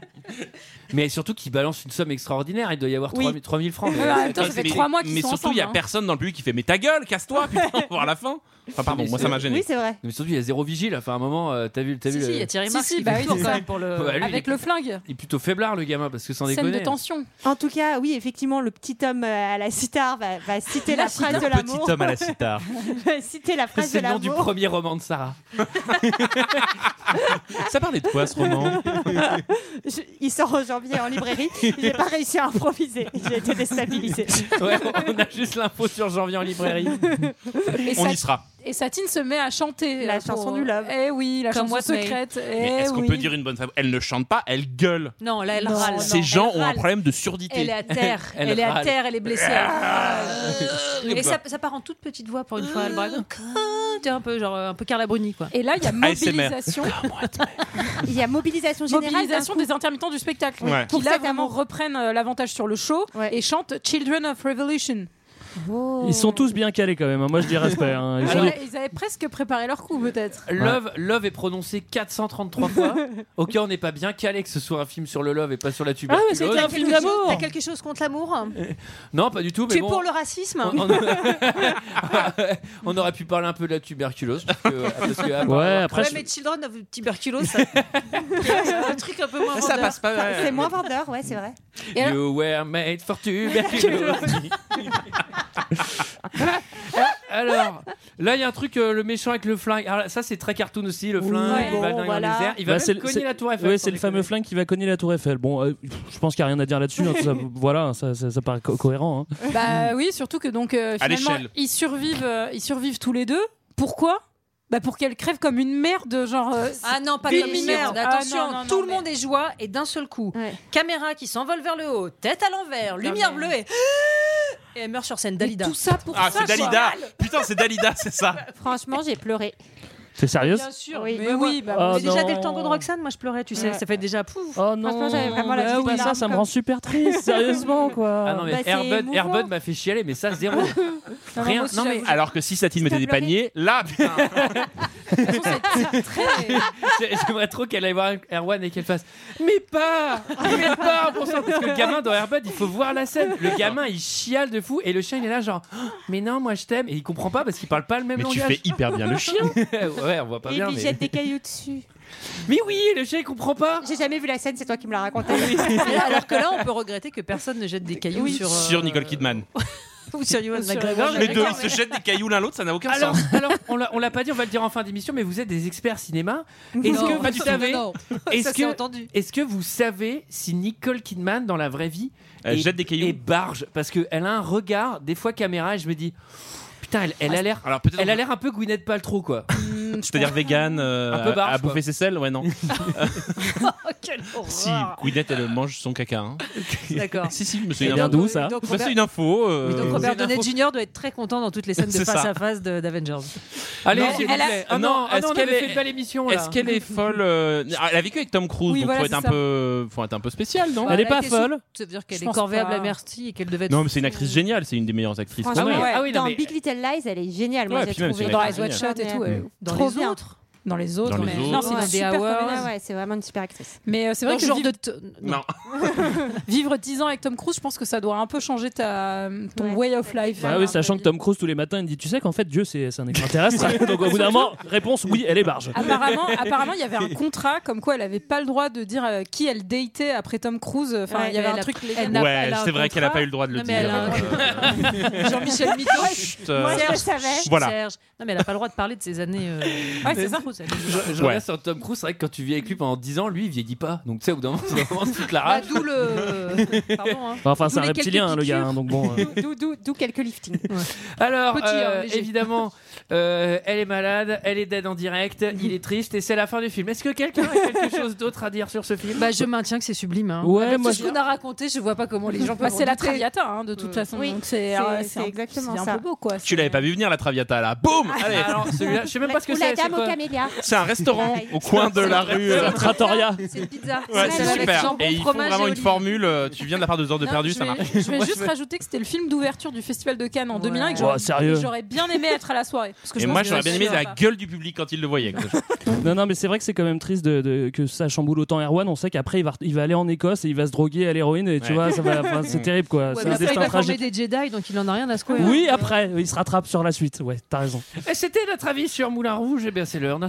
S1: Mais surtout qu'il balance une somme extraordinaire, il doit y avoir
S6: Oui.
S1: 3000 3000 francs.
S6: Ouais, en même temps, ça fait trois mois
S11: mais surtout, il y a personne dans le public qui fait Mais ta gueule, casse-toi, putain, on va voir la fin. Enfin, pardon, moi ça m'a gêné.
S1: Mais surtout, il y a zéro vigile. Enfin, à un moment, euh, t'as vu, t'as vu.
S12: Si,
S1: le-
S12: si, il y a Thierry
S7: Si, Marx si, qui bah fait oui, le tour c'est quand ça. même pour le-
S1: Bah, lui,
S12: avec
S1: il, est,
S12: le flingue.
S1: il est plutôt faiblard le gamin parce que sans déconner. hein.
S6: En tout cas, oui, effectivement, le petit homme euh, à la sitar va, va citer la,
S1: La
S6: phrase
S1: sitar.
S6: de
S1: Le petit
S6: l'amour.
S1: homme à la sitar.
S6: Va citer la phrase
S1: C'est
S6: de
S1: le nom du
S6: Ah, l'amour.
S1: premier roman de Sarah.
S11: Ça parlait de quoi ce roman
S6: Je- il sort en janvier en librairie. J'ai pas réussi à improviser. J'ai été déstabilisée.
S1: Ouais, on a juste l'info sur janvier en librairie.
S12: Et
S11: On
S12: ça-
S11: y sera.
S12: Et Satine se met à chanter euh,
S6: La
S12: pour-
S6: chanson du love.
S12: Eh oui, la
S7: Comme
S12: chanson
S7: What May.
S12: secrète.
S11: Mais
S12: eh
S11: est-ce qu'on
S12: oui.
S11: peut dire une bonne femme Elle ne chante pas, elle gueule.
S7: Non, là, elle
S12: Non,
S7: râle.
S11: Ces
S7: Non,
S11: gens
S7: elle
S11: ont un
S7: râle.
S11: problème de surdité.
S7: Elle est à terre. elle, est à
S11: râle.
S7: terre, elle est blessée.
S11: Ah,
S7: Et
S11: Et
S7: ça, ça part en toute petite voix pour une fois. Elle braille.
S6: Ah,
S7: Tu es un peu genre un peu Carla Bruni quoi.
S12: Et là, il y a
S11: ASMR.
S12: mobilisation.
S6: Il y a mobilisation
S12: générale. Mobilisation des intermittents du spectacle.
S11: Ouais.
S12: Qui là vraiment reprennent euh, l'avantage sur le show et chantent Children of Revolution.
S6: Oh.
S8: Ils sont tous bien calés quand même. hein. Moi, je dis respect. hein. Ils
S12: Ils,
S8: ont-
S12: avaient, ils avaient presque préparé leur coup peut-être.
S1: Love, love est prononcé 433 fois. ok, on n'est pas bien calé que ce soit un film sur le love et pas sur la
S7: Ah
S1: tuberculose.
S7: T'as quelque chose- T'as quelque chose contre l'amour
S1: Non, pas du tout. Mais
S7: Tu es
S1: bon,
S7: pour le racisme
S1: on aurait pu parler un peu de la tuberculose. Parce que, parce que, ah, à part-
S8: Ouais, après,
S7: Ouais,
S8: je-
S7: mais Children of Tuberculose, ça... un truc un peu moins
S11: Ça, ça
S7: vendeur.
S11: passe pas, ouais.
S6: C'est moins vendeur, ouais, c'est vrai.
S1: You were made for tuberculose. Alors, là, il y a un truc, euh, le méchant avec le flingue. Alors, ça, c'est très cartoon aussi, le flingue.
S6: Ouais.
S1: il va
S6: Bon,
S1: dingue
S6: voilà.
S1: dans les airs. Il va
S8: Bah,
S1: même
S8: c'est le-
S1: cogner
S8: c'est-
S1: la tour Eiffel. hein,
S8: ouais, c'est le fameux flingue qui va cogner la tour Eiffel. Bon, euh, je pense qu'il n'y a rien à dire là-dessus. hein. Ça- voilà, ça, ça- ça paraît co- cohérent. hein.
S12: Bah oui, surtout que donc euh,
S8: À
S12: finalement
S8: l'échelle.
S12: ils survivent, euh, ils survivent tous les deux. Pourquoi Bah pour qu'elle crève comme une merde, genre. euh,
S7: Ah non, pas
S12: dix
S7: comme une
S12: minutes.
S7: merde.
S12: Ah,
S7: Attention,
S12: non, non, non,
S7: tout le monde est joie et d'un seul coup. Caméra qui s'envole vers le haut, tête à l'envers, lumière bleue et... et elle meurt sur scène. Dalida.
S12: tout ça pour
S11: Ah, c'est Dalida Putain, c'est Dalida, c'est ça
S6: Franchement, j'ai pleuré.
S8: C'est sérieux
S7: sûr.
S6: Oui.
S7: Mais oui, bah,
S8: Ah
S7: j'ai déjà
S8: non.
S7: dès le tango de Roxane, moi je pleurais, tu sais,
S8: Ouais.
S7: ça fait déjà pouf.
S8: Oh non, bah oui, ça, ça me rend super triste. Sérieusement, quoi.
S1: Ah non, mais Airbud, Airbud m'a fait chialer, mais ça, zéro.
S12: non,
S1: Rien.
S12: moi aussi,
S1: Non, mais.
S11: Alors que si Satine mettait des paniers, là, putain
S1: J'ai- J'aimerais trop qu'elle aille voir Erwan et qu'elle fasse Mais pas Mais pas bon sang Parce que le gamin dans Airbud, il faut voir la scène. Le gamin, il chiale de fou et le chien, il est là, genre Oh, Mais non, moi je t'aime. Et il comprend pas parce qu'il parle pas le même
S11: Mais tu
S1: langage.
S11: fais hyper bien le chien.
S1: Ouais, on voit pas
S6: Et il
S1: bien.
S6: lui
S1: mais-
S6: jette des cailloux dessus.
S1: Mais oui, le chien, il comprend pas.
S6: J'ai jamais vu la scène, c'est toi qui me l'as raconté.
S7: Ah Alors que là, on peut regretter que personne ne jette des cailloux sur, euh,
S11: Sur Nicole Kidman.
S7: ou sur Ewan
S11: Les
S7: McGregor.
S11: deux, ils se jettent des cailloux l'un l'autre, ça n'a aucun
S1: Alors,
S11: sens.
S1: alors on l'a- on l'a pas dit, on va le dire en fin d'émission, mais vous êtes des experts cinéma. Est-ce
S7: Non,
S1: que
S7: pas
S1: vous
S7: du tout.
S1: savez,
S7: Non, non.
S1: est-ce
S7: Ça, c'est entendu.
S1: que, est-ce que vous savez si Nicole Kidman dans la vraie vie
S11: Elle
S1: est-
S11: jette des cailloux.
S1: est barge parce qu'elle a un regard des fois caméra et je me dis. putain, elle, elle a l'air.
S11: Alors, peut-être-
S1: Elle a l'air un peu Gwyneth Paltrow, quoi.
S7: hmm,
S11: C'est-à-dire vegan, euh,
S1: Un peu barge,
S11: à bouffer
S1: quoi.
S11: ses selles, ouais non.
S6: Oh,
S11: si Gwyneth elle mange son caca. hein.
S7: D'accord.
S11: si si, je me
S8: Et
S11: souviens.
S8: bien
S11: Bah,
S8: d'où, ça
S7: donc,
S11: C'est
S7: Robert-
S11: une info. euh,
S7: Donc Robert Downey Jr. doit être très content dans toutes les scènes de
S11: C'est
S7: face
S11: ça.
S7: à face de- d'Avengers.
S11: Allez,
S7: Non,
S11: s'il vous
S7: elle a-
S11: plaît.
S7: Ah non, ah
S11: est-ce
S7: non, on
S11: qu'elle
S7: avait
S11: est-
S7: fait une belle émission, là.
S11: Est-ce qu'elle est folle euh, Elle a vécu avec Tom Cruise,
S7: Oui,
S11: donc
S7: voilà,
S11: faut être
S7: c'est
S11: un
S7: ça.
S11: peu, euh, faut être un peu spécial, non
S7: Bah, elle a été sous- C'est-à-dire qu'elle
S12: Je
S7: est
S12: pense
S6: Ah.
S7: corvéable
S12: pas.
S7: à merci et qu'elle devait être.
S11: Non, mais c'est une actrice géniale, c'est une des meilleures actrices.
S12: Franchement,
S11: qu'on ait.
S12: ouais,
S7: Ah non,
S12: dans
S7: mais-
S12: Big Little Lies, elle est géniale.
S11: Ouais,
S12: moi, j'ai
S11: puis même, c'est
S12: trouvé.
S11: une
S13: Dans
S11: actrice
S13: Ice Watch Shot et
S12: géniale.
S13: tout. euh,
S7: Dans
S13: trop
S7: les
S13: bien.
S7: autres.
S13: Dans les autres.
S11: Dans
S13: mais-
S11: les autres.
S13: Non, c'est une
S7: Dans
S13: super
S7: The Hours.
S13: comédienne, ouais.
S12: Ouais, c'est vraiment une super actrice.
S13: Mais euh, c'est vrai
S7: Dans
S13: que
S7: le genre
S13: vivre,
S7: de. t-
S11: Non.
S13: vivre 10 ans avec Tom Cruise, je pense que ça doit un peu changer ta, ton way of life.
S8: Bah oui, sachant que Tom Cruise tous les matins il me dit Tu sais qu'en fait Dieu c'est c'est un extraterrestre. Donc au bout d'un moment, réponse oui, elle est barge.
S13: Apparemment, apparemment, il y avait un contrat comme quoi elle avait pas le droit de dire euh, qui elle datait après Tom Cruise. Enfin,
S7: Ouais,
S13: il y avait
S7: elle
S13: un
S7: a-
S13: truc.
S7: elle
S13: légal.
S7: n'a-
S11: Ouais,
S7: elle a un
S11: c'est vrai qu'elle a pas eu le droit de le
S7: Non, mais elle
S11: dire.
S7: a un-
S13: Jean-Michel Mito.
S11: euh,
S7: Moi,
S11: Serge,
S7: je savais.
S11: voilà.
S7: Serge. Non, mais elle a pas le droit de parler de ses années. euh,
S13: Ouais, c'est ça.
S7: Tom Cruise, elle est-
S1: Je, je
S11: Ouais.
S1: reviens sur Tom Cruise, c'est vrai que quand tu vis avec lui pendant 10 ans, lui il vieillit pas. Donc tu sais, au bout d'un moment, tu dois vraiment se foutre la
S7: Bah,
S1: rage.
S7: D'où le. Pardon. hein.
S8: Enfin,
S7: D'où
S8: c'est un
S7: les quelques
S8: reptilien hein, le gars, hein,
S7: piqûres.
S8: donc bon. euh.
S12: D'où- D'où d'où quelques liftings.
S1: Alors,
S7: Petit, hein,
S1: euh,
S7: léger.
S1: évidemment, euh, elle est malade, elle est dead en direct,
S7: Mhm.
S1: il est triste et c'est la fin du film. Est-ce que quelqu'un a quelque chose d'autre à dire sur ce film
S7: Bah, je maintiens que c'est sublime. hein.
S8: Ouais,
S7: Avec
S8: moi,
S7: tout ce
S8: je-
S7: qu'on a raconté, je vois pas comment les gens
S13: Bah,
S7: peuvent. Mm.
S13: c'est la
S7: en douter.
S13: Traviata hein, de toute façon.
S12: Oui,
S13: donc c'est
S12: c'est-
S13: euh,
S12: c'est
S13: un-
S12: exactement
S13: c'est un
S12: ça.
S13: peu beau quoi.
S11: Tu l'avais pas vu venir la Traviata là. Boum Allez.
S1: Alors, celui-là, je sais même pas ce que
S12: Ou la
S1: c'est. c'est
S12: dame au
S1: quoi
S12: camélia.
S11: C'est un restaurant
S12: Pareil.
S11: au coin de la rue.
S8: C'est
S11: euh,
S8: la trattoria.
S7: C'est une pizza.
S11: Ouais,
S7: C'est
S11: c'est
S7: avec
S11: super.
S7: jambon,
S11: Et ils font
S7: fromage
S11: vraiment
S7: et
S11: une
S7: olives.
S11: formule. euh, Tu viens de la part de Zor de
S13: Non,
S11: perdu,
S13: je
S11: ça
S13: vais-
S11: marche.
S13: Je vais juste rajouter que c'était le film d'ouverture du Festival de Cannes en 2001 et que
S8: Ouais,
S13: j'aurais-
S8: sérieux.
S13: j'aurais bien aimé être à la soirée. Parce que je
S11: Et
S13: pense
S11: moi,
S13: que
S11: j'aurais bien aimé la gueule du public quand ils le voyaient.
S8: Non, non, mais c'est vrai que c'est quand même triste de, de- que ça chamboule autant Erwan. On sait qu'après il va, il va aller en Écosse et il va se droguer à l'héroïne et tu
S11: Ouais.
S8: vois, ça va, enfin, c'est
S11: Mm.
S8: terrible quoi.
S7: Ouais,
S8: c'est
S7: mais
S8: un
S7: après, il
S8: destin
S7: va former
S8: tragique.
S7: des Jedi, donc il en a rien à secouer.
S8: Oui,
S7: hein.
S8: après, il se rattrape sur la suite. Ouais, t'as raison.
S1: Et Euh, c'était notre avis sur Moulin Rouge. Et bien, c'est l'heure d'un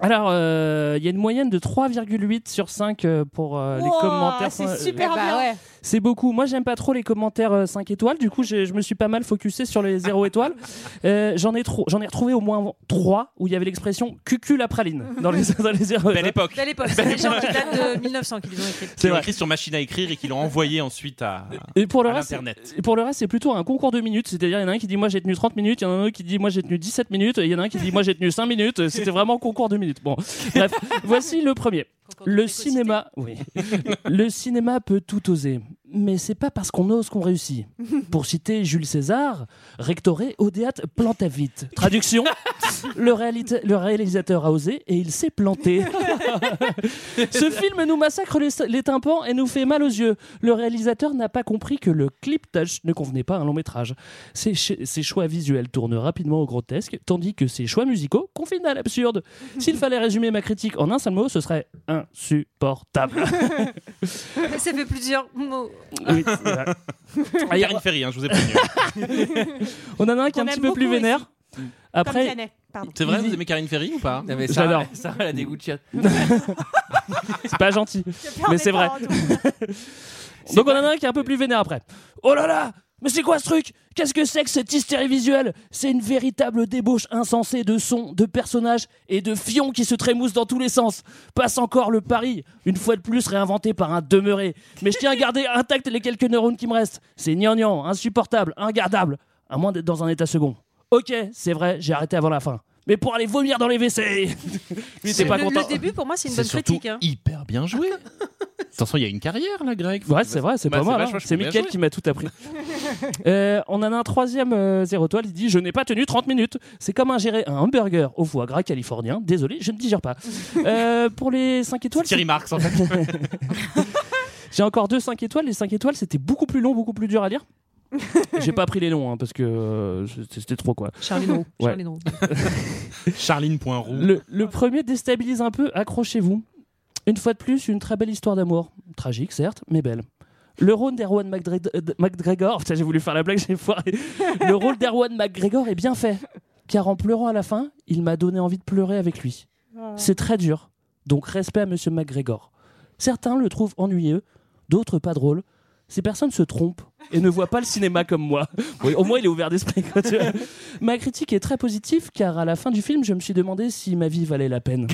S8: Alors, euh, il y a une moyenne de 3,8 sur 5 euh, pour euh, les
S12: Wow,
S8: commentaires.
S12: c'est
S8: Euh,
S12: super
S13: Bah
S12: bien.
S13: ouais.
S8: C'est beaucoup. Moi, j'aime pas trop les commentaires 5 étoiles. Du coup, j'ai- je me suis pas mal focusé sur les 0 étoiles. Euh, J'en ai, trop- j'en ai retrouvé au moins 3 où il y avait l'expression cucul à praline dans les, dans les 0
S11: Belle
S8: étoiles.
S11: époque.
S7: Belle époque. C'est les gens qui datent de 1900 qui les ont écrits.
S11: Qui
S8: C'est
S11: l'ont
S8: vrai.
S11: écrit sur machine à écrire et qui l'ont envoyé ensuite à.
S8: Et pour le
S11: À
S8: reste,
S11: l'internet.
S8: et pour le reste, c'est plutôt un concours de minutes. C'est-à-dire, il y en a un qui dit moi j'ai tenu 30 minutes, il y en a un autre qui dit moi j'ai tenu 17 minutes, et il y en a un qui dit moi j'ai tenu 5 minutes. C'était vraiment un concours de minutes. Bon, bref, voici le premier. Le cinéma, oui. Le cinéma peut tout oser, mais c'est pas parce qu'on ose qu'on réussit. Pour citer Jules César, rectoré odeat plantavit. Traduction le, réalita- le réalisateur a osé et il s'est planté. Ce film nous massacre les, les tympans et nous fait mal aux yeux. Le réalisateur n'a pas compris que le clip touch ne convenait pas à un long métrage. Ses, ch- ses choix visuels tournent rapidement au grotesque, tandis que ses choix musicaux confinent à l'absurde. S'il fallait résumer ma critique en un seul mot, ce serait insupportable.
S7: Mais ça fait plusieurs mots.
S8: Oui, c'est vrai. Ah, il y a-
S11: Karine Ferry, hein, je vous ai prévenu.
S8: on en a un qui est un
S12: Qu'on
S8: petit
S12: aime
S8: peu plus
S12: beaucoup
S8: vénère.
S12: Comme
S8: Après,
S12: Vianney, pardon.
S11: C'est vrai, vous aimez Karine Ferry ou pas
S1: Non, mais
S8: J'adore.
S1: Sarah, Sarah, elle a des goûts de chat.
S8: c'est pas gentil,
S12: perds
S8: mais
S12: mes
S8: c'est vrai.
S12: parents,
S8: Donc on en a un qui est un peu plus vénère après. Oh là là mais c'est quoi ce truc Qu'est-ce que c'est que cette hystérie visuelle C'est une véritable débauche insensée de sons, de personnages et de fions qui se trémoussent dans tous les sens. Passe encore le pari, une fois de plus réinventé par un demeuré. Mais je tiens à garder intact les quelques neurones qui me restent. C'est gnangnan, insupportable, ingardable, à moins d'être dans un état second. Ok, c'est vrai, j'ai arrêté avant la fin. Mais pour aller vomir dans les WC Lui, t'es
S7: Le,
S8: pas
S7: le
S8: content.
S7: début, pour moi, c'est une
S11: C'est
S7: bonne
S11: surtout
S7: critique. hein.
S11: hyper bien joué. Attention, il y a une carrière là, Greg.
S8: Ouais, c'est vrai, c'est
S11: Bah,
S8: pas
S11: c'est
S8: moi.
S11: vachement
S8: hein. C'est
S11: bien
S8: Mickaël
S11: joué.
S8: qui m'a tout appris. Euh, on en a un troisième euh, zéro toile. Il dit Je n'ai pas tenu 30 minutes. C'est comme ingérer un hamburger au foie gras californien. Désolé, je ne digère pas. Euh, pour les 5 étoiles,
S11: Thierry Marx en fait.
S8: c'est- j'ai encore deux 5 étoiles. Les 5 étoiles, c'était beaucoup plus long, beaucoup plus dur à lire. J'ai pas pris les noms hein, parce que euh, c'était- c'était trop quoi.
S7: Charline Roux.
S8: Ouais.
S7: Charline Roux.
S11: Charline Poinroux.
S8: Le, le premier déstabilise un peu, accrochez-vous. Une fois de plus, une très belle histoire d'amour. Tragique, certes, mais belle. Le rôle d'Erwan McDre- euh, McGregor, putain, j'ai voulu faire la blague, j'ai foiré. Le rôle d'Erwan McGregor est bien fait, car en pleurant à la fin, il m'a donné envie de pleurer avec lui. C'est très dur, donc respect à Monsieur McGregor. Certains le trouvent ennuyeux, d'autres pas drôle. Ces personnes se trompent. et ne voit pas le cinéma comme moi. Bon, au moins, il est ouvert d'esprit. quoi, tu vois. Ma critique est très positive car à la fin du film, je me suis demandé si ma vie valait la peine.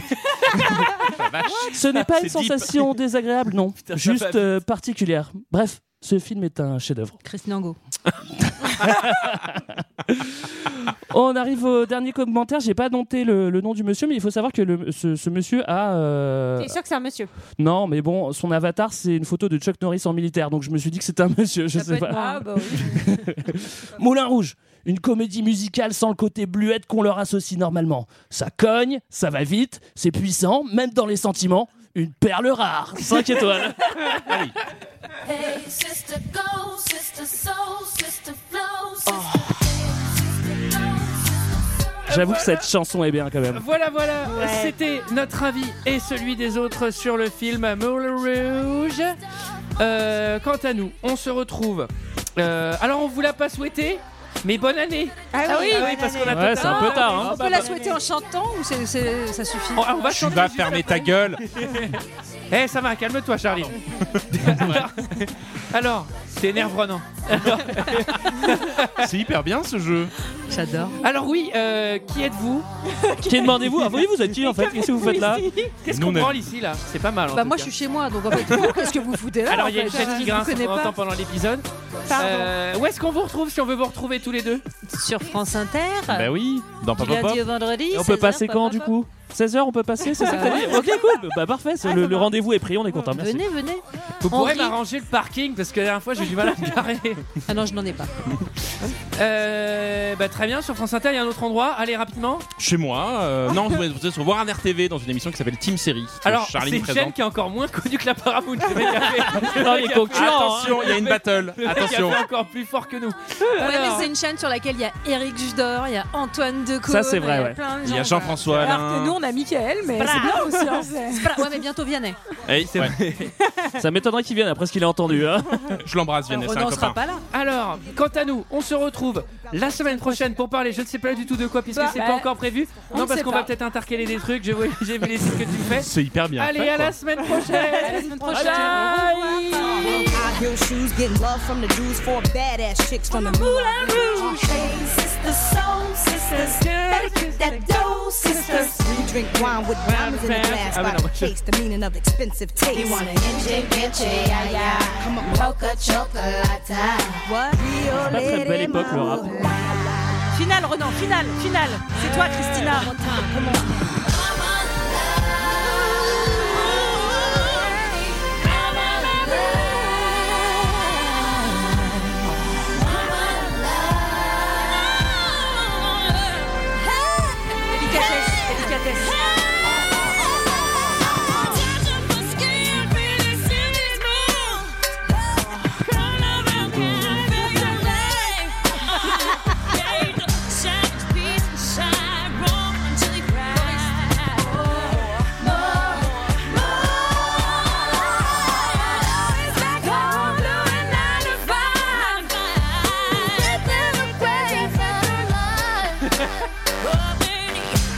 S8: Ce n'est pas une
S7: C'est deep.
S8: sensation désagréable, non,
S7: ça va
S8: juste
S7: vite.
S8: euh, particulière. Bref, ce film est un chef-d'œuvre.
S7: Christine Angot.
S8: On arrive au dernier commentaire. J'ai pas noté le, le nom du monsieur, mais il faut savoir que le- ce, ce monsieur a. euh,
S12: T'es sûr que c'est un monsieur
S8: Non, mais bon, son avatar, c'est une photo de Chuck Norris en militaire, donc je me suis dit que c'était un monsieur, je
S12: Ça
S8: sais
S12: peut être
S8: pas.
S12: moi. Ah, bah
S8: Moulin Rouge, une comédie musicale sans le côté bluette qu'on leur associe normalement. Ça cogne, ça va vite, c'est puissant, même dans les sentiments. Une perle rare, 5 étoiles.
S17: Hey, sister, go, sister, soul, sister, flow, sister.
S8: J'avoue que cette chanson est bien quand même.
S1: Voilà, voilà, c'était notre avis et celui des autres sur le film Moulin Rouge. Euh, quant à nous, on se retrouve. euh, alors, on vous l'a pas souhaité, mais bonne année!
S13: Ah oui, bonne
S1: parce qu'on
S13: année.
S1: a
S11: Ouais, c'est un peu tard, hein.
S13: On peut la souhaiter en chantant ou c'est- c'est- ça suffit
S1: Oh, On, on va
S11: Tu
S1: chanter
S11: vas
S1: juste
S11: fermer
S1: après.
S11: ta gueule.
S1: Eh, ça va, calme-toi, Charlie. alors, alors, c'est énervant.
S11: C'est hyper bien ce jeu.
S7: J'adore.
S1: Alors oui, euh, qui êtes-vous
S8: Qui demandez-vous Ah oui, vous êtes qui en fait Qu'est-ce que vous faites là
S1: Qu'est-ce
S8: Nous,
S1: qu'on
S8: on est-
S1: branle ici là C'est pas mal. Ah, en
S13: Bah
S1: tout
S13: moi
S1: cas.
S13: je suis chez moi donc en fait vous, qu'est-ce que vous foutez là
S1: Alors
S13: en
S1: il y a une
S13: fait
S1: chaîne qui
S13: Je
S1: grince
S13: vous connais
S1: qu'on entend
S13: pas.
S1: pendant l'épisode. Euh, où est-ce qu'on vous retrouve si on veut vous retrouver tous les deux
S7: Sur France Inter.
S11: Bah oui, dans
S7: Du
S11: Papa
S7: lundi au
S11: Pop.
S7: vendredi.
S8: Et on peut
S7: 16
S8: passer
S7: heures,
S8: quand
S7: Papa
S8: du coup 16h on peut passer, c'est ça que t'as dit Ok cool, bah parfait, c'est le, le rendez-vous est pris, on est content, merci.
S7: Ah, Venez, venez.
S1: Vous pourrez
S7: Henri.
S1: m'arranger le parking parce que la dernière fois j'ai eu du mal à me garer.
S7: Ah non, je n'en ai pas.
S1: Euh, bah, très bien, sur France Inter il y a un autre endroit. Allez rapidement.
S11: Chez moi. euh, non, vous pouvez se voir un RTV dans une émission qui s'appelle Team Série. que
S1: Alors
S11: Charlie
S1: c'est
S11: me
S1: une chaîne
S11: présente.
S1: qui est encore moins connue que la Paramount. le mec a fait-
S11: Non,
S1: le
S11: les
S1: mec a fait-
S11: concurrents, Attention, hein. il y a une
S1: Le mec-
S11: battle.
S1: le mec a
S11: Attention.
S1: fait encore plus fort que nous.
S7: Ouais, mais
S1: Alors,
S7: c'est une chaîne sur laquelle il y a Eric Judor, il y a Antoine Decaune.
S11: Ça, c'est vrai,
S7: il y a
S11: ouais.
S7: plein de
S11: Il y a
S7: gens,
S11: Jean-François
S7: voilà.
S11: Alain. Alors que
S13: nous, on a Michael, mais
S7: Voilà.
S13: c'est bien aussi, hein, c'est-
S7: C'est pas- Ouais, mais bientôt Vianney.
S11: Eh, ouais.
S8: Ça m'étonnerait qu'il vienne après ce qu'il a entendu. Hein.
S11: Je
S13: Ah,
S11: l'embrasse, Vianney, c'est un copain.
S7: là.
S1: Alors, quant à nous, on se retrouve la semaine prochaine pour parler. Je ne sais pas du tout de quoi, puisque
S13: Bah,
S1: c'est
S13: bah,
S1: pas encore prévu.
S13: on
S1: non,
S13: ne
S1: parce
S13: sait
S1: qu'on
S13: pas.
S1: va peut-être intercaler des trucs. Je vois- J'ai vu les trucs que tu fais.
S11: C'est hyper bien.
S1: Allez,
S11: fait,
S1: à
S11: quoi.
S1: la semaine
S13: À la
S1: prochaine.
S13: semaine prochaine.
S18: High heel shoes get love from the Jews for badass chicks from the Moulin Rouge. Hey, sisters, soul sisters, better get that dough, sisters. We drink wine with diamonds in the glass
S1: Ah,
S18: by
S1: mais
S18: the
S1: non.
S18: case, the meaning of expensive taste.
S17: You want an enche, bitche, ay, ay.
S18: Come on.
S17: Mocha chocolata.
S18: What?
S8: C'est pas très belle époque le rap.
S13: Finale
S18: oh,
S13: Renan, finale, finale. C'est toi Christina.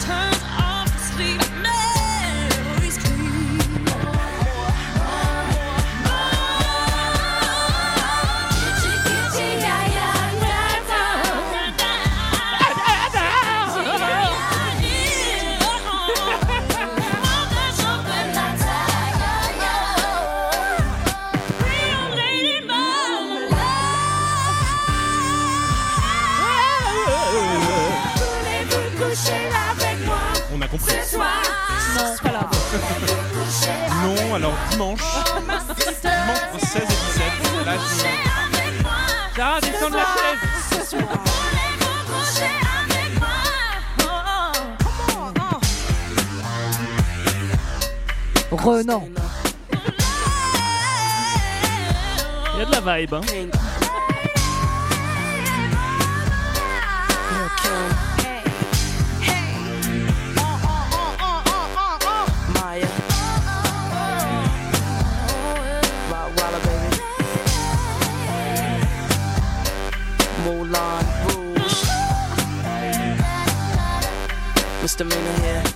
S17: Turns off the sleep, memories clean. avec moi
S11: On a compris.
S17: ce soir.
S13: Non, pas là.
S11: Non, alors dimanche, dimanche entre 16 et 17. Là, je...
S1: Sarah, descends de la chaise. Oh,
S13: Renan.
S8: Il y a de la vibe. Hein.
S17: Maya. Rottweiler, baby. Moulin Rouge. Mr. Mina here.